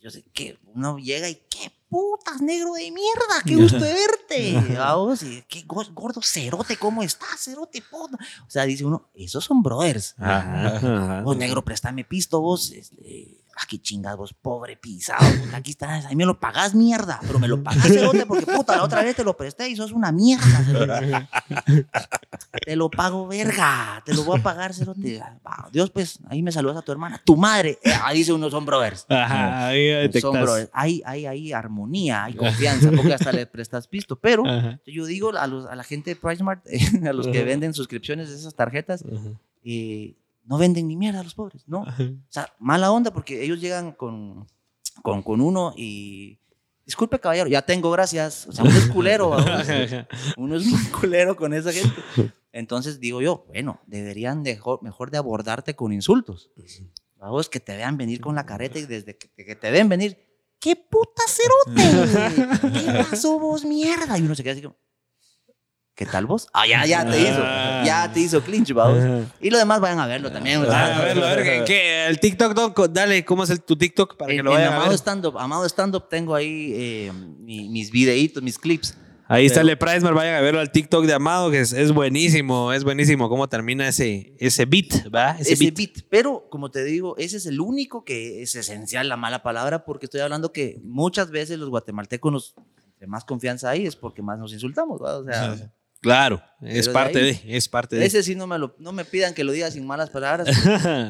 Speaker 1: yo sé que uno llega y qué putas, negro de mierda, qué gusto de verte. Vamos, y qué go- gordo cerote, ¿cómo estás, cerote? Puta? O sea, dice uno, esos son brothers.
Speaker 2: Ajá, ajá.
Speaker 1: "Oh, Vos, negro, préstame pisto, vos. este, ah, qué chingas vos, pobre pisado, puta, aquí estás, ahí me lo pagás mierda, pero me lo pagás cerote porque puta, la otra vez te lo presté y sos una mierda. cerote. te lo pago verga, te lo voy a pagar cerote. Va, Dios pues, ahí me saludas a tu hermana, tu madre, eh, ahí dice unos son brothers.
Speaker 2: Ajá, ahí ya
Speaker 1: Son
Speaker 2: detectas.
Speaker 1: brothers. Hay, hay, hay armonía, hay confianza, porque hasta le prestas pisto, pero
Speaker 2: Ajá.
Speaker 1: yo digo a, los- a la gente de PriceMart, a los que
Speaker 2: Ajá.
Speaker 1: venden suscripciones de esas tarjetas,
Speaker 2: Ajá.
Speaker 1: eh, no venden ni mierda a los pobres, ¿no?
Speaker 2: Ajá.
Speaker 1: O sea, mala onda porque ellos llegan con, con, con uno y... Disculpe, caballero, ya tengo, gracias. O sea, uno es culero, ¿va? O sea, uno es muy culero con esa gente. Entonces digo yo, bueno, deberían dejo- mejor de abordarte con insultos. Vamos, que te vean venir con la careta y desde que, que te ven venir, ¡qué puta cerote! ¿Qué pasó vos, mierda? Y uno se queda así como, ¿qué tal vos? Ah, ya, ya te hizo, ya te hizo clinch, vamos.
Speaker 2: Ajá.
Speaker 1: Y lo demás vayan a verlo también. o sea,
Speaker 2: Ah, a verlo, a ver, ¿qué- ¿qué? El TikTok, Doc, dale, ¿cómo es el, tu TikTok para que
Speaker 1: en,
Speaker 2: lo
Speaker 1: en
Speaker 2: vayan a
Speaker 1: Amado
Speaker 2: ver?
Speaker 1: Stand Up, Amado Stand Up tengo ahí eh, mi- mis videitos, mis clips.
Speaker 2: Ahí está el de Prismar, vayan a verlo al TikTok de Amado, que es, es buenísimo, es buenísimo cómo termina ese, ese beat, ¿va?
Speaker 1: Ese, beat. Pero, como te digo, ese es el único que es esencial, la mala palabra, porque estoy hablando que muchas veces los guatemaltecos, nos, entre más confianza hay, es porque más nos insultamos. ¿va? O sea,
Speaker 2: Claro,
Speaker 1: Pero
Speaker 2: es
Speaker 1: de
Speaker 2: parte de,
Speaker 1: ahí-
Speaker 2: es parte de.
Speaker 1: ese sí no me, lo, no me pidan que lo diga sin malas palabras.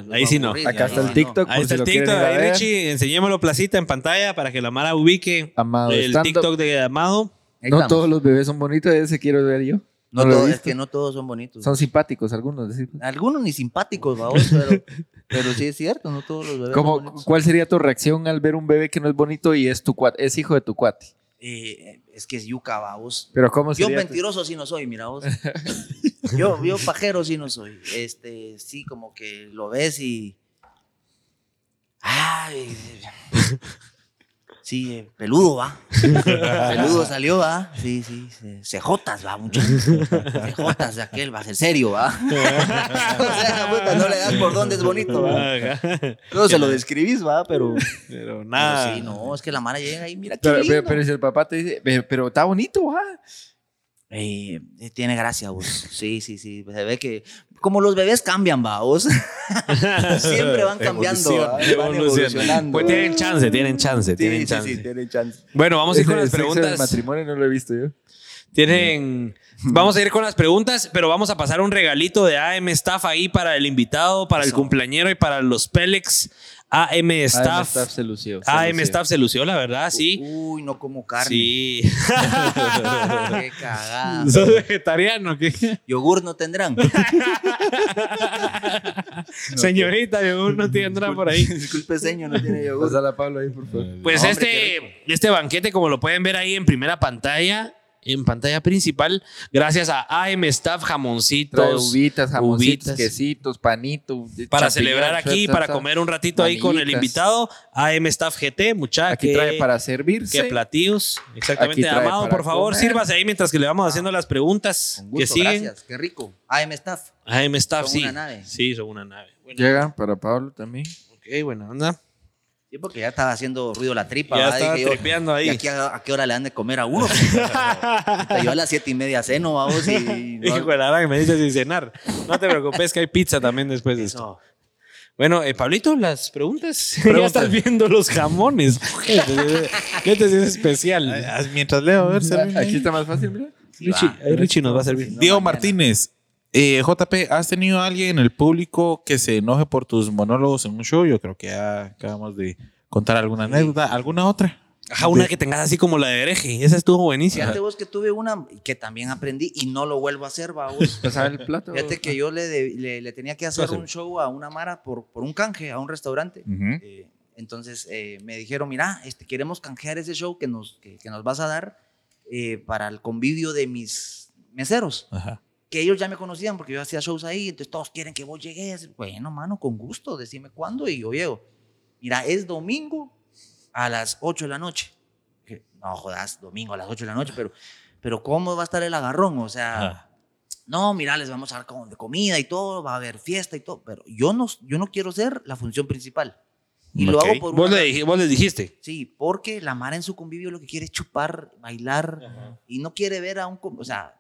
Speaker 2: ahí sí no.
Speaker 1: Aburrido,
Speaker 4: Acá
Speaker 1: ahí
Speaker 4: está el
Speaker 1: sí no.
Speaker 4: TikTok.
Speaker 2: Ahí
Speaker 4: por
Speaker 2: está
Speaker 4: si
Speaker 2: el
Speaker 4: lo quieren
Speaker 2: TikTok,
Speaker 4: ir a
Speaker 2: ahí
Speaker 4: ver.
Speaker 2: Richie, enseñémoslo placita en pantalla para que la Mara ubique
Speaker 4: Amado
Speaker 2: el
Speaker 4: Ah, stand-up.
Speaker 2: TikTok de Amado.
Speaker 1: Ahí
Speaker 4: No
Speaker 1: estamos.
Speaker 4: todos los bebés son bonitos, ese quiero ver yo.
Speaker 1: No
Speaker 4: no lo he
Speaker 1: todos, es
Speaker 4: visto.
Speaker 1: que no todos son bonitos.
Speaker 4: Son simpáticos algunos. decir.
Speaker 1: Algunos ni simpáticos, vamos, pero, pero sí es cierto, no todos los bebés. son
Speaker 4: ¿Cómo-
Speaker 1: bonitos.
Speaker 4: ¿Cuál sería tu reacción al ver un bebé que no es bonito y es tu cuate, es hijo de tu cuate?
Speaker 1: Eh, es que es yuca, vamos.
Speaker 4: Pero cómo
Speaker 1: Yo
Speaker 4: sería tu-
Speaker 1: mentiroso sí no soy, mira vos. yo, yo pajero sí no soy. Este, sí, como que lo ves y. Ay. Sí, eh, peludo va. Peludo salió, va. Sí, sí. se- Cejotas va, muchachos. Cejotas de aquel va a ser serio, va. o sea, puta, no le das por dónde es bonito, va. No se lo describís, va, pero.
Speaker 2: Pero
Speaker 4: Ah.
Speaker 2: nada.
Speaker 1: pero sí, no, es que la mara llega y mira qué
Speaker 4: Pero, pero-
Speaker 1: lindo.
Speaker 4: pero si el papá te dice, "Pero- pero está bonito, ah.
Speaker 1: Eh, eh, tiene gracia, vos. Sí, sí, sí. Se ve que. Como los bebés cambian, va, vos. Siempre van cambiando. va, van evolucionando.
Speaker 2: Pues tienen chance, tienen chance, tienen
Speaker 1: sí,
Speaker 2: chance.
Speaker 1: sí, tienen chance.
Speaker 2: Bueno, vamos a ir
Speaker 4: Ese
Speaker 2: con las
Speaker 4: sexo del
Speaker 2: preguntas.
Speaker 4: matrimonio no lo he visto yo.
Speaker 2: Tienen. Vamos a ir con las preguntas, pero vamos a pasar un regalito de AM Staff ahí para el invitado, para el cumpleañero y para los Pélex. AM
Speaker 4: AM
Speaker 2: Staff.
Speaker 4: Staff se lució. se
Speaker 2: AM
Speaker 4: lució.
Speaker 2: Staff se lució, la verdad, sí.
Speaker 1: Uy, no como carne.
Speaker 2: Sí.
Speaker 1: Qué cagada.
Speaker 2: ¿Sos vegetariano? ¿Qué?
Speaker 1: Yogur no tendrán.
Speaker 2: Señorita, yo no tiene nada por ahí.
Speaker 1: Disculpe, señor, no tiene yogur.
Speaker 4: Pásala a Pablo ahí, por favor.
Speaker 2: Pues
Speaker 1: No, hombre, qué
Speaker 2: este, este banquete, como lo pueden ver ahí en primera pantalla, en pantalla principal, gracias a AM Staff
Speaker 4: Trae
Speaker 2: Jamoncitos.
Speaker 4: uvitas, jamoncitos,
Speaker 2: uvitas.
Speaker 4: quesitos, panito.
Speaker 2: Para
Speaker 4: champiñón,
Speaker 2: celebrar
Speaker 4: cha,
Speaker 2: aquí,
Speaker 4: cha,
Speaker 2: para
Speaker 4: cha.
Speaker 2: comer un ratito ahí con el
Speaker 4: Manillitas.
Speaker 2: invitado, AM Staff GT, muchachos.
Speaker 4: Aquí trae para servirse.
Speaker 2: ¿Qué platillos? Exactamente.
Speaker 4: Aquí trae
Speaker 2: Amado,
Speaker 4: para
Speaker 2: por favor,
Speaker 4: comer.
Speaker 2: sírvase ahí mientras que le vamos haciendo las preguntas
Speaker 1: Con
Speaker 2: que
Speaker 1: gusto,
Speaker 2: siguen.
Speaker 1: gracias. Qué rico. AM Staff.
Speaker 2: AM Staff,
Speaker 1: Son
Speaker 2: sí.
Speaker 1: una nave.
Speaker 2: Sí, son una nave. Bueno,
Speaker 4: Llegan para Pablo también.
Speaker 2: ok, bueno, anda.
Speaker 1: Sí, porque ya estaba haciendo ruido la tripa.
Speaker 2: Ya
Speaker 1: ¿va?
Speaker 2: estaba
Speaker 1: Dije yo,
Speaker 2: tripeando ahí.
Speaker 1: ¿Y aquí a, a qué hora le dan de comer a uno? Puta, yo a las siete y media ceno, vamos. Y no-
Speaker 2: Hijo de la gran, me dice sin cenar. No te preocupes que hay pizza también después de esto. Bueno, eh, Pablito, las preguntas. ya estás viendo los jamones. ¿Qué te es especial?
Speaker 3: Ah, Mientras leo, a ver, servirme.
Speaker 4: Aquí está más fácil, mira.
Speaker 1: Sí,
Speaker 2: Richie,
Speaker 1: va.
Speaker 2: ahí Richie nos va a servir.
Speaker 1: No,
Speaker 3: Diego
Speaker 1: mañana.
Speaker 3: Martínez, eh, JP, ¿has tenido a alguien en el público que se enoje por tus monólogos en un show? Yo creo que ya acabamos de contar alguna anécdota, alguna otra.
Speaker 2: Ajá, una que tengas así como la de Bereje. Esa estuvo buenísima.
Speaker 1: Fíjate vos que tuve una que también aprendí y no lo vuelvo a hacer, vamos.
Speaker 4: ¿Te sabe el plato?
Speaker 1: Fíjate que yo le, de- le, le tenía que hacer un show a una Mara por, por un canje, a un restaurante. Eh, entonces eh, me dijeron, mira, este, queremos canjear ese show que nos, que, que nos vas a dar eh, para el convivio de mis meseros.
Speaker 3: Ajá.
Speaker 1: Que ellos ya me conocían porque yo hacía shows ahí, entonces todos quieren que vos llegues. Bueno, mano, con gusto, decime cuándo y yo llego. Mira, es domingo a las 8 de la noche. Que, No jodas, domingo a las 8 de la noche, pero, pero ¿cómo va a estar el agarrón? O sea, no, mira, les vamos a dar con- de comida y todo, va a haber fiesta y todo, pero yo no, yo no quiero ser la función principal. Y lo
Speaker 3: Ok.
Speaker 1: hago por
Speaker 2: Vos,
Speaker 1: una-
Speaker 2: le dij- vos les dijiste.
Speaker 1: Sí, porque la Mara en su convivio lo que quiere es chupar, bailar y no quiere ver a un... com- O sea,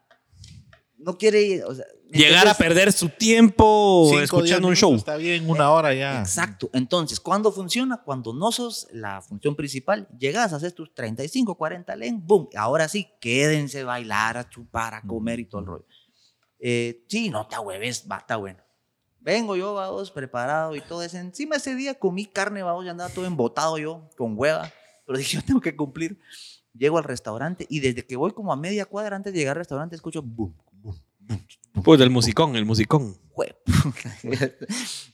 Speaker 1: no quiere ir, o sea,
Speaker 2: Llegar a
Speaker 1: entonces-
Speaker 2: perder su tiempo
Speaker 3: Cinco, diez
Speaker 2: escuchando un
Speaker 3: minutos
Speaker 2: show.
Speaker 3: Está bien, una hora ya.
Speaker 1: Exacto. Entonces, ¿cuándo funciona? Cuando no sos la función principal, llegas, haces tus 35, 40 len, boom. Ahora sí, quédense a bailar, a chupar, a comer y todo el rollo. Eh, sí, no te hueves, va, está bueno. Vengo yo, vaos, preparado y todo eso. Encima ese día comí carne, vaos, ya andaba todo embotado yo, con hueva. Pero dije, yo tengo que cumplir. Llego al restaurante y desde que voy como a media cuadra antes de llegar al restaurante, escucho boom, boom, boom,
Speaker 2: Pues el musicón, el musicón.
Speaker 1: Jue-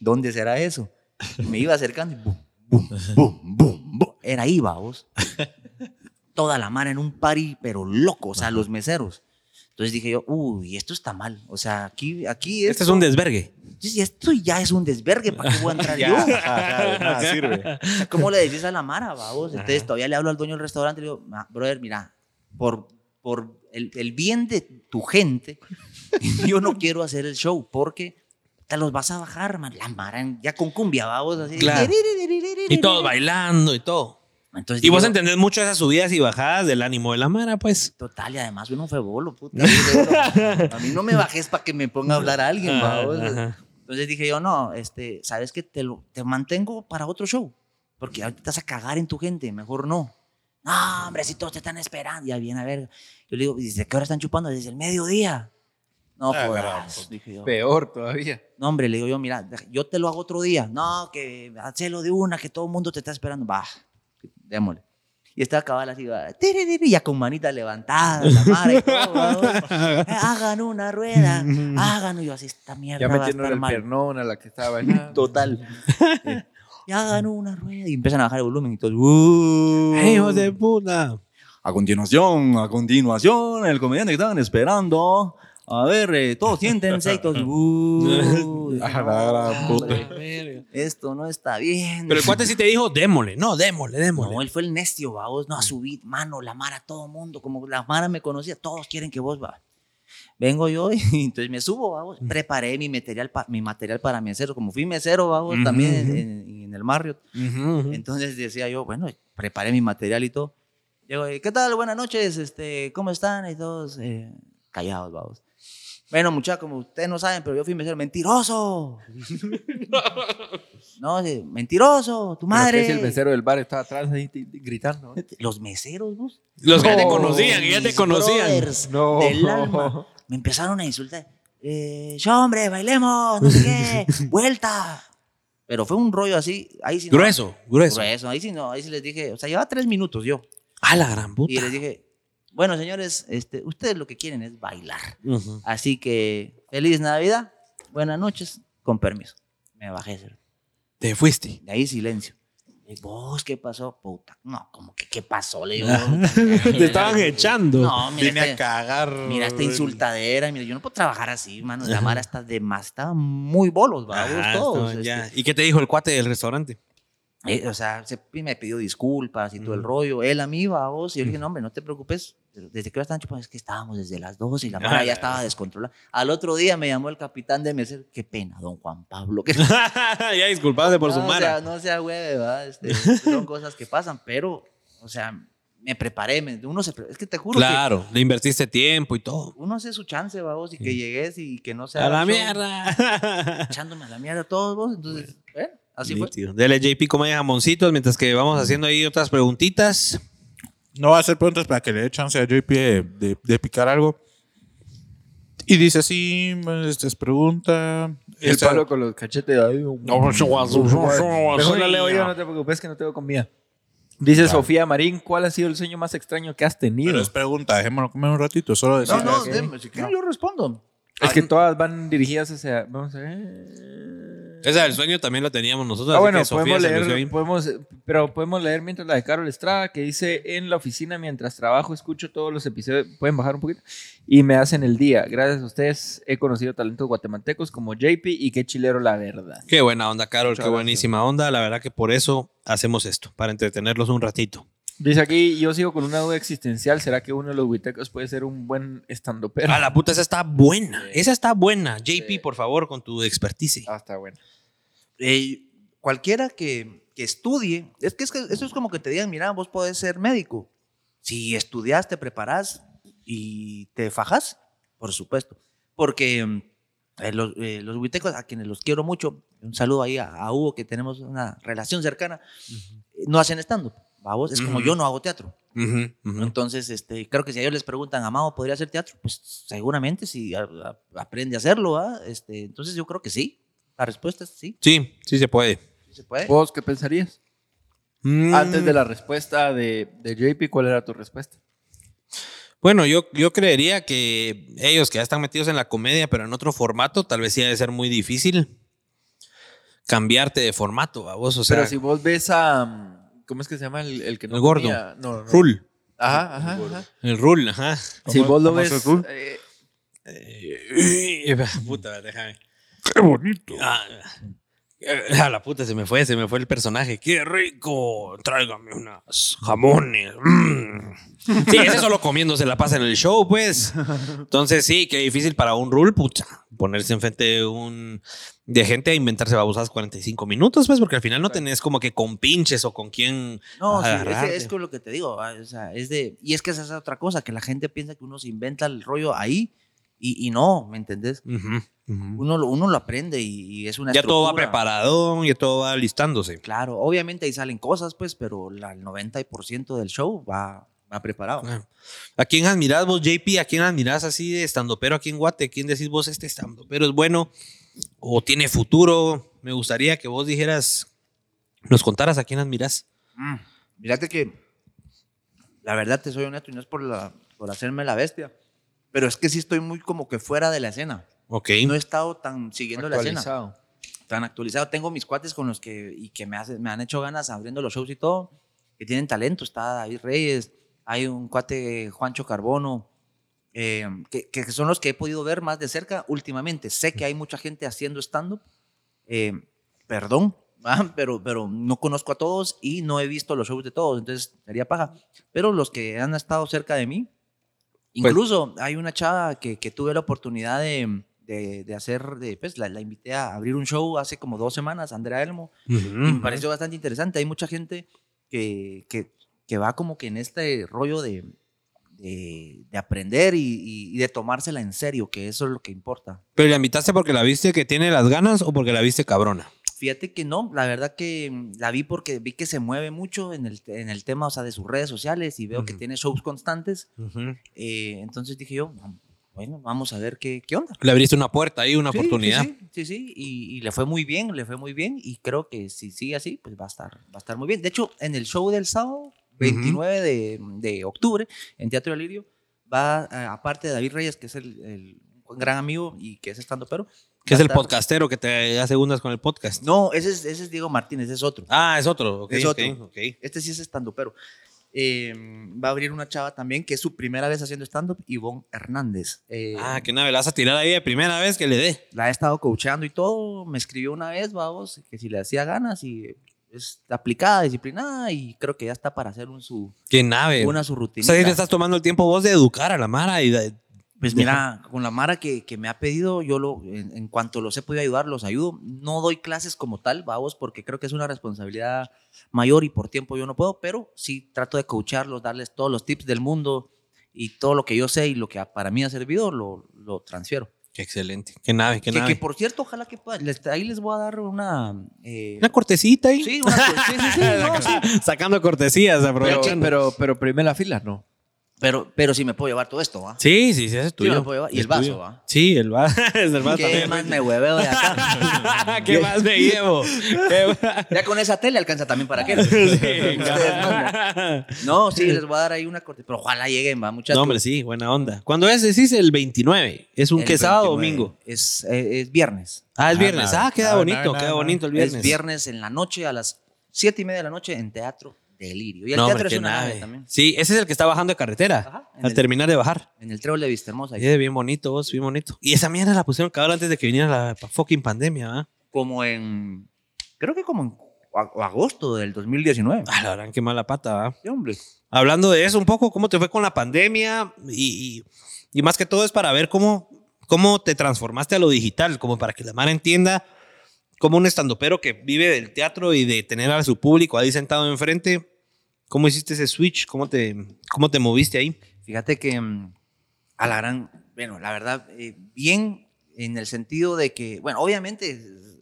Speaker 1: ¿Dónde será eso? Y me iba acercando y bum, bum, bum, bum, bum. Era ahí, vos. Toda la mano en un party, pero loco, o sea, los meseros. Entonces dije yo, uy, esto está mal. O sea, aquí, aquí
Speaker 2: Este es un desvergue.
Speaker 1: si esto ya es un desvergue, ¿para qué voy a entrar yo?
Speaker 3: Ajá, de nada sirve.
Speaker 1: O sea, ¿Cómo le decís a la Mara, babos? Entonces todavía le hablo al dueño del restaurante y le digo, "Ma, brother, mira, por, por el, el bien de tu gente, yo no quiero hacer el show porque te los vas a bajar, man. La Mara en- ya con cumbia, babos. Así.
Speaker 2: Claro. Y todos bailando y todo.
Speaker 1: Entonces,
Speaker 2: Y vos
Speaker 1: digo,
Speaker 2: entendés mucho esas subidas y bajadas del ánimo de la mara, pues.
Speaker 1: Total, y además yo no fue bolo, puta. Yo no- A mí no me bajes para que me ponga a hablar a alguien, babos.
Speaker 2: Ajá.
Speaker 1: Entonces dije yo, no, este, sabes que te, lo, te mantengo para otro show, porque ahorita te vas a cagar en tu gente, mejor no. No, hombre, si todos te están esperando, ya viene a ver. Yo le digo, ¿y desde qué hora están chupando? Desde el mediodía. No,
Speaker 3: Ah,
Speaker 1: jodas,
Speaker 3: caramba, pues.
Speaker 1: dije yo.
Speaker 4: Peor todavía.
Speaker 1: No, hombre, le digo yo, mira, deja- yo te lo hago otro día. No, que hacelo de una, que todo el mundo te está esperando. Va, démosle. Y estaba cabal así, va, tiririri, ya con manita levantada, la madre y todo, va, "Eh, Hagan una rueda, hagan. Y yo así, esta mierda
Speaker 4: Ya
Speaker 1: va a
Speaker 4: metiendo
Speaker 1: estar
Speaker 4: el
Speaker 1: mal.
Speaker 4: pernón a la que estaba bailando.
Speaker 1: Total. Y hagan una rueda y empiezan a bajar el volumen y todos. "Uh".
Speaker 2: hijos de puta!
Speaker 1: A continuación, a continuación, el comediante que estaban esperando. A ver, eh, todos siéntense y todos. "Uh".
Speaker 3: A la gran puta.
Speaker 1: Esto no está bien.
Speaker 2: Pero el cuate sí te dijo, démosle. No, démosle, démosle. Mm.
Speaker 1: No, él fue el necio, va, vos, no, subid, mano, la mara, todo mundo, como la mara me conocía, todos quieren que vos, va. Vengo yo y entonces me subo, va, vos.
Speaker 2: Mm.
Speaker 1: preparé mi material, pa- mi material para mesero, como fui mesero, va, vos, también en, en- en el Marriott,
Speaker 2: Ujú, ujú.
Speaker 1: entonces decía yo, bueno, preparé mi material y todo. Llego, eh, ¿qué tal? Buenas noches, este, ¿cómo están? Y todos eh, callados, vamos. Bueno, muchachos, como ustedes no saben, pero yo fui mesero mentiroso. no, sí, mentiroso, tu
Speaker 4: Madre.
Speaker 1: madre.
Speaker 4: Si el mesero del bar estaba atrás ahí ti- ti- gritando.
Speaker 1: Los meseros, vos.
Speaker 2: Los que ya te
Speaker 4: No,
Speaker 2: conocían, que ya te
Speaker 1: Mis
Speaker 2: conocían.
Speaker 1: brothers
Speaker 4: No.
Speaker 1: Del alma. Me empezaron a insultar. Eh, yo, hombre, bailemos, no sé qué, vuelta. Pero fue un rollo así. Ahí sí no-
Speaker 2: Grueso, grueso.
Speaker 1: grueso. Ahí sí no, ahí sí les dije, o sea, llevaba tres minutos yo.
Speaker 2: A la gran puta.
Speaker 1: Y les dije, bueno, señores, este, ustedes lo que quieren es bailar.
Speaker 2: Ujú.
Speaker 1: Así que, feliz Navidad, buenas noches, con permiso. Me bajé. cero.
Speaker 2: Te fuiste.
Speaker 1: De ahí silencio. Eh, ¿Vos qué pasó? Puta. No, como que qué pasó, le digo.
Speaker 2: Te estaban echando.
Speaker 1: No, mira,
Speaker 3: Vine a
Speaker 1: este-
Speaker 3: cagar.
Speaker 1: Mira esta insultadera, y mira, yo no puedo trabajar así, mano. La mara está de más, está muy bolos, babos
Speaker 2: Ajá,
Speaker 1: todos.
Speaker 2: estaban ya.
Speaker 1: este.
Speaker 2: ¿Y qué te dijo el cuate del restaurante?
Speaker 1: Eh, o sea, se- y me pidió disculpas y todo el rollo. Él a mí, babos. Y yo le dije, no, hombre, no te preocupes. Pero Desde que hora están chupando, es que estábamos desde las 12 y
Speaker 2: Ah,
Speaker 1: la mara ya estaba descontrolada. Al otro día me llamó el capitán de mesero. Qué pena, don Juan Pablo. que-
Speaker 2: ya disculpaste por su
Speaker 1: no,
Speaker 2: mara.
Speaker 1: sea, no sea hueve, ¿verdad? Este, son cosas que pasan, pero, o sea, me preparé. me- uno se, pre- es que te juro que
Speaker 2: claro, le invertiste tiempo y todo.
Speaker 1: uno hace su chance, babos, y que llegues y que no sea.
Speaker 2: A la
Speaker 1: show,
Speaker 2: mierda.
Speaker 1: Echándome a la mierda a todos vos. Entonces, ¿eh? Así fue.
Speaker 2: Nítido. Dele JP como hay jamoncitos mientras que vamos haciendo ahí otras preguntitas.
Speaker 3: No va a hacer preguntas para que le dé chance a JP de, de- de picar algo. Y dice así, esta es pregunta.
Speaker 4: El
Speaker 3: Esta-
Speaker 4: palo con los cachetes. Ay, pues, Mejor la leo yo, no te preocupes que no tengo comida. Dice Sofía Marín, ¿cuál ha sido el sueño más extraño que has tenido?
Speaker 3: Pero es
Speaker 4: Es,
Speaker 3: pregunta, dejémoslo comer un ratito, solo decir.
Speaker 1: No, no,
Speaker 3: así.
Speaker 1: deme, si quieren yo respondo.
Speaker 4: que todas van dirigidas hacia... Vamos a ver...
Speaker 2: Esa del sueño también la teníamos nosotros.
Speaker 4: Ah,
Speaker 2: así
Speaker 4: bueno,
Speaker 2: que Sofía
Speaker 4: podemos
Speaker 2: se lució ahí.
Speaker 4: leer, podemos, pero podemos leer mientras la de Carol Estrada, que dice, en la oficina mientras trabajo escucho todos los episodios, pueden bajar un poquito, y me hacen el día. Gracias a ustedes he conocido talentos guatemaltecos como JP y qué chilero la verdad.
Speaker 2: Qué buena onda, Carol.
Speaker 4: Muchas
Speaker 2: qué
Speaker 4: gracias.
Speaker 2: buenísima onda. La verdad que por eso hacemos esto, para entretenerlos un ratito.
Speaker 4: Dice aquí, yo sigo con una duda existencial, ¿será que uno de los huitecos puede ser un buen estandopero?
Speaker 2: A Ah, la puta, esa está buena.
Speaker 4: Sí.
Speaker 2: Esa está buena. JP,
Speaker 4: Sí.
Speaker 2: por favor, con tu expertise.
Speaker 4: Ah, está bueno.
Speaker 1: Eh, cualquiera que, que estudie, es que, es que eso es como que te digan, mira, vos podés ser médico. Si estudias, te preparás y te fajas, por supuesto. porque mm, eh, los, eh, los huitecos, a quienes los quiero mucho, un saludo ahí a, a Hugo, que tenemos una relación cercana, eh, no hacen stand-up, vamos, es como
Speaker 2: Ujú.
Speaker 1: yo no hago teatro.
Speaker 2: Ujú, ujú.
Speaker 1: Entonces, este, creo que si a ellos les preguntan, Amado, ¿podría hacer teatro? Pues seguramente si a- a- aprende a hacerlo, ¿ah? este, entonces yo creo que sí. La respuesta es sí,
Speaker 2: Sí, sí se puede.
Speaker 1: sí se puede.
Speaker 4: ¿Vos qué pensarías?
Speaker 2: ¿Eh? Mm.
Speaker 4: Antes de la respuesta de, de JP, ¿cuál era tu respuesta?
Speaker 2: Bueno, yo, yo creería que ellos que ya están metidos en la comedia, pero en otro formato, tal vez sí ha de ser muy difícil cambiarte de formato, a vos, o sea,
Speaker 4: Pero si vos ves a. mm, ¿Cómo es que se llama el, el que no
Speaker 2: El gordo.
Speaker 4: comía? No, no.
Speaker 2: Rule,
Speaker 4: Ajá, ajá. ajá.
Speaker 2: el Rule, ajá.
Speaker 4: Si vos lo ves.
Speaker 3: sos Rule?
Speaker 4: eh,
Speaker 2: Eh, puta, déjame. Qué bonito. a la puta se me fue, se me fue el personaje. Qué rico, tráigame unas jamones. mm. Sí, ese solo comiendo se la pasa en el show, pues. Entonces sí, qué difícil para un rule, puta, ponerse enfrente de un de gente a inventarse babosas 45 minutos, pues, porque al final no tenés como que con pinches o con quién.
Speaker 1: No, sí, es-
Speaker 2: agarrarte.
Speaker 1: es, con lo que te digo. ah, O sea, es de, y es que esa es otra cosa, que la gente piensa que uno se inventa el rollo ahí y, y no, ¿me entendés?
Speaker 2: Ujú, ujú.
Speaker 1: Uno, lo- uno lo aprende y, y es una
Speaker 2: Ya todo va
Speaker 1: estructura.
Speaker 2: preparado, ya todo va listándose.
Speaker 1: Claro, obviamente ahí salen cosas, pues, pero la- el 90% del show va, va preparado.
Speaker 2: Ah. ¿A quién admirás vos, JP? ¿A quién admirás así de estandopero aquí en Guate? ¿Quién decís vos este estandopero es bueno o tiene futuro? Me gustaría que vos dijeras, nos contaras a quién admirás.
Speaker 1: Mm, Mirate que, la verdad te soy honesto y no es por, la, por hacerme la bestia, pero es que sí estoy muy como que fuera de la escena.
Speaker 2: Ok.
Speaker 1: No he estado tan siguiendo la escena.
Speaker 4: actualizado.
Speaker 1: tan actualizado. Tengo mis cuates con los que, y que me, hace- me han hecho ganas abriendo los shows y todo, que tienen talento. Está David Reyes, hay un cuate Juancho Carbono, eh, que, que son los que he podido ver más de cerca últimamente. Sé que hay mucha gente haciendo stand-up, eh, perdón, ah, pero, pero no conozco a todos y no he visto los shows de todos, entonces pues, sería paja. Pero los que han estado cerca de mí,
Speaker 2: Pues-
Speaker 1: incluso hay una chava que, que tuve la oportunidad de, de- de hacer, de, pues la, la invité a abrir un show hace como dos semanas, Andrea Elmo, y me pareció bastante interesante. Hay mucha gente que, que, que va como que en este rollo de, de, de aprender y, y- y de tomársela en serio, que eso es lo que importa.
Speaker 2: ¿Pero la invitaste porque la viste que tiene las ganas o porque la viste cabrona?
Speaker 1: Fíjate que no, la verdad que mm, la vi porque vi que se mueve mucho en el, en el tema, o sea, de sus redes sociales y veo que
Speaker 2: Ujú.
Speaker 1: tiene shows constantes. Eh, entonces dije yo, bueno, vamos a ver qué, qué onda.
Speaker 2: Le abriste una puerta ahí, una
Speaker 1: Sí,
Speaker 2: oportunidad.
Speaker 1: Sí, sí, sí, sí, Y, y le fue muy bien, le fue muy bien. Y creo que si sigue así, pues va a estar, va a estar muy bien. De hecho, en el show del sábado, 29 de, mm, de octubre, en Teatro Alirio, va, eh, aparte de David Reyes, que es el, el gran amigo y que es estando pero.
Speaker 2: Que es el podcastero que te hace segundas con el podcast.
Speaker 1: No, ese es, ese es Diego Martínez, ese es otro.
Speaker 2: Ah, es otro. ok,
Speaker 1: Es
Speaker 2: ok,
Speaker 1: otro.
Speaker 2: ok.
Speaker 1: Este sí es estando pero. em, va a abrir una chava también que es su primera vez haciendo stand-up, Ivonne Hernández. Eh,
Speaker 2: Ah, que nave, la vas a tirar ahí de primera vez que le dé.
Speaker 1: la he estado coachando y todo. Me escribió una vez, vamos, que si le hacía ganas y es aplicada, disciplinada y creo que ya está para hacer un su,
Speaker 2: Qué nave.
Speaker 1: una su
Speaker 2: o
Speaker 1: rutina.
Speaker 2: sea, ahí te estás tomando el tiempo vos de educar a la Mara y de-
Speaker 1: Pues mira, con la Mara que, que me ha pedido, yo lo, en, en cuanto los he podido ayudar, los ayudo. No doy clases como tal, vamos, porque creo que es una responsabilidad mayor y por tiempo yo no puedo, pero sí trato de coacharlos, darles todos los tips del mundo y todo lo que yo sé y lo que para mí ha servido, lo, lo transfiero.
Speaker 2: Qué excelente. Qué nave, qué
Speaker 1: Que,
Speaker 2: nave.
Speaker 1: que, por cierto, ojalá que puedan, les- ahí les voy a dar una... eh,
Speaker 2: Una cortecita ahí.
Speaker 1: Sí, una cu- sí, sí, sí, no, sí.
Speaker 2: Sacando cortesías,
Speaker 4: Pero,
Speaker 2: aprovechando.
Speaker 4: pero, pero primera fila, no.
Speaker 1: Pero, pero si me puedo llevar todo esto, ¿va?
Speaker 2: Sí, sí, sí, ese es tuyo.
Speaker 1: me lo puedo llevar. Y
Speaker 2: Es
Speaker 1: el vaso,
Speaker 2: tuyo.
Speaker 1: ¿va?
Speaker 2: Sí, el vaso. es el vaso
Speaker 1: ¿Qué
Speaker 2: también.
Speaker 1: más me hueveo de acá?
Speaker 2: ¿Qué más me llevo? ¿Qué más?
Speaker 1: Ya con esa tele alcanza también para qué. No, sí, les voy a dar ahí una corte. Pero ojalá lleguen, va, muchachos.
Speaker 2: no, hombre, sí, buena onda. ¿Cuando es? Decís el 29. ¿Es un
Speaker 1: El
Speaker 2: que sábado o
Speaker 1: 29.
Speaker 2: domingo?
Speaker 1: Es, eh, es viernes.
Speaker 2: Ah, es
Speaker 3: Ah,
Speaker 2: viernes.
Speaker 3: nada,
Speaker 2: Ah, queda
Speaker 3: nada,
Speaker 2: bonito,
Speaker 3: nada,
Speaker 2: queda
Speaker 3: nada.
Speaker 2: bonito el viernes.
Speaker 1: Es viernes en la noche a las siete y media de la noche en Teatro Delirio. Y el
Speaker 2: No, hombre,
Speaker 1: teatro es
Speaker 2: qué
Speaker 1: una nave.
Speaker 2: nave.
Speaker 1: también.
Speaker 2: Sí, ese es el que está bajando de carretera.
Speaker 1: Ajá, en
Speaker 2: al
Speaker 1: el-
Speaker 2: terminar de bajar.
Speaker 1: En el Trébol de Vistahermosa. ahí.
Speaker 2: Sí, bien bonito, vos, bien bonito. Y esa mierda la pusieron cabrón antes de que viniera la pa- fucking pandemia, ¿ah?
Speaker 1: Como en. Creo que como en a- o agosto del 2019.
Speaker 2: Ah, la verdad, qué mala pata, ¿ah?
Speaker 1: Sí, hombre.
Speaker 2: Hablando de eso un poco, ¿cómo te fue con la pandemia? Y, y- y más que todo es para ver cómo, cómo te transformaste a lo digital, como para que la Mara entienda cómo un estandopero que vive del teatro y de tener a su público ahí sentado enfrente, ¿cómo hiciste ese switch? ¿Cómo te, cómo te moviste ahí?
Speaker 1: Fíjate que mm, a la gran. bueno, la verdad, eh, bien en el sentido de que, bueno, obviamente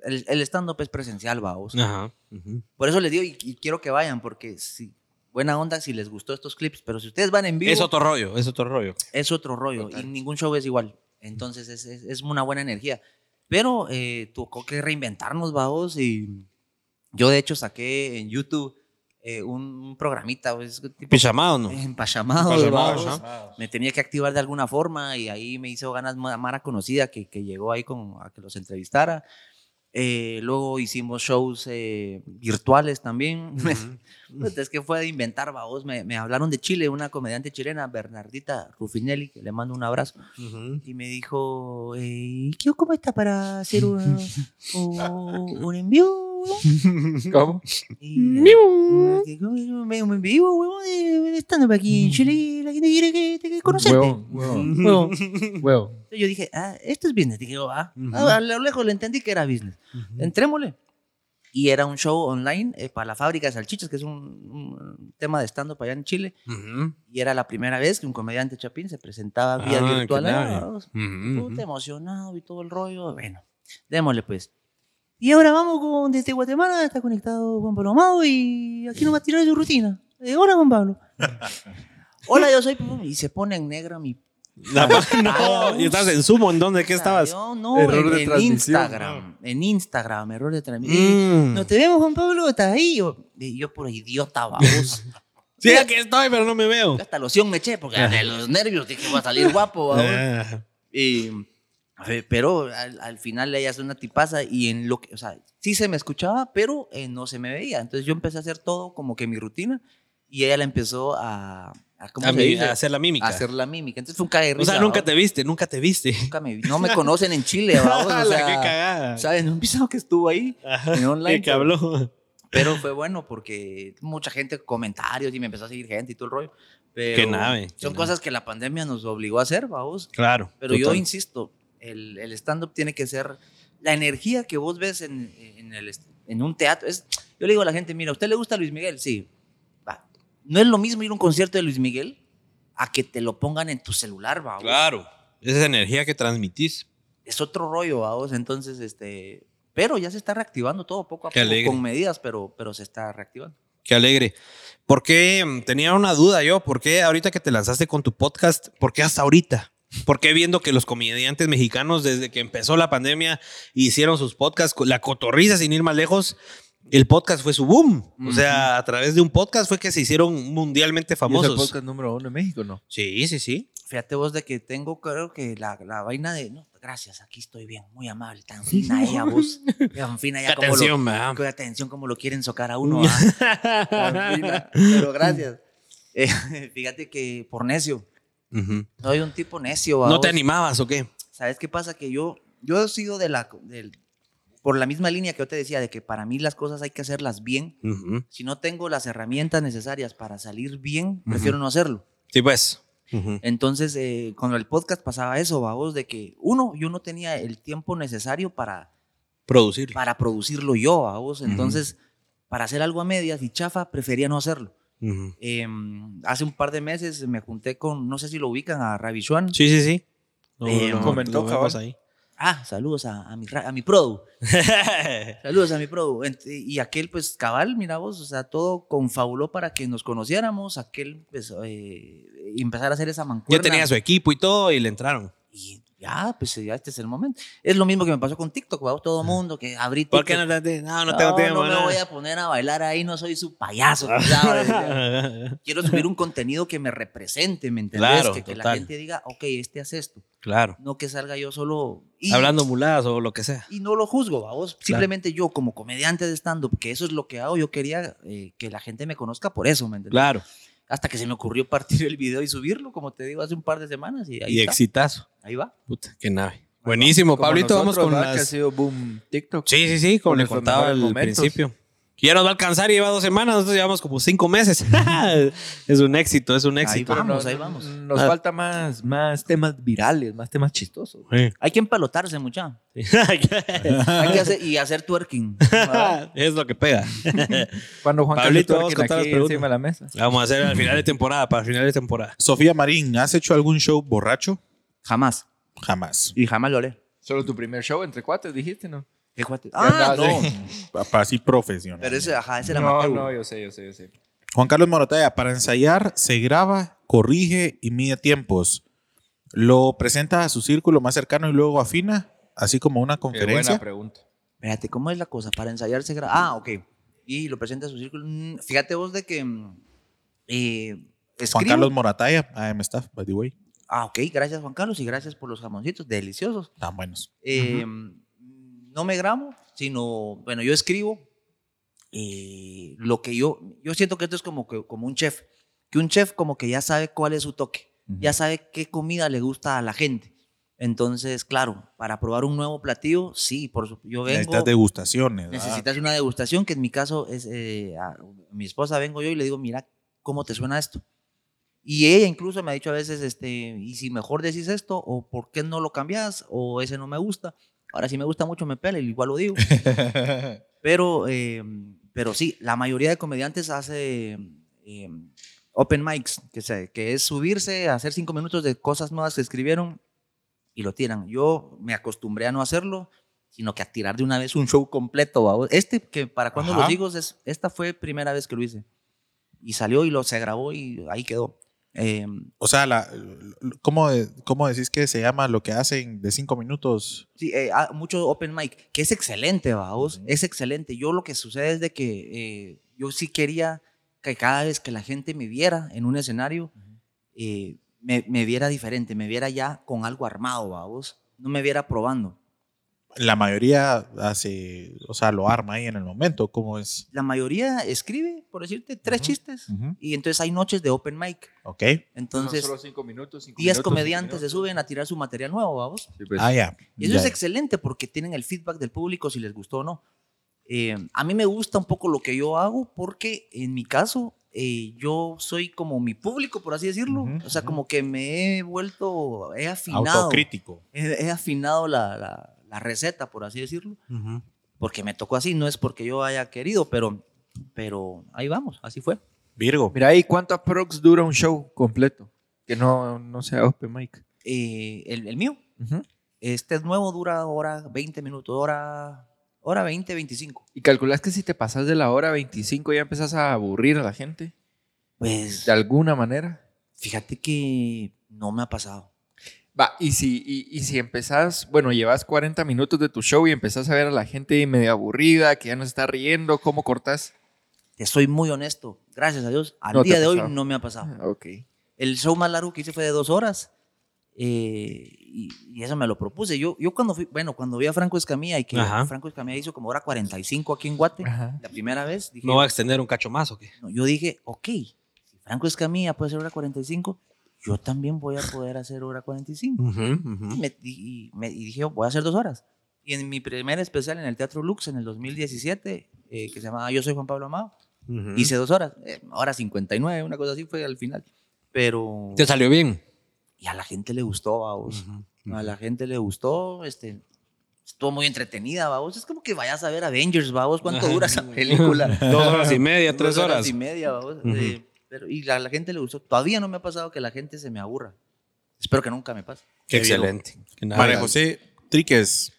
Speaker 1: el, el stand-up es presencial, vamos.
Speaker 2: Ajá. ujú.
Speaker 1: Por eso les digo, y, y quiero que vayan, porque sí, buena onda si les gustó estos clips, pero si ustedes van en vivo,
Speaker 2: Es otro rollo, es otro rollo.
Speaker 1: es otro rollo y ningún show es igual. Entonces es, es- es una buena energía. Pero eh, tocó que reinventarnos, vamos, y yo de hecho saqué en YouTube eh, un, un programita, pues, tipo,
Speaker 2: Pijamado, ¿no?
Speaker 1: empachamado,
Speaker 2: Empachamado,
Speaker 1: vaos.
Speaker 2: ajá.
Speaker 1: me tenía que activar de alguna forma y ahí me hizo ganas ma- Mara conocida que, que llegó ahí con, a que los entrevistara. Eh, luego hicimos shows eh, virtuales también. Puta, es que fue de inventar, babos. Me, me hablaron de Chile, una comediante chilena, Bernardita Rufinelli, que le mando un abrazo.
Speaker 2: Ujú.
Speaker 1: Y me dijo, eh, ¿qué- ¿cómo está para hacer un, un, un en vivo?
Speaker 4: ¿Cómo?
Speaker 1: Y, eh, un en vivo, huevón, eh, estando aquí en Chile, la gente quiere que te que conocerte.
Speaker 4: Huevo, huevo,
Speaker 1: Huevón.
Speaker 4: huevo.
Speaker 1: Entonces yo dije, ah, esto es business. Dije, yo, ah, Ah, a lo lejos le entendí que era business. Entrémosle. Y era un show online eh, para la fábrica de salchichas, que es un, un tema de stand-up allá en Chile.
Speaker 2: Ujú.
Speaker 1: Y era la primera vez que un comediante chapín se presentaba vía
Speaker 2: Ah,
Speaker 1: virtual.
Speaker 2: qué
Speaker 1: Ah,
Speaker 2: nadie.
Speaker 1: vamos,
Speaker 2: Ujú,
Speaker 1: puta,
Speaker 2: ujú.
Speaker 1: emocionado y todo el rollo. Bueno, démosle pues. Y ahora vamos con desde Guatemala, está conectado Juan Pablo Amado y aquí nos va a tirar su rutina. Eh, hola Juan Pablo. hola, yo soy... Y se pone en negro mi
Speaker 2: La- no, y estás en sumo, ¿en dónde? ¿Qué
Speaker 1: Puta,
Speaker 2: estabas?
Speaker 1: yo no,
Speaker 4: Error
Speaker 1: en,
Speaker 4: de
Speaker 1: en
Speaker 4: transmisión.
Speaker 1: Instagram. En Instagram, error de transmisión.
Speaker 2: Mm.
Speaker 1: No te vemos, Juan Pablo, estás ahí. Yo, y yo por idiota, babos.
Speaker 2: Sí, aquí estoy, pero no me veo.
Speaker 1: Yo hasta loción me eché porque de los nervios dije voy a salir guapo, babos.
Speaker 2: Ah.
Speaker 1: Y, a ver, pero al, al final ella es una tipaza y en lo que, o sea, sí se me escuchaba, pero eh, no se me veía. Entonces yo empecé a hacer todo como que mi rutina y ella la empezó a, a ¿cómo
Speaker 2: A,
Speaker 1: se
Speaker 2: mi-
Speaker 1: dice?
Speaker 2: a hacer la mímica.
Speaker 1: A hacer la mímica. Entonces fue un cague de
Speaker 2: o sea,
Speaker 1: risa,
Speaker 2: nunca
Speaker 1: babos.
Speaker 2: te viste, nunca te viste.
Speaker 1: Nunca me vi- No me conocen en Chile, babos, o
Speaker 2: La
Speaker 1: sea,
Speaker 2: qué cagada.
Speaker 1: ¿Sabes? Un pisado que estuvo ahí en online.
Speaker 2: ¿Qué que habló?
Speaker 1: Pero fue bueno porque mucha gente, comentarios y me empezó a seguir gente y todo el rollo. Pero
Speaker 2: Qué nave, qué
Speaker 1: Son
Speaker 2: nave.
Speaker 1: cosas que la pandemia nos obligó a hacer, vamos.
Speaker 2: Claro.
Speaker 1: Pero yo
Speaker 2: total.
Speaker 1: insisto, el, el stand-up tiene que ser la energía que vos ves en, en, el est- en un teatro. Es, yo le digo a la gente, mira, ¿a usted le gusta Luis Miguel? Sí. Va. No es lo mismo ir a un concierto de Luis Miguel a que te lo pongan en tu celular, vamos.
Speaker 2: Claro. Esa energía que transmitís.
Speaker 1: es otro rollo, vamos. Entonces, este. Pero ya se está reactivando todo poco a
Speaker 2: Qué
Speaker 1: poco,
Speaker 2: alegre.
Speaker 1: con medidas, pero, pero se está reactivando.
Speaker 2: Qué alegre. ¿Por qué? mm, Tenía una duda yo. ¿Por qué ahorita que te lanzaste con tu podcast, por qué hasta ahorita? ¿Por qué viendo que los comediantes mexicanos desde que empezó la pandemia hicieron sus podcasts, con la cotorriza sin ir más lejos, el podcast fue su boom? O sea, a través de un podcast fue que se hicieron mundialmente
Speaker 4: Famoso.
Speaker 2: famosos.
Speaker 4: podcast número uno en México, ¿no?
Speaker 2: Sí, sí, sí.
Speaker 1: Fíjate vos de que tengo, creo que la, la vaina de. No, gracias, aquí estoy bien, muy amable, tan fina ella, vos. Tan fina ella, como lo.
Speaker 2: Atención, ¿verdad?
Speaker 1: qué atención, como lo quieren socar a uno. ¿ah? Tan fina, pero gracias. Eh, fíjate que por necio.
Speaker 2: Ujú.
Speaker 1: Soy un tipo necio.
Speaker 2: ¿No
Speaker 1: vamos.
Speaker 2: te animabas o qué?
Speaker 1: ¿Sabes qué pasa? Que yo, yo he sido de la. del- por la misma línea que yo te decía, de que para mí las cosas hay que hacerlas bien.
Speaker 2: Ujú.
Speaker 1: si no tengo las herramientas necesarias para salir bien, prefiero no hacerlo.
Speaker 2: Sí, pues. Ujú.
Speaker 1: Entonces, eh, con el podcast pasaba eso, babos, de que uno, yo no tenía el tiempo necesario para,
Speaker 2: Producir.
Speaker 1: para producirlo yo, babos. Entonces, para hacer algo a medias y chafa, prefería no hacerlo.
Speaker 2: Ujú.
Speaker 1: Eh, hace un par de meses me junté con, no sé si lo ubican, a Ravi Schwan.
Speaker 2: Sí, sí, sí.
Speaker 1: Eh,
Speaker 4: comentó,
Speaker 2: vemos
Speaker 4: cabal.
Speaker 2: ahí.
Speaker 1: Ah, saludos a, a mi, ra- a mi produ. Saludos a mi produ. Ent- Y aquel, pues, cabal, mira vos, o sea, todo confabuló para que nos conociéramos. Aquel, pues, eh, y empezar a hacer esa mancuerna.
Speaker 2: Ya tenía su equipo y todo y le entraron.
Speaker 1: Y ya, pues, ya este es el momento. Es lo mismo que me pasó con TikTok, ¿va? todo mundo que abrí TikTok.
Speaker 2: ¿Por qué no te- No, no
Speaker 1: No,
Speaker 2: tengo tiempo.
Speaker 1: no me
Speaker 2: nada.
Speaker 1: voy a poner a bailar ahí, no soy su payaso. ¿sabes? Quiero subir un contenido que me represente, ¿me entendés?
Speaker 2: Claro,
Speaker 1: que que la
Speaker 2: total.
Speaker 1: gente diga, ok, este hace esto.
Speaker 2: claro.
Speaker 1: No que salga yo solo. y-
Speaker 2: Hablando muladas o lo que sea.
Speaker 1: y no lo juzgo, vamos. Simplemente yo, como comediante de stand-up, que eso es lo que hago, yo quería eh, que la gente me conozca por eso, ¿me entiendes?
Speaker 2: Claro.
Speaker 1: Hasta que se me ocurrió partir el video y subirlo, como te digo, hace un par de semanas y ahí
Speaker 2: y
Speaker 1: está,
Speaker 2: exitazo.
Speaker 1: ahí va.
Speaker 2: Puta, qué nave. Buenísimo,
Speaker 4: Como
Speaker 2: Pablito. Vamos
Speaker 4: nosotros,
Speaker 2: con
Speaker 4: ¿verdad? Que ha
Speaker 2: las. Sí,
Speaker 4: sido boom TikTok.
Speaker 2: sí, sí, como
Speaker 4: con
Speaker 2: le
Speaker 4: nuestros
Speaker 2: contaba al
Speaker 4: mejores momentos.
Speaker 2: principio. Que ya nos va a alcanzar, lleva dos semanas, nosotros llevamos como cinco meses. es un éxito, es un éxito.
Speaker 1: va.
Speaker 4: pero
Speaker 1: Vamos, ahí vamos.
Speaker 4: Nos falta más, más temas virales, más temas chistosos.
Speaker 2: Sí.
Speaker 1: Hay que empalotarse, mucha. Hay que hacer, y hacer twerking. ¿verdad?
Speaker 2: es lo que pega.
Speaker 4: Cuando Juan
Speaker 2: Pablito,
Speaker 4: Carlos
Speaker 2: vamos
Speaker 4: Twerkin
Speaker 2: con todas
Speaker 4: aquí
Speaker 2: las preguntas.
Speaker 4: encima de la mesa.
Speaker 2: Vamos a hacer al final de temporada, para el final de temporada.
Speaker 3: Sofía Marín, ¿has hecho algún show borracho?
Speaker 1: Jamás.
Speaker 3: Jamás.
Speaker 1: Y jamás lo olé.
Speaker 4: Solo tu primer show entre cuates, dijiste, ¿no?
Speaker 1: ¿Qué cuate?
Speaker 4: andaba
Speaker 1: Ah, no.
Speaker 4: así.
Speaker 3: Papá, así profesional.
Speaker 1: Pero ese, ajá, ese era
Speaker 4: No,
Speaker 1: amateur.
Speaker 4: no, yo sé, yo sé, yo sé.
Speaker 3: Juan Carlos Morotaya, para ensayar, se graba, corrige y mide tiempos. Lo presenta a su círculo más cercano y luego afina, así como una
Speaker 4: Qué buena
Speaker 3: conferencia.
Speaker 4: pregunta.
Speaker 1: Espérate, ¿cómo es la cosa? Para ensayarse. gra- Ah, ok. Y lo presenta a su círculo. Mm, Fíjate vos de que. mm, eh,
Speaker 3: Juan
Speaker 1: escribo-
Speaker 3: Carlos Morataya, AM staff, by the way.
Speaker 1: Ah, ok. Gracias, Juan Carlos, y gracias por los jamoncitos. Deliciosos.
Speaker 3: Tan buenos.
Speaker 1: Eh, mm, No me grabo, sino. Bueno, yo escribo. eh, lo que yo. Yo siento que esto es como, que, como un chef. Que un chef, como que ya sabe cuál es su toque. Ya sabe qué comida le gusta a la gente. Entonces, claro, para probar un nuevo platillo, sí, por su- yo vengo.
Speaker 3: Estas degustaciones. ¿verdad?
Speaker 1: Necesitas una degustación, que en mi caso es, eh, a- mi esposa vengo yo y le digo, mira, ¿cómo te suena esto? Y ella incluso me ha dicho a veces, este, y si mejor decís esto, o por qué no lo cambias, o ese no me gusta. Ahora si me gusta mucho me pela, igual lo digo. pero, eh, pero sí, la mayoría de comediantes hace eh, open mics, que, se- que es subirse, hacer cinco minutos de cosas nuevas que escribieron y lo tiran. Yo me acostumbré a no hacerlo sino que a tirar de una vez un show completo. ¿va vos? Este, que para cuando
Speaker 3: Ajá.
Speaker 1: los digo, es, esta fue primera vez que lo hice. Y salió y lo se grabó y ahí quedó. Eh,
Speaker 3: O sea, la, ¿cómo, de- ¿cómo decís que se llama lo que hacen de cinco minutos?
Speaker 1: sí, eh, ah, mucho open mic, que es excelente, vamos, es excelente. Yo lo que sucede es de que eh, yo sí quería que cada vez que la gente me viera en un escenario, eh, me, me viera diferente, me viera ya con algo armado, vamos, no me viera probando.
Speaker 3: La mayoría hace, o sea, lo arma ahí en el momento. ¿Cómo es?
Speaker 1: La mayoría escribe, por decirte, tres chistes.
Speaker 3: Ujú.
Speaker 1: Y entonces hay noches de open mic.
Speaker 3: ¿Ok?
Speaker 1: Entonces,
Speaker 4: Son solo cinco minutos, cinco
Speaker 1: 10
Speaker 4: minutos,
Speaker 1: comediantes se
Speaker 4: cinco
Speaker 1: suben a tirar su material nuevo, vamos.
Speaker 4: minutos. Sí, pues.
Speaker 3: ah, ya.
Speaker 1: Y eso
Speaker 3: Ya,
Speaker 1: es
Speaker 3: ya.
Speaker 1: excelente porque tienen el feedback del público si les gustó o no. Eh, a mí me gusta un poco lo que yo hago porque en mi caso eh, yo soy como mi público, por así decirlo.
Speaker 3: Ujú,
Speaker 1: o sea, como que me he vuelto, he afinado.
Speaker 3: Autocrítico.
Speaker 1: He, he afinado la, la- la receta, por así decirlo.
Speaker 2: Ujú.
Speaker 1: Porque me tocó así, no es porque yo haya querido, pero, pero ahí vamos, así fue.
Speaker 3: Virgo.
Speaker 4: Mira ahí, ¿cuánto aprox dura un show completo? Que no, no sea open mic.
Speaker 1: Eh, el, el mío,
Speaker 4: Ujú.
Speaker 1: este es nuevo, dura hora 20 minutos, hora, hora 20, 25.
Speaker 4: Y calculás que si te pasas de la hora 25 ya empezás a aburrir a la gente,
Speaker 1: Pues
Speaker 4: de alguna manera.
Speaker 1: fíjate que no me ha pasado.
Speaker 4: Va, y si, y, y si empezás, bueno, llevas 40 minutos de tu show y empezás a ver a la gente medio aburrida, que ya no se está riendo, ¿cómo cortás?
Speaker 1: Te soy muy honesto. Gracias a Dios. Al
Speaker 4: No te
Speaker 1: día
Speaker 4: ha
Speaker 1: de hoy
Speaker 4: pasado.
Speaker 1: no me ha pasado.
Speaker 4: Ah, Ok.
Speaker 1: El show más largo que hice fue de dos horas. eh, y, y eso me lo propuse. Yo, yo cuando fui, bueno, cuando vi a Franco Escamilla y que
Speaker 2: Ajá.
Speaker 1: Franco Escamilla hizo como hora 45 aquí en Guate,
Speaker 4: Ajá.
Speaker 1: la primera vez, dije,
Speaker 2: ¿No va a extender un cacho más o qué?
Speaker 1: no, yo dije, ok, si Franco Escamilla puede hacer hora 45, yo también voy a poder hacer hora 45. Y, me, y- y me- y dije, voy a hacer dos horas. Y en mi primer especial en el Teatro Lux en el 2017, eh, que se llamaba Yo soy Juan Pablo Amado, hice dos horas, eh, hora 59, una cosa así fue al final. Pero...
Speaker 2: ¿Te salió bien?
Speaker 1: Y a la gente le gustó, vamos. A la gente le gustó, este... Estuvo muy entretenida, vamos. Es como que vayas a ver Avengers, vamos. ¿Cuánto dura esa película?
Speaker 2: Dos horas y media, tres
Speaker 1: Dos
Speaker 2: horas.
Speaker 1: y media, vamos.
Speaker 2: Ujú.
Speaker 1: Eh, pero, y a la gente le gustó. Todavía no me ha pasado que la gente se me aburra. Espero que nunca me pase.
Speaker 2: Excelente. Que nada.
Speaker 3: María José Triques,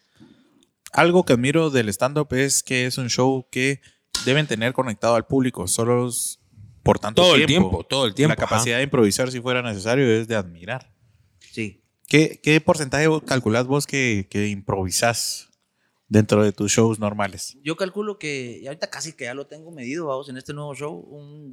Speaker 3: algo que admiro del stand-up es que es un show que deben tener conectado al público, solos por tanto
Speaker 2: Todo el
Speaker 3: tiempo.
Speaker 2: tiempo, todo el tiempo.
Speaker 3: La capacidad de improvisar si fuera necesario es de admirar.
Speaker 1: Sí.
Speaker 3: ¿Qué, qué porcentaje vos- calculás vos que, que improvisás dentro de tus shows normales?
Speaker 1: Yo calculo que y ahorita casi que ya lo tengo medido, vamos, en este nuevo show, un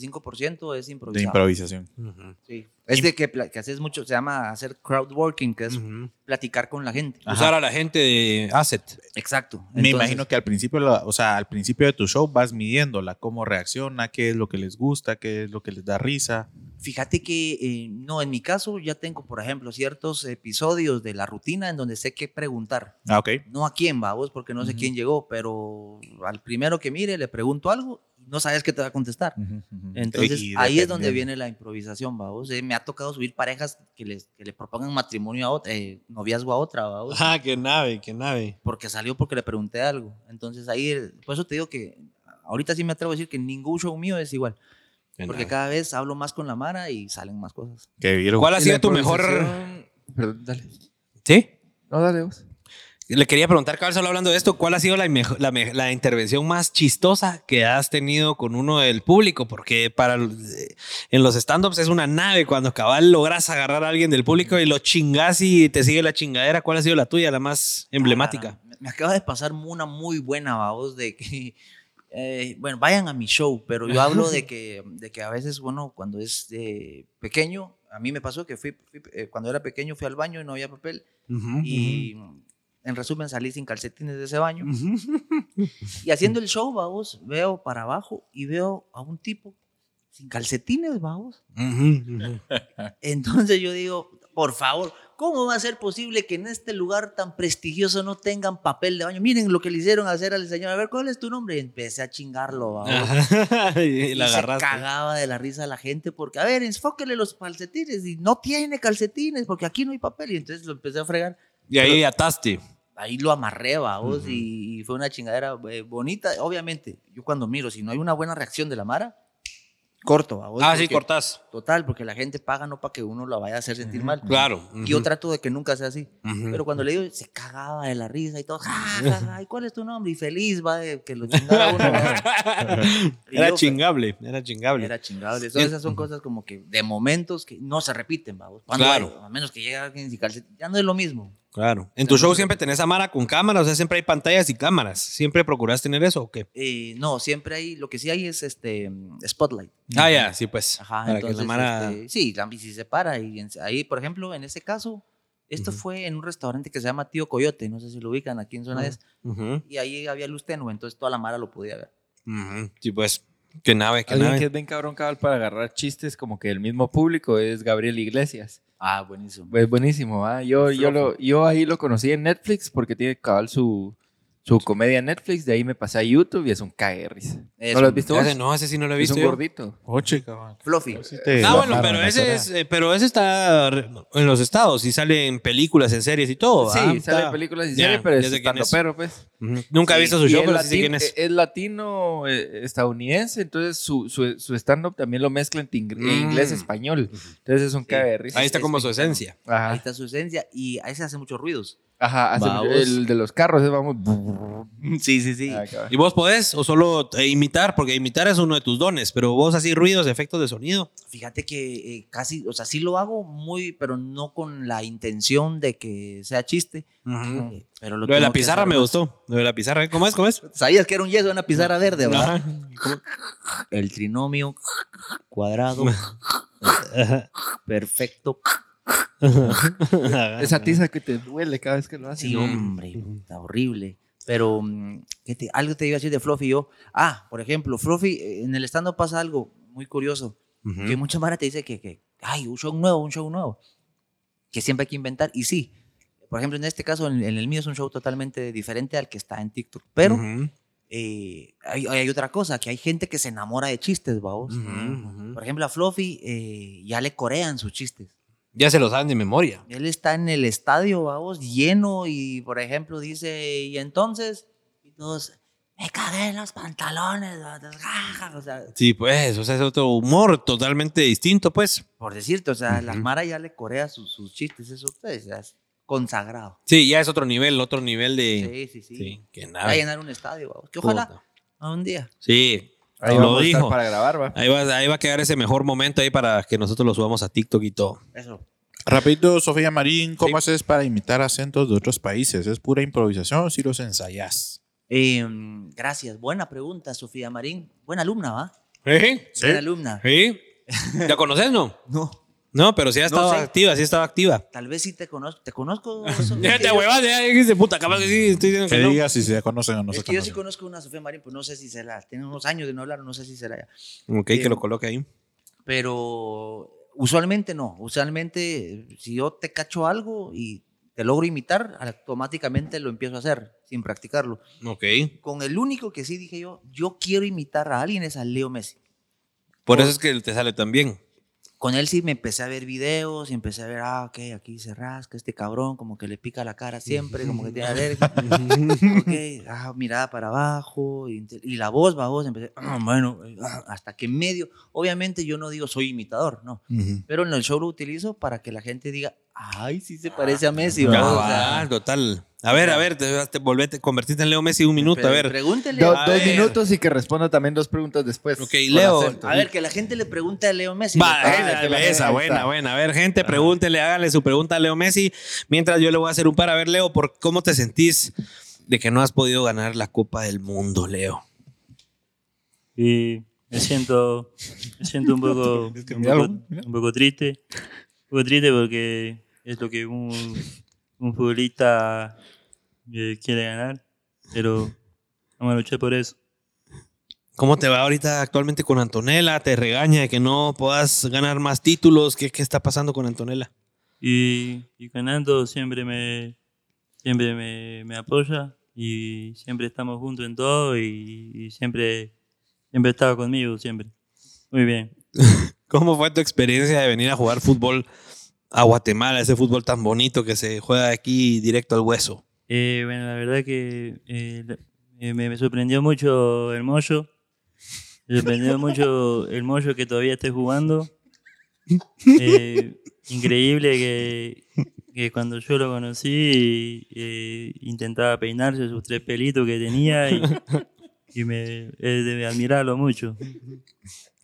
Speaker 1: 20-25% es
Speaker 3: De
Speaker 1: improvisado.
Speaker 3: improvisación.
Speaker 2: ajá. Ujú,
Speaker 1: Sí. Es de que, pla- que haces mucho, se llama hacer crowd working, que es
Speaker 2: ujú.
Speaker 1: platicar con la gente.
Speaker 2: Usar a la gente de asset.
Speaker 1: Exacto.
Speaker 3: Me
Speaker 1: Entonces,
Speaker 3: imagino que al principio, la- o sea, al principio de tu show vas midiéndola, cómo reacciona, qué es lo que les gusta, qué es lo que les da risa.
Speaker 1: Fíjate que, eh, no, en mi caso ya tengo, por ejemplo, ciertos episodios de la rutina en donde sé qué preguntar.
Speaker 3: Ah, ok.
Speaker 1: no a quién va vos, porque no sé quién llegó, pero al primero que mire le pregunto algo, no sabes qué te va a contestar.
Speaker 3: Ujú, ujú.
Speaker 1: Entonces
Speaker 3: Y
Speaker 1: ahí es donde
Speaker 3: dependiendo.
Speaker 1: viene la improvisación, va vos. Eh, me ha tocado subir parejas que, les, que le propongan matrimonio a otra, eh, noviazgo a otra, va vos,
Speaker 2: Ah, qué nave, qué nave.
Speaker 1: porque salió porque le pregunté algo. Entonces ahí, eh, por eso te digo que ahorita sí me atrevo a decir que ningún show mío es igual,
Speaker 2: Qué
Speaker 1: porque
Speaker 2: nave.
Speaker 1: cada vez hablo más con la Mara y salen más cosas.
Speaker 3: Qué virgo.
Speaker 2: ¿Cuál ha
Speaker 4: Y
Speaker 2: sido
Speaker 4: la
Speaker 2: tu mejor
Speaker 4: improvisación, Perdón, dale.
Speaker 2: ¿Sí?
Speaker 4: No, dale vos.
Speaker 2: Le quería preguntar, Cabal, solo hablando de esto, ¿cuál ha sido la, mejo- la me- la intervención más chistosa que has tenido con uno del público? Porque para eh, en los stand-ups es una nave cuando Cabal logras agarrar a alguien del público y lo chingas y te sigue la chingadera. ¿Cuál ha sido la tuya, la más emblemática?
Speaker 1: Ah, Me- Me acaba de pasar una muy buena voz de que, eh, bueno, vayan a mi show, pero yo hablo de que, de que a veces, bueno, cuando es eh, pequeño, a mí me pasó que fui, fui, eh, cuando era pequeño fui al baño y no había papel y mm, en resumen salí sin calcetines de ese baño. Y haciendo el show, vamos, veo para abajo y veo a un tipo sin calcetines, vamos. Entonces yo digo, por favor, ¿cómo va a ser posible que en este lugar tan prestigioso no tengan papel de baño? Miren lo que le hicieron hacer al señor. A ver, ¿cuál es tu nombre? Y empecé a chingarlo, vamos.
Speaker 2: Ajá. y la
Speaker 1: Y
Speaker 2: agarraste.
Speaker 1: Se cagaba de la risa a la gente porque, a ver, enfóquele los calcetines. Y no tiene calcetines porque aquí no hay papel. Y entonces lo empecé a fregar.
Speaker 2: Y ahí ataste.
Speaker 1: Ahí lo amarré, vamos, y, y fue una chingadera eh, bonita. Obviamente, yo cuando miro, si no hay una buena reacción de la Mara, corto, vamos.
Speaker 2: Ah, sí,
Speaker 1: porque-
Speaker 2: cortás.
Speaker 1: Total, porque la gente paga no para que uno la vaya a hacer sentir mal.
Speaker 2: Claro.
Speaker 1: Yo
Speaker 2: Ujú.
Speaker 1: trato de que nunca sea así.
Speaker 2: Ujú.
Speaker 1: Pero cuando le digo, se cagaba de la risa y todo. "Ja, ja, ja, ¿Y cuál es tu nombre? Y feliz, va, de que lo chingara uno. ¿verdad? Y
Speaker 2: Era
Speaker 1: yo,
Speaker 2: chingable, era chingable.
Speaker 1: Era chingable. Entonces, esas son cosas como que de momentos que no se repiten, vamos.
Speaker 2: Claro.
Speaker 1: A menos que llegue alguien sin calcetín. Ya no es lo mismo.
Speaker 2: Claro. En tu show siempre tenés a Mara con cámaras, o sea, siempre hay pantallas y cámaras. ¿Siempre procurás tener eso o qué?
Speaker 1: Eh, no, siempre hay, lo que sí hay es este mm, spotlight.
Speaker 2: Ah, ya, sí, pues.
Speaker 1: Ajá,
Speaker 2: para que
Speaker 1: entonces,
Speaker 2: la Mara.
Speaker 1: este, sí, la bici se para. Y en- ahí, por ejemplo, en ese caso, esto fue en un restaurante que se llama Tío Coyote, no sé si lo ubican aquí en zona de...
Speaker 2: Ujú,
Speaker 1: Y ahí había luz tenue, entonces toda la mara lo podía ver.
Speaker 2: ujú. Sí, pues. Qué nave, qué
Speaker 4: Alguien que
Speaker 2: nave.
Speaker 4: es bien cabrón cabal para agarrar chistes como que el mismo público es Gabriel Iglesias.
Speaker 1: Ah, buenísimo.
Speaker 4: Pues buenísimo, ¿ah? yo, yo, lo, yo ahí lo conocí en Netflix porque tiene cabal su, su comedia en Netflix, de ahí me pasé a YouTube y es un cague de risa.
Speaker 1: Es
Speaker 4: ¿No lo has
Speaker 1: un-
Speaker 4: visto? vos?
Speaker 2: Ese no, ese sí no lo he
Speaker 4: es
Speaker 2: visto.
Speaker 4: un
Speaker 2: yo.
Speaker 4: gordito.
Speaker 3: Oche, cabrón.
Speaker 1: Fluffy.
Speaker 2: Ah, bueno, pero ese, es, eh, pero ese está re- en los estados y sale en películas, en series y todo.
Speaker 4: sí,
Speaker 2: ¿ah?
Speaker 4: sale
Speaker 2: Está-
Speaker 4: en películas y
Speaker 2: Ya,
Speaker 4: series, pero
Speaker 2: ya
Speaker 4: es
Speaker 2: sé quién es.
Speaker 4: estandopero, pues.
Speaker 2: Ujú. Nunca he
Speaker 4: Sí,
Speaker 2: visto su
Speaker 4: y
Speaker 2: show,
Speaker 4: es
Speaker 2: pero sí sé
Speaker 4: latin-
Speaker 2: quién es.
Speaker 4: Es latino eh, estadounidense, entonces su, su, su stand-up también lo mezcla entre ing-
Speaker 2: Mm.
Speaker 4: inglés-español. Entonces es un cague de risa.
Speaker 2: Ahí está como su esencia.
Speaker 1: Ahí
Speaker 4: Ajá,
Speaker 1: está su esencia y a ese hace muchos ruidos.
Speaker 4: ajá. hace
Speaker 1: Va,
Speaker 4: mucho-
Speaker 1: vos.
Speaker 4: el de los carros, es vamos.
Speaker 1: Sí, sí, sí.
Speaker 4: Ah, cabal.
Speaker 2: ¿Y vos podés o solo eh, imitar? Porque imitar es uno de tus dones, pero vos así ruidos, efectos de sonido.
Speaker 1: Fíjate que eh, casi, o sea, sí lo hago muy, pero no con la intención de que sea chiste. Eh, pero
Speaker 2: Lo de la
Speaker 1: tengo que
Speaker 2: pizarra
Speaker 1: hacer
Speaker 2: me
Speaker 1: más.
Speaker 2: gustó. Lo de la pizarra, ¿eh? ¿cómo es? ¿Cómo es?
Speaker 1: Sabías que era un yeso, una pizarra verde, ¿verdad?
Speaker 2: Ajá.
Speaker 1: El trinomio cuadrado perfecto.
Speaker 4: Esa tiza que te duele cada vez que lo haces.
Speaker 1: Sí, hombre, está horrible. Pero mm, ¿qué te- algo te iba a decir de Fluffy yo. Ah, por ejemplo, Fluffy, eh, en el stand pasa algo muy curioso. Que
Speaker 2: Ujú.
Speaker 1: mucha mara te dice que, que, ay, un show nuevo, un show nuevo. Que siempre hay que inventar. Y sí, por ejemplo, en este caso, en, en el mío es un show totalmente diferente al que está en TikTok. Pero
Speaker 2: Ujú.
Speaker 1: eh, hay, hay otra cosa, que hay gente que se enamora de chistes, vamos.
Speaker 2: Ujú, ujú.
Speaker 1: Por ejemplo, a Fluffy eh, ya le corean sus chistes.
Speaker 2: Ya se lo saben de memoria.
Speaker 1: Él está en el estadio, vamos, lleno y, por ejemplo, dice, y entonces, y todos, me cagué en los pantalones, vatos, ja, ja", o sea,
Speaker 2: Sí, pues, o sea, es otro humor totalmente distinto, pues.
Speaker 1: por decirte, o sea, la
Speaker 2: Ujú.
Speaker 1: Mara ya le corea sus, sus chistes, eso pues, ya es consagrado.
Speaker 2: Sí, ya es otro nivel, otro nivel de...
Speaker 1: Sí, sí, sí.
Speaker 2: Sí, que
Speaker 1: Va a
Speaker 2: nada.
Speaker 1: llenar un estadio, vamos, que ojalá
Speaker 2: Puta.
Speaker 1: a un día.
Speaker 2: Sí,
Speaker 4: Ahí
Speaker 2: lo
Speaker 4: vamos a estar
Speaker 2: dijo.
Speaker 4: para grabar, va.
Speaker 2: Ahí va, ahí va a quedar ese mejor momento ahí para que nosotros lo subamos a TikTok y todo.
Speaker 1: Eso.
Speaker 3: Rapidito, Sofía Marín, ¿cómo haces para imitar acentos de otros países? ¿Es pura improvisación o si los ensayás?
Speaker 1: Eh, gracias, buena pregunta, Sofía Marín. Buena alumna, ¿va?
Speaker 4: ¿Eh?
Speaker 2: ¿Sí?
Speaker 1: Buena alumna.
Speaker 2: ¿Sí? ¿La conoces, no?
Speaker 1: No,
Speaker 2: No, pero sí ha estado
Speaker 1: sé.
Speaker 2: activa, sí ha estado activa.
Speaker 1: tal vez sí te conozco. ¿Te conozco? Sofía?
Speaker 2: Ya te huevas, ya dijiste, puta, capaz que sí, estoy diciendo
Speaker 3: Que
Speaker 2: que no.
Speaker 3: digas si se conocen o no
Speaker 1: Es
Speaker 3: se
Speaker 1: que yo sí
Speaker 3: conocen.
Speaker 1: conozco una Sofía Marín, pues no sé si será. Tiene unos años de no hablar, no sé si será ya.
Speaker 2: Ok, que lo coloque ahí.
Speaker 1: Pero usualmente no. Usualmente, eh, si yo te cacho algo y te logro imitar, automáticamente lo empiezo a hacer sin practicarlo.
Speaker 2: Ok.
Speaker 1: Con el único que sí dije yo, yo quiero imitar a alguien es a Leo Messi.
Speaker 2: Por eso es que te sale tan bien.
Speaker 1: con él sí me empecé a ver videos y empecé a ver, ah, ok, aquí se rasca este cabrón, como que le pica la cara siempre, como que tiene alergia. ok, ah, mirada para abajo y, ente- y la voz, va voz, empecé, ah, bueno, ah, hasta que en medio, obviamente yo no digo soy imitador, no, pero en el show lo utilizo para que la gente diga, ay, sí
Speaker 2: Ah,
Speaker 1: se parece a Messi, va, o sea,
Speaker 2: Cabal, ah, total. A ver, a ver, te, te volvete, convertiste en Leo Messi un minuto, a
Speaker 1: pre-
Speaker 2: ver.
Speaker 1: Pregúntele.
Speaker 4: Do-
Speaker 1: a-
Speaker 2: A
Speaker 4: dos
Speaker 2: ver.
Speaker 4: minutos y que responda también dos preguntas después.
Speaker 2: Ok,
Speaker 4: Con
Speaker 2: Leo,
Speaker 4: acento.
Speaker 1: A ver, que la gente le pregunte a Leo Messi.
Speaker 2: Va,
Speaker 1: ¿le
Speaker 2: esa,
Speaker 1: parece?
Speaker 4: que la-
Speaker 2: esa,
Speaker 4: ahí
Speaker 2: buena,
Speaker 4: está.
Speaker 2: buena. A ver, gente, pregúntele, hágale su pregunta a Leo Messi. Mientras yo le voy a hacer un par. A ver, Leo, ¿por ¿cómo te sentís de que no has podido ganar la Copa del Mundo, Leo?
Speaker 8: Y me siento, me siento un, poco, un, poco, un poco triste. Un poco triste porque es lo que un, un futbolista eh, quiere ganar. Pero vamos a luchar por eso.
Speaker 2: ¿Cómo te va ahorita actualmente con Antonella? ¿Te regaña de que no puedas ganar más títulos? ¿Qué, qué está pasando con Antonella?
Speaker 8: Y, y con Ando siempre me, siempre me, me apoya y siempre estamos juntos en todo y, y siempre, siempre estaba conmigo, siempre. Muy bien.
Speaker 2: ¿Cómo fue tu experiencia de venir a jugar fútbol a Guatemala, ese fútbol tan bonito que se juega aquí directo al hueso?
Speaker 8: Eh, bueno, la verdad que eh, la- eh, me, me sorprendió mucho el Moyo. Me sorprendió mucho el Moyo que todavía esté jugando. Eh, increíble que, que cuando yo lo conocí eh, intentaba peinarse sus tres pelitos que tenía y, y me es de admirarlo mucho.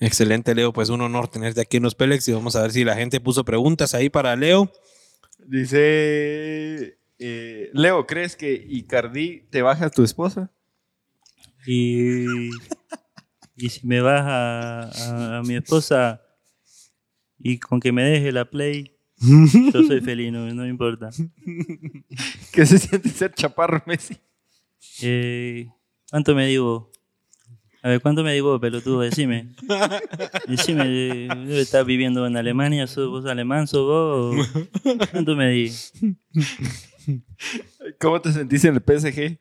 Speaker 2: Excelente, Leo. Pues un honor tenerte aquí en los Pelex y vamos a ver si la gente puso preguntas ahí para Leo.
Speaker 4: Dice eh, Leo, ¿crees que Icardi te baja a tu esposa?
Speaker 8: Y, y si me vas a, a- a mi esposa y con que me deje la play, yo soy feliz, no, no me importa.
Speaker 4: ¿Qué se siente ser chaparro Messi?
Speaker 8: Eh, ¿Cuánto me digo? A ver, ¿cuánto me digo, pelotudo? Decime. Decime, eh, ¿estás viviendo en Alemania? ¿Sos vos alemán? ¿Sos vos? o- ¿Cuánto me di?
Speaker 4: ¿Cómo te sentís en el PSG?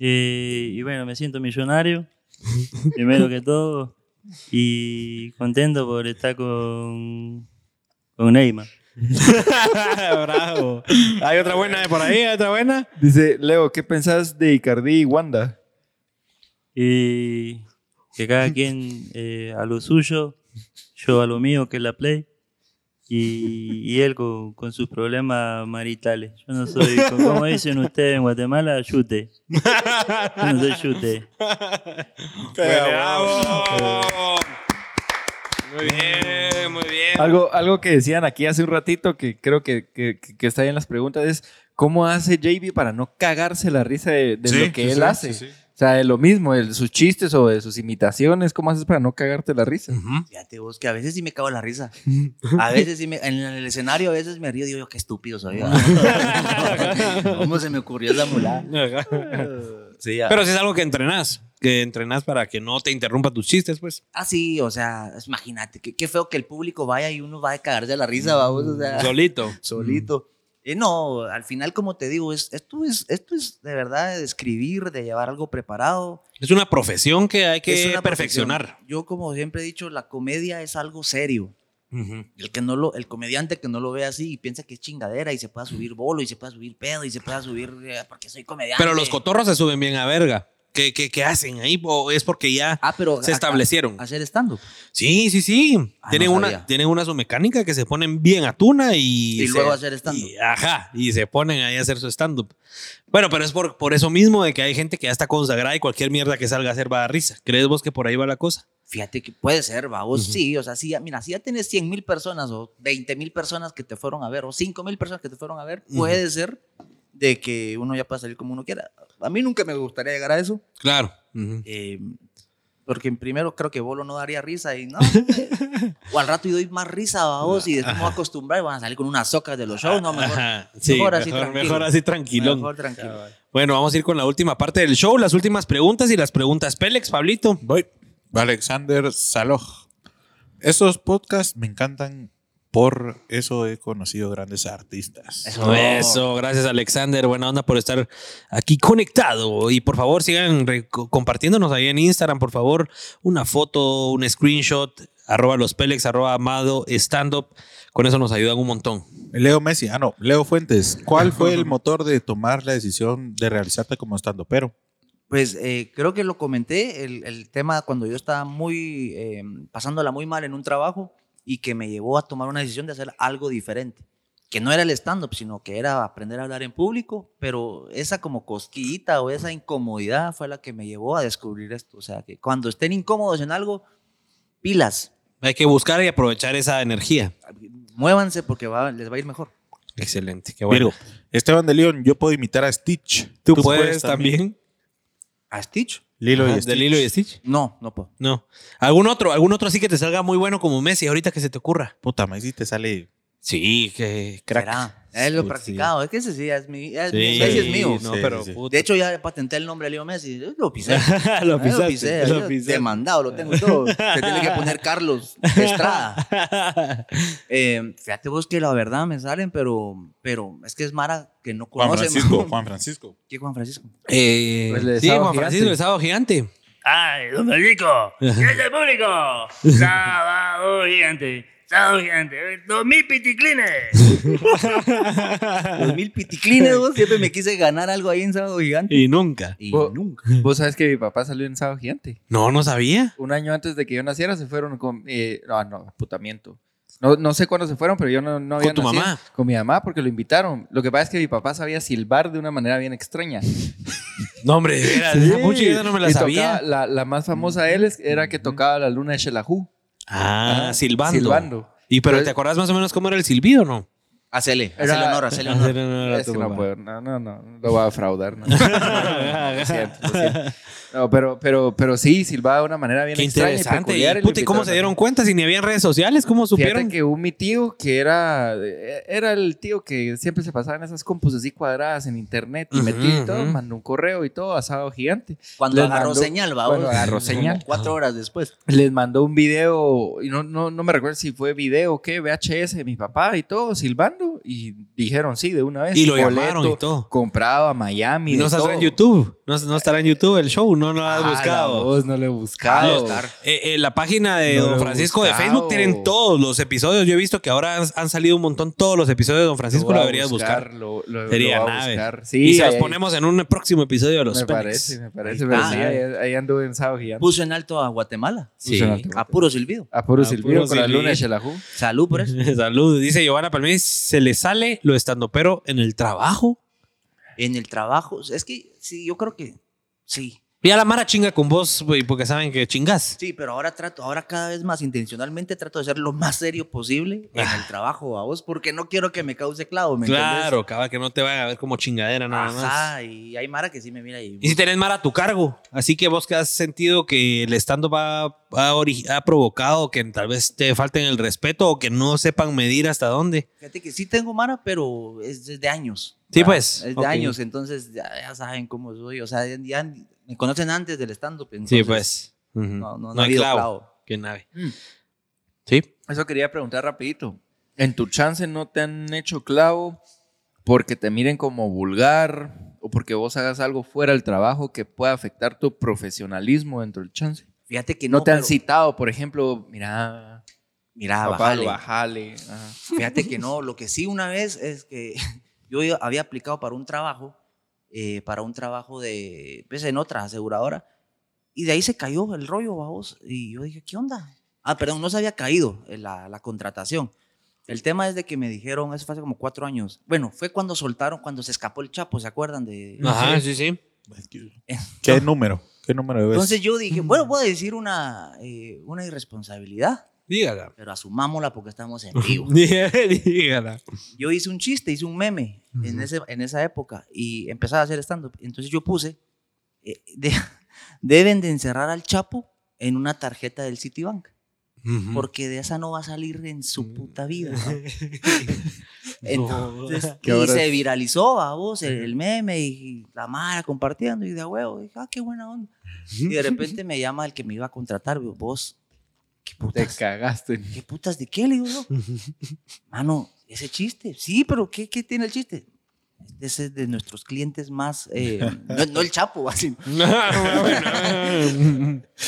Speaker 8: Eh, y bueno, me siento millonario, primero que todo, y contento por estar con, con Neymar.
Speaker 2: Bravo. Hay otra buena de por ahí, ¿Hay otra buena.
Speaker 4: Dice Leo, ¿qué pensás de Icardi y Wanda?
Speaker 8: Y que cada quien eh, a lo suyo, yo a lo mío, que es la Play, y, y él con, con sus problemas maritales. Yo no soy, co- como dicen ustedes en Guatemala, yute. Yo no soy yute.
Speaker 2: Bravo. Muy bien, muy bien.
Speaker 4: Algo, algo que decían aquí hace un ratito que creo que, que- que- que está ahí en las preguntas es ¿cómo hace JB para no cagarse la risa de, de lo que él hace? O sea, de lo mismo, de sus chistes o de sus imitaciones, ¿cómo haces para no cagarte la risa?
Speaker 1: Fíjate vos, que a veces sí me cago en la risa. A veces sí me, en el escenario a veces me río y digo, yo, qué estúpido soy. ¿verdad? ¿Cómo se me ocurrió esa mulá? Sí, a-
Speaker 2: Pero si es algo que entrenás, que entrenás para que no te interrumpa tus chistes, pues.
Speaker 1: ah, sí, o sea, es- imagínate, qué, qué feo que el público vaya y uno va a cagarse de la risa, vamos, o sea,
Speaker 2: Solito.
Speaker 1: solito. Eh, no, al final, como te digo, es, esto, es, esto es de verdad de escribir, de llevar algo preparado.
Speaker 2: Es una profesión que hay
Speaker 1: Es
Speaker 2: que
Speaker 1: una
Speaker 2: perfeccionar.
Speaker 1: profesión. Yo, como siempre he dicho, la comedia es algo serio.
Speaker 2: Ujú.
Speaker 1: El, que no lo, el comediante que no lo ve así y piensa que es chingadera y se pueda subir bolo y se pueda subir pedo y se pueda subir eh, porque soy comediante.
Speaker 2: Pero los cotorros se suben bien a verga. ¿Qué, qué, qué hacen ahí? ¿O es porque ya
Speaker 1: Ah, pero
Speaker 2: se
Speaker 1: a-
Speaker 2: establecieron?
Speaker 1: a- Hacer stand-up.
Speaker 2: Sí, sí, sí.
Speaker 1: Ah,
Speaker 2: tienen,
Speaker 1: no
Speaker 2: una,
Speaker 1: sabía.
Speaker 2: tienen una su mecánica que se ponen bien a tuna y.
Speaker 1: Y
Speaker 2: se-
Speaker 1: luego hacer stand-up.
Speaker 2: y- Ajá, y se ponen ahí a hacer su stand-up. Bueno, pero es por, por eso mismo de que hay gente que ya está consagrada y cualquier mierda que salga a hacer va a dar risa. ¿Crees vos que por ahí va la cosa?
Speaker 1: Fíjate que puede ser, va. Vos sí, o sea, sí, mira, si ya tienes 100 mil personas o 20 mil personas que te fueron a ver o 5 mil personas que te fueron a ver,
Speaker 2: Ujú.
Speaker 1: puede ser de que uno ya pueda salir como uno quiera. A mí nunca me gustaría llegar a eso.
Speaker 2: Claro.
Speaker 1: eh, porque primero creo que Bolo no daría risa y no. o al rato yo doy más risa a vos y después me voy a acostumbrar y van a salir con unas socas de los shows. No, mejor,
Speaker 2: mejor,
Speaker 1: mejor así
Speaker 2: así mejor,
Speaker 1: tranquilo.
Speaker 2: así tranquilón.
Speaker 1: mejor tranquilo.
Speaker 2: Bueno, vamos a ir con la última parte del show, las últimas preguntas y las preguntas Pélex, Pablito.
Speaker 3: Voy. Alexander Saloj. Estos podcasts me encantan. Por eso he conocido grandes artistas.
Speaker 1: Eso.
Speaker 2: Eso, gracias Alexander, buena onda por estar aquí conectado y por favor sigan re- co- compartiéndonos ahí en Instagram, por favor, una foto, un screenshot, arroba los Pelex, arroba Amado Stand Up. Con eso nos ayudan un montón.
Speaker 3: Leo Messi, ah no, Leo Fuentes, ¿cuál fue el motor de tomar la decisión de realizarte como estando pero?
Speaker 1: Pues eh, creo que lo comenté, el, el tema cuando yo estaba muy, eh, pasándola muy mal en un trabajo y que me llevó a tomar una decisión de hacer algo diferente. Que no era el stand-up, sino que era aprender a hablar en público, pero esa como cosquillita o esa incomodidad fue la que me llevó a descubrir esto. O sea, que cuando estén incómodos en algo, pilas,
Speaker 2: Hay que buscar y aprovechar esa energía.
Speaker 1: muévanse porque va- les va a ir mejor.
Speaker 2: Excelente, qué bueno.
Speaker 3: Virgo. Esteban de León, yo puedo imitar a Stitch.
Speaker 2: ¿Tú, puedes también?
Speaker 1: ¿A Stitch?
Speaker 3: Lilo
Speaker 2: Ajá,
Speaker 3: y
Speaker 2: ¿De
Speaker 3: Stitch.
Speaker 2: Lilo y Stitch?
Speaker 1: No, no puedo.
Speaker 2: No. ¿Algún otro? ¿Algún otro así que te salga muy bueno como Messi ahorita que se te ocurra?
Speaker 3: Puta, me hiciste sale.
Speaker 2: Sí, que crack.
Speaker 1: Será. Es lo
Speaker 2: Sí.
Speaker 1: practicado. Es que ese sí ya es mi. ya es
Speaker 2: Sí,
Speaker 1: mi- ese es mío.
Speaker 2: No,
Speaker 3: sí,
Speaker 2: pero
Speaker 3: sí.
Speaker 2: puta.
Speaker 1: De hecho, ya patenté el nombre de Leo Messi. Yo Lo pisé.
Speaker 2: lo
Speaker 1: Yo
Speaker 2: pisaste,
Speaker 1: yo
Speaker 2: lo pisaste.
Speaker 1: Demandado, lo tengo todo. Se tiene que poner Carlos Estrada. Eh, fíjate vos que la verdad me salen, pero, pero es que es Mara que no
Speaker 3: Juan
Speaker 1: conoce.
Speaker 3: Francisco, Juan Francisco.
Speaker 1: ¿Qué Juan Francisco?
Speaker 2: Eh,
Speaker 4: Pues, el de
Speaker 2: sí,
Speaker 4: Sábado
Speaker 2: Juan
Speaker 4: Gigante.
Speaker 2: Francisco, el sábado gigante.
Speaker 8: ¡Ay, don Francisco! ¿Qué es el público? ¡Sábado gigante! ¡Sábado gigante! ¡Dos mil piticlines!
Speaker 1: Los mil piticlines, vos. Siempre me quise ganar algo ahí en Sábado Gigante.
Speaker 2: Y nunca.
Speaker 1: Y
Speaker 4: Vos-
Speaker 1: nunca.
Speaker 4: Vos sabés que mi papá salió en Sábado Gigante.
Speaker 2: No, no sabía.
Speaker 4: Un año antes de que yo naciera se fueron con... eh, no, no, putamiento. No, no sé cuándo se fueron, pero yo no, no había
Speaker 2: ¿Con tu
Speaker 4: nacido.
Speaker 2: mamá?
Speaker 4: Con mi mamá, porque lo invitaron. Lo que pasa es que mi papá sabía silbar de una manera bien extraña.
Speaker 2: No, hombre, de veras,
Speaker 4: Sí.
Speaker 2: esa pucha yo no me la
Speaker 4: Y tocaba-
Speaker 2: sabía.
Speaker 4: la, la más famosa de él es- era que tocaba la luna de Shelahu.
Speaker 2: Ah,
Speaker 4: Ajá,
Speaker 2: silbando.
Speaker 4: silbando. Pues
Speaker 2: Y pero
Speaker 4: Pero-
Speaker 2: ¿te acordás más o menos cómo era el silbido o no?
Speaker 1: Hacele,
Speaker 4: Era-
Speaker 1: hacele honor, hacele honor.
Speaker 2: Hacer honor a
Speaker 4: Es
Speaker 2: tu
Speaker 4: que no,
Speaker 2: papá.
Speaker 4: puedo, no, no, no, no lo voy a defraudar. No, Lo siento, lo siento. No, pero, pero, pero sí, silbaba de una manera bien
Speaker 2: Qué
Speaker 4: extraña y
Speaker 2: interesante.
Speaker 4: peculiar.
Speaker 2: Y,
Speaker 4: lo
Speaker 2: puta, ¿y cómo se
Speaker 4: invitaron
Speaker 2: dieron cuenta si ni habían redes sociales? ¿Cómo
Speaker 4: Fíjate
Speaker 2: supieron?
Speaker 4: que un mi tío que era eh, era el tío que siempre se pasaba en esas compus así cuadradas en internet y
Speaker 2: Ujú,
Speaker 4: metí y todo,
Speaker 2: ujú.
Speaker 4: mandó un correo y todo, asado gigante.
Speaker 1: Cuando
Speaker 4: Les
Speaker 1: agarró
Speaker 4: mandó-
Speaker 1: señal, va.
Speaker 4: cuando
Speaker 1: vos.
Speaker 4: agarró
Speaker 1: Como
Speaker 4: señal.
Speaker 1: Cuatro horas después.
Speaker 4: Les mandó un video, y no, no, no me recuerdo si fue video o qué, VHS de mi papá y todo, silbando, y dijeron sí de una vez.
Speaker 2: Y lo
Speaker 4: Boleto
Speaker 2: llamaron y todo.
Speaker 4: Comprado a Miami.
Speaker 2: Y no
Speaker 4: de
Speaker 2: saldrá en
Speaker 4: todo.
Speaker 2: YouTube. No, no estará en YouTube el show. No lo
Speaker 4: Ah,
Speaker 2: has
Speaker 4: la
Speaker 2: buscado.
Speaker 4: voz, no lo he buscado.
Speaker 2: Eh, eh, la página de
Speaker 4: No lo
Speaker 2: Don
Speaker 4: he
Speaker 2: Francisco de
Speaker 4: buscado.
Speaker 2: Facebook tienen todos los episodios. Yo he visto que ahora han, han salido un montón todos los episodios de Don Francisco. Lo,
Speaker 4: voy a
Speaker 2: deberías buscar.
Speaker 4: Lo, lo-
Speaker 2: Sería
Speaker 4: lo voy a
Speaker 2: nave.
Speaker 4: buscar. Sí,
Speaker 2: y se
Speaker 4: ahí-
Speaker 2: los ponemos en un próximo episodio de los
Speaker 4: me
Speaker 2: Pemex.
Speaker 4: parece, me parece.
Speaker 1: Ahí
Speaker 4: pero
Speaker 1: está.
Speaker 4: sí, ahí, ahí anduve en Sábado Gigante.
Speaker 1: Puso en alto a Guatemala.
Speaker 2: Sí.
Speaker 4: Puso en alto.
Speaker 1: A puro silbido.
Speaker 4: A puro
Speaker 2: A
Speaker 4: silbido
Speaker 2: puro
Speaker 4: con la
Speaker 2: silbido.
Speaker 4: luna de Shelahu.
Speaker 1: Salud por eso.
Speaker 2: Salud. Dice Giovanna Palmés, se le sale lo estando, pero en el trabajo.
Speaker 1: En el trabajo. Es que sí, yo creo que sí.
Speaker 2: Ya la Mara chinga con vos, güey, porque saben que chingas.
Speaker 1: Sí, pero ahora trato, ahora cada vez más intencionalmente trato de ser lo más serio posible en el trabajo a vos, porque no quiero que me cause clavo, ¿me
Speaker 2: Ah. claro, cabal, que no te vayan a ver como chingadera nada
Speaker 1: entendés?
Speaker 2: más.
Speaker 1: Ajá, y hay Mara que sí me mira y...
Speaker 2: Y si tenés Mara a tu cargo, así que vos que has sentido que el stand-up ha, ha ori- ha provocado que tal vez te falten el respeto o que no sepan medir hasta dónde.
Speaker 1: Fíjate que sí tengo Mara, pero es desde años.
Speaker 2: Sí,
Speaker 1: ¿verdad?
Speaker 2: pues,
Speaker 1: Es de
Speaker 2: ok.
Speaker 1: años, entonces ya, ya saben cómo soy, o sea, ya, ya me conocen antes del stand-up.
Speaker 2: Sí,
Speaker 1: entonces
Speaker 2: pues. Ujú.
Speaker 1: No, no, no,
Speaker 2: No
Speaker 1: ha
Speaker 2: hay
Speaker 1: habido
Speaker 2: clavo.
Speaker 1: clavo.
Speaker 2: Qué nave.
Speaker 4: Mm.
Speaker 2: Sí.
Speaker 4: Eso quería preguntar rapidito. ¿En tu chance no te han hecho clavo porque te miren como vulgar o porque vos hagas algo fuera del trabajo que pueda afectar tu profesionalismo dentro del chance?
Speaker 1: Fíjate que
Speaker 4: No,
Speaker 1: no,
Speaker 4: te han
Speaker 1: pero-
Speaker 4: citado, por ejemplo, mira,
Speaker 1: Mira,
Speaker 4: papá,
Speaker 1: bájale.
Speaker 4: bajale. ajá.
Speaker 1: Fíjate que no, lo que sí una vez es que yo había aplicado para un trabajo, eh, para un trabajo de, pues en otra aseguradora, y de ahí se cayó el rollo, vamos, y yo dije, ¿qué onda? Ah, perdón, no se había caído eh, la, la contratación. El tema es de que me dijeron, eso fue hace como cuatro años, bueno, fue cuando soltaron, cuando se escapó el Chapo, ¿se acuerdan de...?
Speaker 2: Ajá, sí, sí.
Speaker 3: ¿Qué número? ¿Qué número debes?
Speaker 1: Entonces yo dije, bueno, voy a decir una, eh, una irresponsabilidad,
Speaker 2: Dígala.
Speaker 1: pero asumámosla porque estamos en vivo.
Speaker 2: Dígala.
Speaker 1: yo hice un chiste, hice un meme en, ese, en esa época y empezaba a hacer stand-up. Entonces yo puse, eh, de- deben de encerrar al Chapo en una tarjeta del Citibank,
Speaker 2: Ujú.
Speaker 1: porque de esa no va a salir en su puta vida. ¿no?
Speaker 2: No.
Speaker 1: Entonces,
Speaker 4: ¿Qué
Speaker 1: y
Speaker 4: horas?
Speaker 1: se viralizó a vos el, el meme y la mara compartiendo y de huevo, dije, ah, qué buena onda. Y de repente me llama el que me iba a contratar, vos, qué
Speaker 4: Te
Speaker 1: putas.
Speaker 4: cagaste.
Speaker 1: ¿Qué putas de qué? Le digo yo. Mano, ese chiste. Sí, pero ¿qué, qué tiene el chiste? Ese es de nuestros clientes más, eh, no, no el Chapo, así,
Speaker 2: Ah,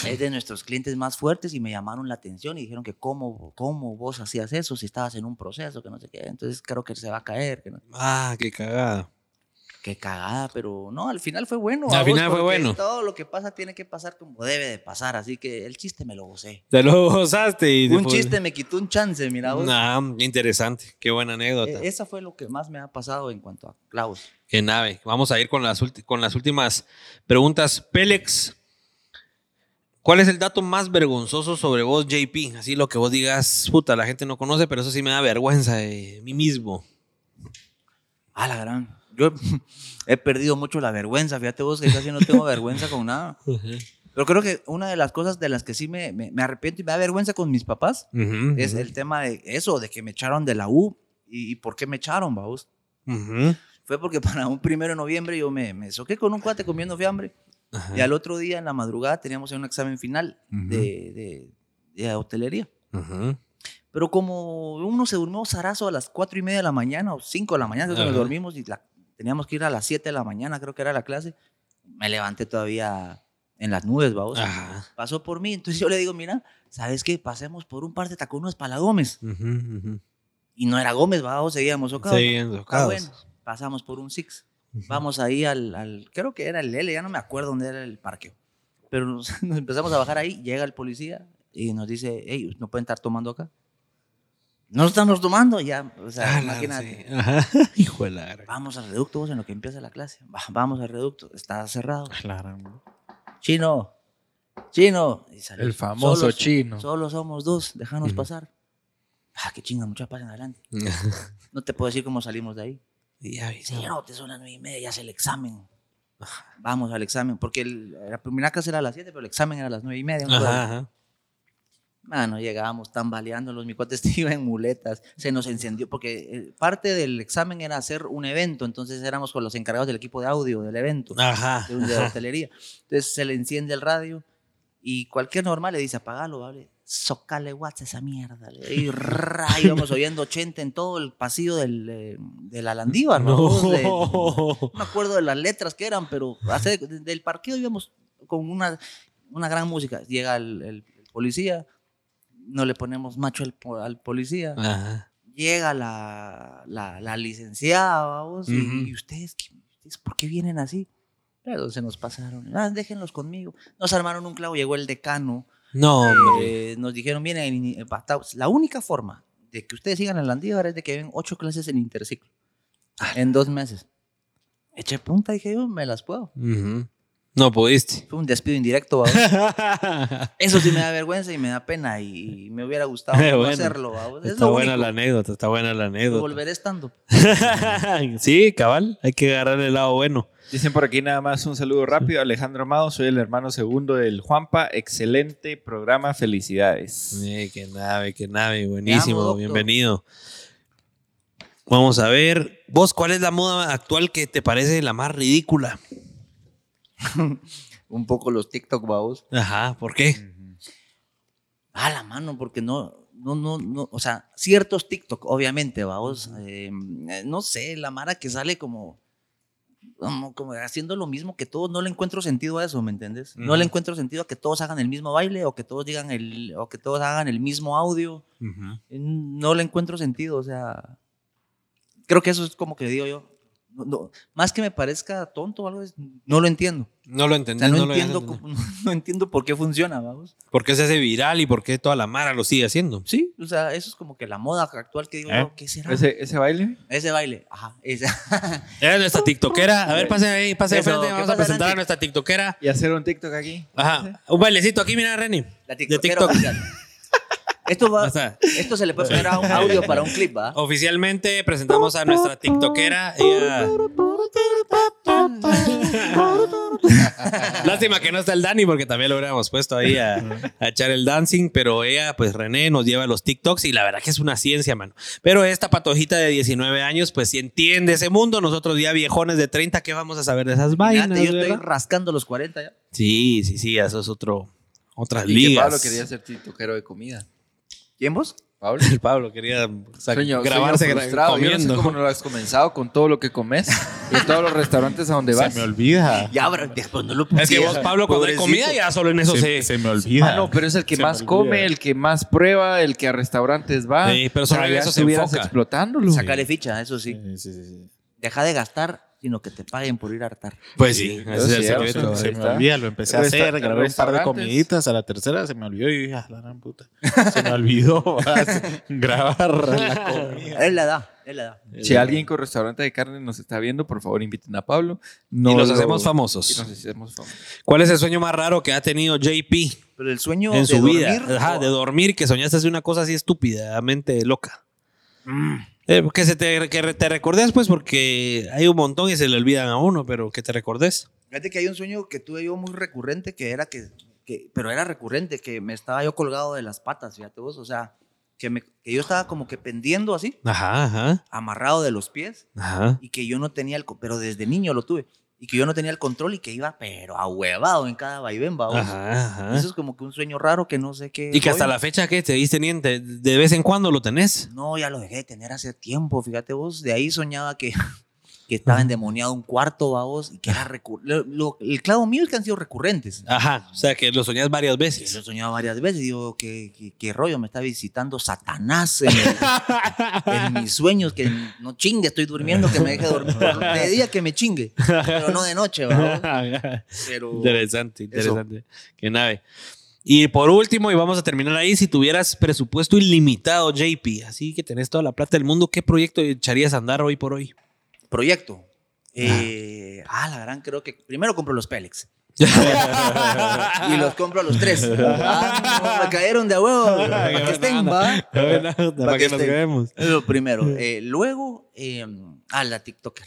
Speaker 1: es de nuestros clientes más fuertes y me llamaron la atención y dijeron que cómo, cómo vos hacías eso si estabas en un proceso, que no sé qué, entonces creo que se va a caer, que no-
Speaker 2: ah, qué cagada.
Speaker 1: qué cagada, pero no, al final fue bueno.
Speaker 2: Al
Speaker 1: vamos,
Speaker 2: final fue
Speaker 1: porque
Speaker 2: bueno.
Speaker 1: Todo lo que pasa tiene que pasar como debe de pasar, así que el chiste me lo gocé.
Speaker 2: Te lo gozaste y te
Speaker 1: Un
Speaker 2: fue-
Speaker 1: chiste me quitó un chance, mira vos.
Speaker 2: Nah, interesante. Qué
Speaker 1: Eh,
Speaker 2: buena anécdota.
Speaker 1: Esa fue lo que más me ha pasado en cuanto a Klaus.
Speaker 2: Qué nave. Vamos a ir con las, ulti- con las últimas preguntas. Pélex, ¿cuál es el dato más vergonzoso sobre vos, JP? Así lo que vos digas, puta, la gente no conoce, pero eso sí me da vergüenza de mí mismo.
Speaker 1: A la gran. Yo he perdido mucho la vergüenza, fíjate vos que casi no tengo vergüenza con nada. Pero creo que una de las cosas de las que sí me, me- me arrepiento y me da vergüenza con mis papás
Speaker 2: Ujú,
Speaker 1: es el tema de eso, de que me echaron de la U y, y por qué me echaron, vamos.
Speaker 2: ujú,
Speaker 1: Fue porque para un primero de noviembre yo me, me soqué con un cuate comiendo fiambre.
Speaker 2: Ajá.
Speaker 1: Y al otro día, en la madrugada, teníamos un examen final de, de- de hotelería.
Speaker 2: ujú.
Speaker 1: Pero como uno se durmió zarazo a las cuatro y media de la mañana o 5 de la mañana, creo que nos
Speaker 2: Ajá.
Speaker 1: dormimos y la- teníamos que ir a las 7 de la mañana, creo que era la clase. Me levanté todavía en las nubes, vamos.
Speaker 2: Ajá.
Speaker 1: Pasó por mí, entonces yo le digo, mira, ¿sabes qué? Pasemos por un par de tacones para la Gómez.
Speaker 2: Ujú, ujú.
Speaker 1: Y no era Gómez, vamos, seguíamos socados.
Speaker 2: Seguían
Speaker 1: Ah,
Speaker 2: tocados.
Speaker 1: bueno, pasamos por un Six. Vamos ahí al, al- creo que era el L, ya no me acuerdo dónde era el parque. Pero nos, nos empezamos a bajar ahí, llega el policía y nos dice, hey, no pueden estar tomando acá. No estamos tomando, ya, o sea,
Speaker 2: Ah, la-
Speaker 1: imagínate.
Speaker 2: sí. Ajá. Hijo de la gran-
Speaker 1: Vamos al reducto, vos, en lo que empieza la clase. Va- vamos al reducto, está cerrado.
Speaker 3: Claro.
Speaker 1: Chino, chino. Y salió.
Speaker 4: El famoso
Speaker 1: Solo-
Speaker 4: chino.
Speaker 1: Solo somos dos, déjanos pasar. Ah, qué chinga, muchachos, pasen adelante. No te puedo decir cómo salimos de ahí.
Speaker 2: Y ya vi.
Speaker 1: Sí, no, te son las nueve y media, ya es el examen. Vamos al examen, porque el- la primera clase era a las 7, pero el examen era a las nueve y media. un
Speaker 2: Ajá,
Speaker 1: cuadro.
Speaker 2: ajá.
Speaker 1: Mano, llegábamos tambaleándolos, mi cuate iba en muletas, se nos encendió, porque eh, parte del examen era hacer un evento, entonces éramos con los encargados del equipo de audio del evento,
Speaker 2: Ajá.
Speaker 1: de, un- de hotelería. Entonces se le enciende el radio y cualquier normal le dice, apagalo, vale. Socale watts a esa mierda. le- Y ra, íbamos oyendo 80 en todo el pasillo del, eh, de la Landívar. vamos, de-
Speaker 2: No.
Speaker 1: no me acuerdo de las letras que eran, pero hace, de- del parqueo íbamos con una, una gran música. Llega el, el- el policía, no le ponemos macho al, po- al policía.
Speaker 2: Ajá.
Speaker 1: Llega la, la, la licenciada, vamos, y-
Speaker 2: Ujú.
Speaker 1: y, ustedes, qué- ustedes ¿por qué vienen así? Pero se nos pasaron. "Ah, déjenlos conmigo. Nos armaron un clavo, llegó el decano.
Speaker 2: No, hombre.
Speaker 1: eh, nos dijeron, miren, eh, bataos, la única forma de que ustedes sigan en Landívar es de que ven ocho clases en interciclo.
Speaker 2: Ah,
Speaker 1: En dos meses. Eché punta, dije yo, me las puedo.
Speaker 2: Ujú. No pudiste.
Speaker 1: Fue un despido indirecto, babos. Eso sí me da vergüenza y me da pena y, y me hubiera gustado
Speaker 2: Eh,
Speaker 1: no
Speaker 2: bueno.
Speaker 1: hacerlo, babos. Es
Speaker 2: Está
Speaker 1: lo
Speaker 2: buena
Speaker 1: único.
Speaker 2: la anécdota, está buena la
Speaker 1: Me
Speaker 2: anécdota.
Speaker 1: Volveré estando.
Speaker 2: sí, cabal, hay que agarrar el lado bueno.
Speaker 4: Dicen por aquí nada más un saludo rápido. Alejandro Amado, soy el hermano segundo del Juanpa. Excelente programa, felicidades.
Speaker 2: Eh, qué nave, qué nave, buenísimo,
Speaker 1: doctor.
Speaker 2: bienvenido. Vamos a ver, vos, ¿cuál es la moda actual que te parece la más ridícula?
Speaker 1: Un poco los TikTok, babos.
Speaker 2: Ajá, ¿por qué?
Speaker 1: A la mano, porque no, no, no, no, o sea, ciertos TikTok, obviamente, vamos, eh, eh, no sé, la Mara que sale como, como, como haciendo lo mismo que todos, no le encuentro sentido a eso, ¿me entiendes? No
Speaker 2: Ujú.
Speaker 1: le encuentro sentido a que todos hagan el mismo baile o que todos digan el, o que todos hagan el mismo audio, no le encuentro sentido, o sea, creo que eso es como que digo yo, no, no, más que me parezca tonto o algo, es- no lo entiendo,
Speaker 2: No lo
Speaker 1: o
Speaker 2: entendí.
Speaker 1: sea, no,
Speaker 2: lo
Speaker 1: entiendo,
Speaker 2: entendí.
Speaker 1: cómo- no entiendo por qué funciona, vamos.
Speaker 2: ¿Por qué se hace viral y por qué toda la mara lo sigue haciendo?
Speaker 1: Sí, o sea, eso es como que la moda actual que digo,
Speaker 4: ¿Eh?
Speaker 1: yo, ¿qué será? Ese,
Speaker 4: ¿Ese, ese baile?
Speaker 1: baile. Ajá, ese.
Speaker 2: Era nuestra tiktokera. A ver, pasen ahí, pasen
Speaker 1: Eso,
Speaker 2: enfrente,
Speaker 1: ¿qué
Speaker 2: Vamos a
Speaker 1: pasa,
Speaker 2: presentar a
Speaker 1: Randy?
Speaker 2: nuestra tiktokera.
Speaker 4: ¿Y hacer un TikTok aquí?
Speaker 2: Ajá, un bailecito aquí, mira, Reni.
Speaker 1: la
Speaker 2: De
Speaker 1: tiktokera
Speaker 2: TikTok.
Speaker 1: oficial. Esto, va,
Speaker 2: O sea,
Speaker 1: esto se le puede poner a un audio para un clip, ¿va?
Speaker 2: Oficialmente presentamos a nuestra tiktokera. ella- Lástima que no está el Dani porque también lo hubiéramos puesto ahí a, a echar el dancing, pero ella, pues René, nos lleva los TikToks y la verdad que es una ciencia, mano. Pero esta patojita de 19 años, pues si entiende ese mundo, nosotros ya viejones de 30, ¿qué vamos a saber de esas vainas?
Speaker 1: Fíjate, yo estoy
Speaker 2: verdad?
Speaker 1: rascando los 40 ya.
Speaker 2: Sí, sí, sí, eso es otro, otras
Speaker 4: Y que
Speaker 2: ligas.
Speaker 4: Pablo quería ser tiktokero de comida.
Speaker 1: ¿Quién vos?
Speaker 4: Pablo.
Speaker 2: El Pablo quería o sea,
Speaker 4: Sueño-
Speaker 2: grabarse
Speaker 4: sueño
Speaker 2: gra-
Speaker 4: frustrado. Yo no sé
Speaker 2: comiendo.
Speaker 4: cómo no lo has comenzado con todo lo que comes y en todos los restaurantes a donde vas.
Speaker 3: Se me olvida.
Speaker 7: Ya, pero después no lo
Speaker 2: es que vos, Pablo, cuando hay
Speaker 7: Pobrecito.
Speaker 2: comida ya solo en eso
Speaker 3: Se,
Speaker 2: se...
Speaker 3: se me olvida.
Speaker 4: Ah, no, pero es el que
Speaker 3: Se me
Speaker 4: más
Speaker 3: olvida.
Speaker 4: come, el que más prueba, el que a restaurantes va.
Speaker 2: Sí, pero solo
Speaker 4: O sea,
Speaker 2: en
Speaker 4: ya
Speaker 2: eso se
Speaker 4: estuvieras
Speaker 2: enfoca.
Speaker 4: explotándolo.
Speaker 1: Sacale ficha, eso sí.
Speaker 3: Sí, sí, sí, sí.
Speaker 1: Deja de gastar, sino que te paguen por ir a hartar.
Speaker 2: Pues sí,
Speaker 4: Sí,
Speaker 2: ese es el
Speaker 4: sí,
Speaker 2: secreto.
Speaker 4: ahí
Speaker 3: Se me
Speaker 4: está.
Speaker 3: olvida, lo empecé a
Speaker 4: Resta-
Speaker 3: hacer, grabé un par de
Speaker 4: restaurantes.
Speaker 3: comiditas, a la tercera se me olvidó y dije, "Ah, la gran puta. Se me olvidó vas, grabar la comida.
Speaker 1: Él la da, él la da.
Speaker 4: Si alguien con restaurante de carne nos está viendo, por favor inviten a Pablo. No
Speaker 2: Y los
Speaker 4: lo-
Speaker 2: hacemos
Speaker 4: Y nos
Speaker 2: famosos.
Speaker 4: hacemos famosos.
Speaker 2: ¿Cuál es el sueño más raro que ha tenido JP
Speaker 1: Pero el sueño
Speaker 2: en
Speaker 1: de
Speaker 2: su vida?
Speaker 1: dormir,
Speaker 2: Ajá, de dormir, que soñaste hacer una cosa así estúpidamente loca. Eh, que se te, que re- te recordes, pues, porque hay un montón y se le olvidan a uno, pero que te recordes.
Speaker 1: Fíjate que hay un sueño que tuve yo muy recurrente que era que, que- pero era recurrente, que me estaba yo colgado de las patas, fíjate vos, o sea, que, me- que yo estaba como que pendiendo así,
Speaker 2: Ajá, ajá,
Speaker 1: amarrado de los pies
Speaker 2: ajá.
Speaker 1: y que yo no tenía el, co- pero desde niño lo tuve, y que yo no tenía el control y que iba pero ahuevado en cada vaivén, va vos.
Speaker 2: Ajá,
Speaker 1: Eso es como que un sueño raro que no sé qué.
Speaker 2: Y que hasta
Speaker 1: rollo.
Speaker 2: la fecha que te diste teniente, de vez en cuando lo tenés.
Speaker 1: No, ya lo dejé de tener hace tiempo, fíjate vos. De ahí soñaba que, que estaba endemoniado un cuarto, va vos, y que era recur- lo- lo- El clavo mío es que han sido recurrentes.
Speaker 2: Ajá, o sea que lo soñás varias
Speaker 1: Y
Speaker 2: veces.
Speaker 1: Lo he soñado varias veces. Digo, ¿qué, qué, qué rollo? Me está visitando Satanás en, el- en mis sueños. Que no chingue, estoy durmiendo, que me deje dormir. De día que me chingue, pero no de noche, ¿va vos? Pero
Speaker 2: interesante, interesante. Qué nave. Y por último, y vamos a terminar ahí, si tuvieras presupuesto ilimitado, JP, así que tenés toda la plata del mundo, ¿qué proyecto echarías a andar hoy por hoy?
Speaker 1: proyecto. Eh, ah, la gran, creo que primero compro los Pélex. y los compro a los tres. Ah, no, me cayeron de a huevo. Para que estén, va.
Speaker 2: Para que nos
Speaker 1: estén.
Speaker 2: vemos.
Speaker 1: Es Lo primero. Eh, luego, eh, a la TikToker.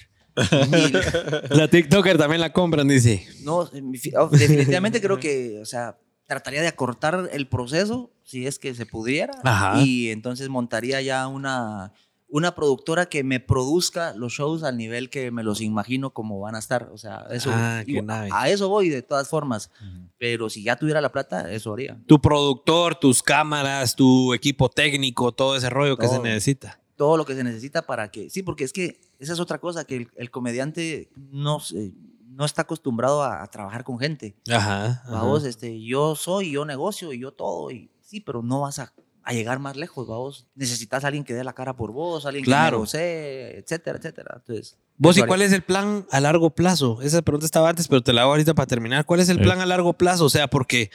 Speaker 1: Y-
Speaker 2: La TikToker también la compran, dice.
Speaker 1: no, mi fi- oh, definitivamente creo que, o sea, trataría de acortar el proceso si es que se pudiera.
Speaker 2: Ajá.
Speaker 1: Y entonces montaría ya una, una productora que me produzca los shows al nivel que me los imagino como van a estar. O sea, eso,
Speaker 2: Ah, qué
Speaker 1: digo,
Speaker 2: nice.
Speaker 1: a eso voy de todas formas. Pero si ya tuviera la plata, eso haría.
Speaker 2: Tu productor, tus cámaras, tu equipo técnico, todo ese rollo que se
Speaker 1: Todo.
Speaker 2: necesita.
Speaker 1: Todo lo que se necesita para que... Sí, porque es que esa es otra cosa, que el, el comediante no, se- no está acostumbrado a- a trabajar con gente.
Speaker 2: Ajá. ajá.
Speaker 1: Vamos, este, yo soy, yo negocio, y yo todo, y sí, pero no vas a, a llegar más lejos, vamos. Necesitas a alguien que dé la cara por vos, alguien
Speaker 2: Claro.
Speaker 1: que negocie, etcétera, etcétera. Entonces,
Speaker 2: Vos, ¿y
Speaker 1: eso haría.
Speaker 2: cuál es el plan a largo plazo? Esa pregunta estaba antes, pero te la hago ahorita para terminar. ¿Cuál es el plan a largo plazo? O sea, porque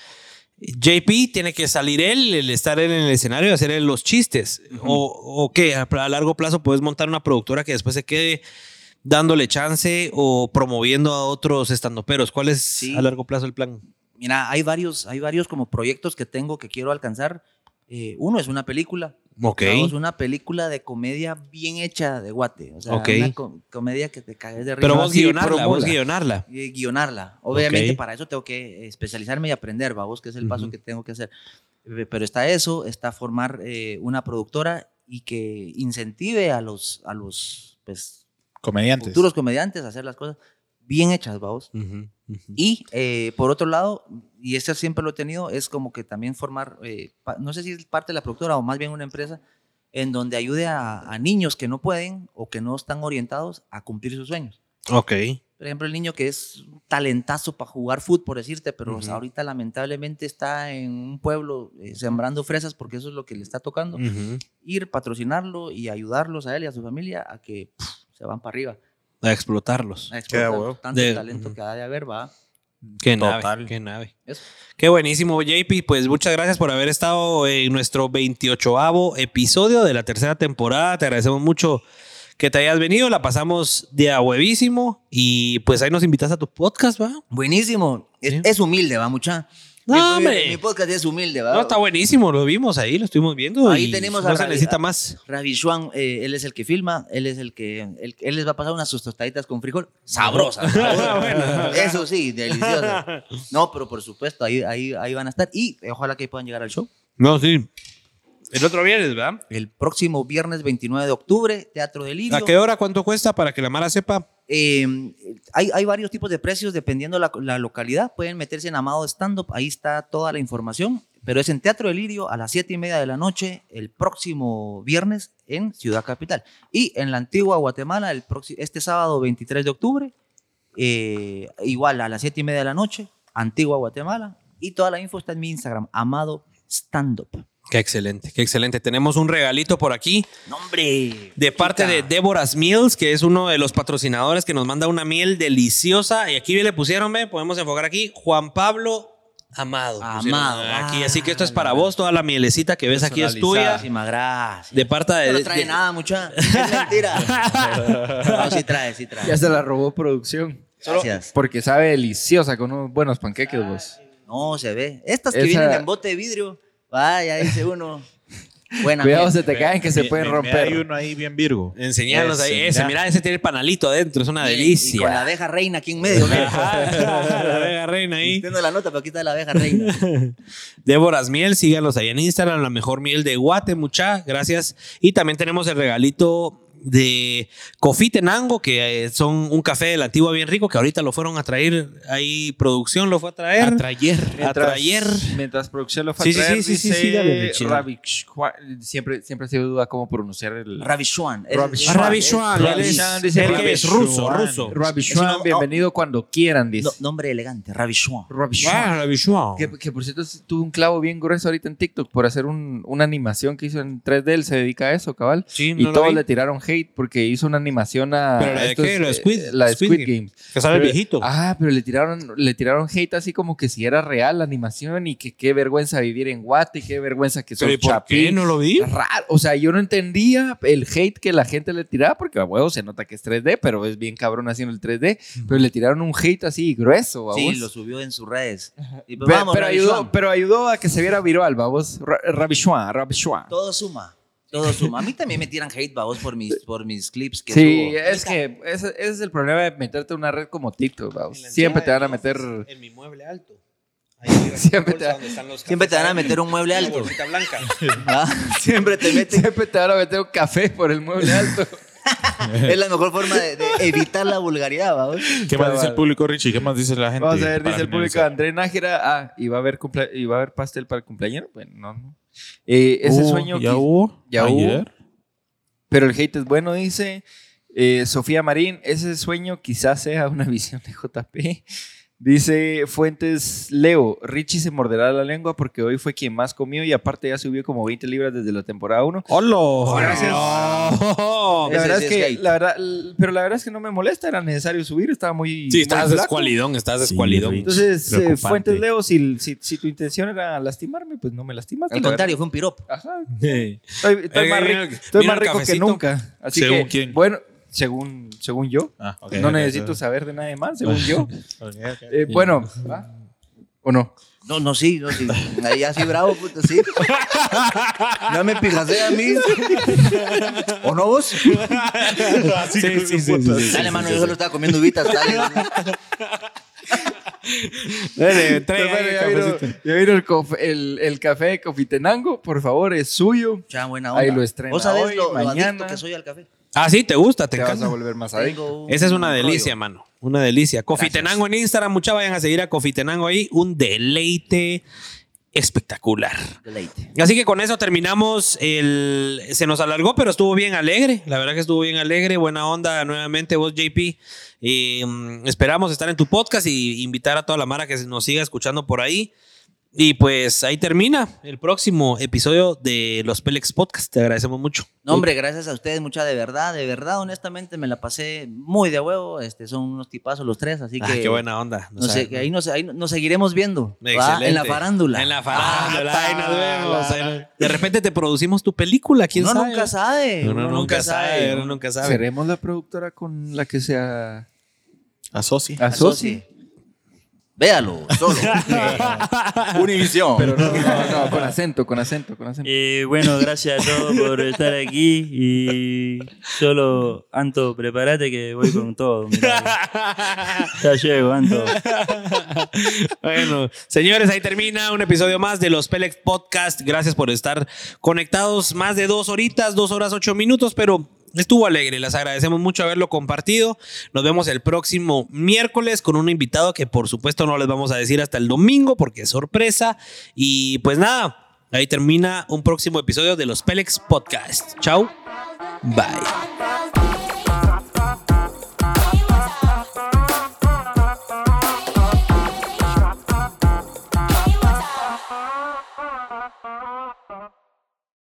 Speaker 2: JP tiene que salir él, el estar él en el escenario y hacer él los chistes. o, ¿O qué? A, a largo plazo puedes montar una productora que después se quede dándole chance o promoviendo a otros estandoperos. ¿Cuál es
Speaker 1: Sí.
Speaker 2: a largo plazo el plan?
Speaker 1: Mira, hay varios, hay varios como proyectos que tengo que quiero alcanzar. Eh, uno es una película.
Speaker 2: Ok.
Speaker 1: vamos, una película de comedia bien hecha de guate. O sea,
Speaker 2: Ok.
Speaker 1: una co- comedia que te caes de risa.
Speaker 2: Pero vos
Speaker 1: Sí,
Speaker 2: guionarla, vos
Speaker 1: promula.
Speaker 2: guionarla.
Speaker 1: eh, guionarla. Obviamente
Speaker 2: Ok.
Speaker 1: para eso tengo que eh, especializarme y aprender, vamos, que es el paso
Speaker 2: Ujú.
Speaker 1: que tengo que hacer. Eh, Pero está eso, está formar eh, una productora y que incentive a los, a los pues,
Speaker 3: Comediantes.
Speaker 1: futuros comediantes a hacer las cosas bien hechas, vamos.
Speaker 2: Ujú, ujú.
Speaker 1: Y eh, por otro lado, y esto siempre lo he tenido, es como que también formar, eh, pa- no sé si es parte de la productora o más bien una empresa, en donde ayude a- a niños que no pueden o que no están orientados a cumplir sus sueños.
Speaker 2: Ok.
Speaker 1: Por ejemplo, el niño que es un talentazo para jugar fútbol, por decirte, pero
Speaker 2: Ujú.
Speaker 1: ahorita lamentablemente está en un pueblo eh, sembrando fresas porque eso es lo que le está tocando.
Speaker 2: Ujú.
Speaker 1: Ir, patrocinarlo y ayudarlos a él y a su familia a que pff, se van para arriba.
Speaker 2: A explotarlos.
Speaker 1: A explotar
Speaker 3: huevo.
Speaker 1: tanto
Speaker 2: De-
Speaker 1: talento
Speaker 2: ujú.
Speaker 1: que ha de haber, va.
Speaker 2: Qué nave,
Speaker 3: Total.
Speaker 2: qué nave.
Speaker 1: Eso.
Speaker 2: Qué buenísimo, JP. Pues muchas gracias por haber estado en nuestro 28avo episodio de la tercera temporada. Te agradecemos mucho que te hayas venido. La pasamos de a huevísimo. Y pues ahí nos invitas a tu podcast, ¿va?
Speaker 1: Buenísimo. Es,
Speaker 2: Sí.
Speaker 1: es humilde, va, mucha.
Speaker 2: No,
Speaker 1: Mi-
Speaker 2: hombre.
Speaker 1: Mi, mi podcast es humilde, va.
Speaker 2: No, está buenísimo. Lo vimos ahí, lo estuvimos viendo.
Speaker 1: Ahí
Speaker 2: y
Speaker 1: tenemos
Speaker 2: no
Speaker 1: a
Speaker 2: se
Speaker 1: Ra-
Speaker 2: necesita
Speaker 1: a-
Speaker 2: más.
Speaker 1: Ravi Schwan, eh, él es el que filma, él es el que, el- él les va a pasar unas sus tostaditas con frijol sabrosas. sabrosas. Eso sí, deliciosas. No, pero por supuesto, ahí, ahí, ahí van a estar y eh, ojalá que puedan llegar al show.
Speaker 2: No, sí. El otro viernes, ¿verdad?
Speaker 1: El próximo viernes 29 de octubre, Teatro del
Speaker 2: ¿A qué hora? ¿Cuánto cuesta? Para que la Mara sepa.
Speaker 1: Eh, hay, hay varios tipos de precios dependiendo la, la localidad. Pueden meterse en Amado Stand Up, ahí está toda la información. Pero es en Teatro Delirio a las 7 y media de la noche el próximo viernes en Ciudad Capital. Y en la antigua Guatemala, el próxi- este sábado 23 de octubre, eh, igual a las 7 y media de la noche, Antigua Guatemala. Y toda la info está en mi Instagram, Amado Stand Up.
Speaker 2: Qué excelente, qué excelente. Tenemos un regalito por aquí
Speaker 1: ¡Nombre!
Speaker 2: de parte de Débora's Meals, que es uno de los patrocinadores que nos manda una miel deliciosa. Y aquí le pusieron, ve, podemos enfocar aquí, Juan Pablo Amado. pusieron eh,
Speaker 1: Amado.
Speaker 2: Aquí,
Speaker 1: Ah,
Speaker 2: así que esto es para
Speaker 1: la-
Speaker 2: vos, toda la mielecita que ves aquí es tuya.
Speaker 1: Muchísimas gracias.
Speaker 2: De parte de...
Speaker 1: No
Speaker 4: Eh,
Speaker 1: trae
Speaker 2: de-
Speaker 1: nada, mucha. Es mentira. no, sí trae, sí trae.
Speaker 4: Ya se la robó producción. Solo
Speaker 1: Gracias.
Speaker 4: porque sabe deliciosa con unos buenos panqueques, vos.
Speaker 1: No, se ve. Estas que
Speaker 4: Esa-
Speaker 1: vienen en bote de vidrio, vaya, dice uno. Buena. pues.
Speaker 4: Cuidado,
Speaker 1: gente.
Speaker 4: se te caen que se pueden
Speaker 3: Hay
Speaker 4: romper.
Speaker 3: uno ahí bien virgo.
Speaker 2: Enseñarnos ahí.
Speaker 3: Ese,
Speaker 2: Ese,
Speaker 3: mira.
Speaker 2: mira, ese tiene el panalito adentro, es
Speaker 1: Y
Speaker 2: una
Speaker 1: con la
Speaker 2: delicia.
Speaker 1: abeja reina aquí en medio. mira.
Speaker 2: Ajá, la abeja reina ahí.
Speaker 1: Usted no la nota, pero aquí está la abeja reina.
Speaker 2: Déboras Miel, síganos ahí en Instagram, la mejor miel de Guate, mucha, gracias. Y también tenemos el regalito de Cofitenango, que eh, son un café de la antigua bien rico, que ahorita lo fueron a traer, ahí producción lo fue a traer. A traer. A traer.
Speaker 4: mientras producción lo
Speaker 2: Sí, sí, sí, sí, sí, sí, dale,
Speaker 4: dice
Speaker 2: chino.
Speaker 4: Ravich- Juan- siempre, siempre ha sido duda cómo pronunciar el...
Speaker 1: Ravishuan.
Speaker 2: A
Speaker 4: Ravishuan.
Speaker 2: Ravishuan, él es-
Speaker 4: Ravishuan, dice
Speaker 2: él que es ruso,
Speaker 3: Ravishuan.
Speaker 2: ruso.
Speaker 4: Ravishuan,
Speaker 1: Es una-
Speaker 4: bienvenido cuando quieran, dice.
Speaker 1: nombre elegante, Ravishuan.
Speaker 4: Ravishuan.
Speaker 2: Ah, Ravishuan.
Speaker 4: Que, que, por cierto tuvo un clavo bien grueso ahorita en TikTok por hacer un- una animación que hizo en 3D, él se dedica a eso, cabal.
Speaker 2: Sí,
Speaker 4: Y
Speaker 2: no lo
Speaker 4: todos
Speaker 2: vi.
Speaker 4: le tiraron hate porque hizo una animación a...
Speaker 2: ¿Pero la
Speaker 4: a
Speaker 2: de qué? ¿La de
Speaker 4: eh,
Speaker 2: Squid-
Speaker 4: la de
Speaker 2: Squid
Speaker 4: Squid
Speaker 2: Game?
Speaker 4: Games.
Speaker 2: Que sabe el
Speaker 4: Pero-
Speaker 2: viejito.
Speaker 4: Ah, pero le tiraron, le tiraron hate así como que si era real la animación y que qué vergüenza vivir en Guate, qué vergüenza que
Speaker 2: Pero
Speaker 4: soy
Speaker 2: ¿y por qué
Speaker 4: chapín.
Speaker 2: no lo vi?
Speaker 4: Raro, o sea, yo no entendía el hate que la gente le tiraba porque a huevo se nota que es 3D, pero es bien cabrón haciendo el 3D, pero le tiraron un hate así grueso,
Speaker 1: Sí,
Speaker 4: babos.
Speaker 1: lo subió en sus redes. Y pues,
Speaker 4: Pe-
Speaker 1: vamos,
Speaker 4: pero,
Speaker 1: Ravishuan.
Speaker 4: ayudó, pero ayudó a que se viera viral, babos. Ra- Ravishuan, Ravishuan.
Speaker 1: Todo suma. Todo suma. A mí también me tiran hate, babos, por mis, por mis clips que
Speaker 4: Sí,
Speaker 1: subo.
Speaker 4: es que ese, ese es el problema de meterte en una red como TikTok, babos. Siempre te van a meter...
Speaker 2: En mi mueble alto.
Speaker 4: Siempre te- bolsa
Speaker 1: Siempre te van a meter un mueble alto.
Speaker 2: blanca.
Speaker 1: ¿ah? Siempre te meten
Speaker 4: Siempre te van a meter un café por el mueble alto.
Speaker 1: Es la mejor forma de, de evitar la vulgaridad, ¿va?
Speaker 3: ¿Qué más
Speaker 4: Cabal.
Speaker 3: dice el público, Richie? ¿Qué más dice la gente?
Speaker 4: Vamos a ver,
Speaker 3: Para
Speaker 4: dice el público
Speaker 3: finalizar.
Speaker 4: André Nájera. Ah, ¿y va a haber, cumplea- y va a haber pastel para el cumpleañero? Bueno, no, no. Eh, ese
Speaker 2: Uh,
Speaker 3: Hubo,
Speaker 4: sueño
Speaker 3: ¿Ya
Speaker 4: que-
Speaker 3: hubo?
Speaker 4: ya hubo.
Speaker 3: ¿Ayer?
Speaker 4: Pero el hate es bueno, dice. Eh, Sofía Marín, ese sueño quizás sea una visión de JP. Dice Fuentes Leo, Richie se morderá la lengua porque hoy fue quien más comió y aparte ya subió como 20 libras desde la temporada 1.
Speaker 2: ¡Hola!
Speaker 4: Gracias.
Speaker 2: Oh.
Speaker 4: La
Speaker 1: ese
Speaker 4: verdad
Speaker 1: sí
Speaker 4: es
Speaker 1: es
Speaker 4: que,
Speaker 1: hate.
Speaker 4: la verdad, l- pero la verdad es que no me molesta, era necesario subir, estaba muy.
Speaker 2: Sí,
Speaker 4: muy
Speaker 2: estás
Speaker 4: flaco.
Speaker 2: escualidón, estás
Speaker 3: Sí,
Speaker 2: escualidón.
Speaker 3: Rich.
Speaker 4: Entonces, eh,
Speaker 3: Preocupante.
Speaker 4: Fuentes Leo, si, si, si tu intención era lastimarme, pues no me lastimaste.
Speaker 1: Al
Speaker 4: la
Speaker 1: contrario, fue un piropo.
Speaker 4: verdad. Ajá.
Speaker 2: Sí.
Speaker 4: Estoy, estoy
Speaker 2: Oiga,
Speaker 4: más
Speaker 2: mira
Speaker 4: rico,
Speaker 2: el-
Speaker 4: estoy
Speaker 2: mira
Speaker 4: más
Speaker 2: el
Speaker 4: rico que
Speaker 2: cafecito.
Speaker 4: nunca. Así
Speaker 3: ¿Según
Speaker 4: que,
Speaker 3: quién?
Speaker 4: Bueno, según, según yo.
Speaker 3: Ah, ok,
Speaker 4: no
Speaker 3: ok,
Speaker 4: necesito
Speaker 3: ok.
Speaker 4: saber de nadie más, según yo.
Speaker 3: Ok, ok.
Speaker 4: Eh, Bueno, ¿va? ¿o no?
Speaker 1: No, no, sí, no, sí. Ahí así bravo, puto, sí. No me pijasé a mí. ¿O no vos?
Speaker 2: Sí, sí, sí, sí, sí, sí.
Speaker 1: Dale, mano, yo solo estaba comiendo uvitas. Dale.
Speaker 2: Dale,
Speaker 4: Pero
Speaker 2: entrega
Speaker 4: bueno,
Speaker 2: el
Speaker 4: ya vieron,
Speaker 2: cafecito.
Speaker 4: ya vieron el, cof- el- el café de Cofitenango, por favor, es suyo.
Speaker 1: Ya, buena onda.
Speaker 4: Ahí lo estrena
Speaker 1: ¿Vos sabés
Speaker 4: hoy,
Speaker 1: lo, lo
Speaker 4: mañana.
Speaker 1: adicto que soy al café?
Speaker 2: Ah, sí, te gusta, te
Speaker 4: Te vas a
Speaker 2: encanta.
Speaker 4: volver más adicto.
Speaker 1: Tengo un-
Speaker 2: Esa es una
Speaker 1: un
Speaker 2: delicia,
Speaker 1: rollo.
Speaker 2: mano. Una delicia. Cofitenango en Instagram, muchachos, vayan a seguir a Cofitenango ahí. Un deleite espectacular.
Speaker 1: Deleite.
Speaker 2: Así que con eso terminamos el... Se nos alargó, pero estuvo bien alegre. La verdad que estuvo bien alegre. Buena onda nuevamente vos, JP. Eh, mm, esperamos estar en tu podcast y invitar a toda la mara que nos siga escuchando por ahí. Y pues ahí termina el próximo episodio de los Pelex Podcast. Te agradecemos mucho.
Speaker 1: No, hombre, gracias a ustedes, mucha de verdad, de verdad, honestamente me la pasé muy de huevo. Este, son unos tipazos los tres, así
Speaker 2: Ah,
Speaker 1: que.
Speaker 2: qué buena onda.
Speaker 1: No sé, que ahí nos, ahí nos seguiremos viendo. ¿va?
Speaker 2: Excelente.
Speaker 1: En la farándula.
Speaker 2: En la farándula.
Speaker 1: Ah,
Speaker 2: ahí nos vemos.
Speaker 1: la-
Speaker 2: Ahí nos- De repente te producimos tu película. ¿Quién
Speaker 1: uno
Speaker 2: sabe?
Speaker 1: nunca sabe.
Speaker 2: Uno nunca sabe. Uno nunca sabe.
Speaker 4: Seremos la productora con la que se a-
Speaker 3: Asocia.
Speaker 4: asocie.
Speaker 1: Véalo, solo.
Speaker 7: Univisión.
Speaker 4: Pero no, no, no, con acento, con acento, con acento.
Speaker 8: Eh, bueno, gracias a todos por estar aquí y solo, Anto, prepárate que voy con todo. mirá. ya llego, Anto.
Speaker 2: bueno, señores, ahí termina un episodio más de los Pelex Podcast. Gracias por estar conectados más de dos horitas, dos horas, ocho minutos, pero Estuvo alegre, les agradecemos mucho haberlo compartido. Nos vemos el próximo miércoles con un invitado que por supuesto no les vamos a decir hasta el domingo porque es sorpresa. Y pues nada, ahí termina un próximo episodio de los Pelex Podcast. Chau, bye.
Speaker 9: Bye.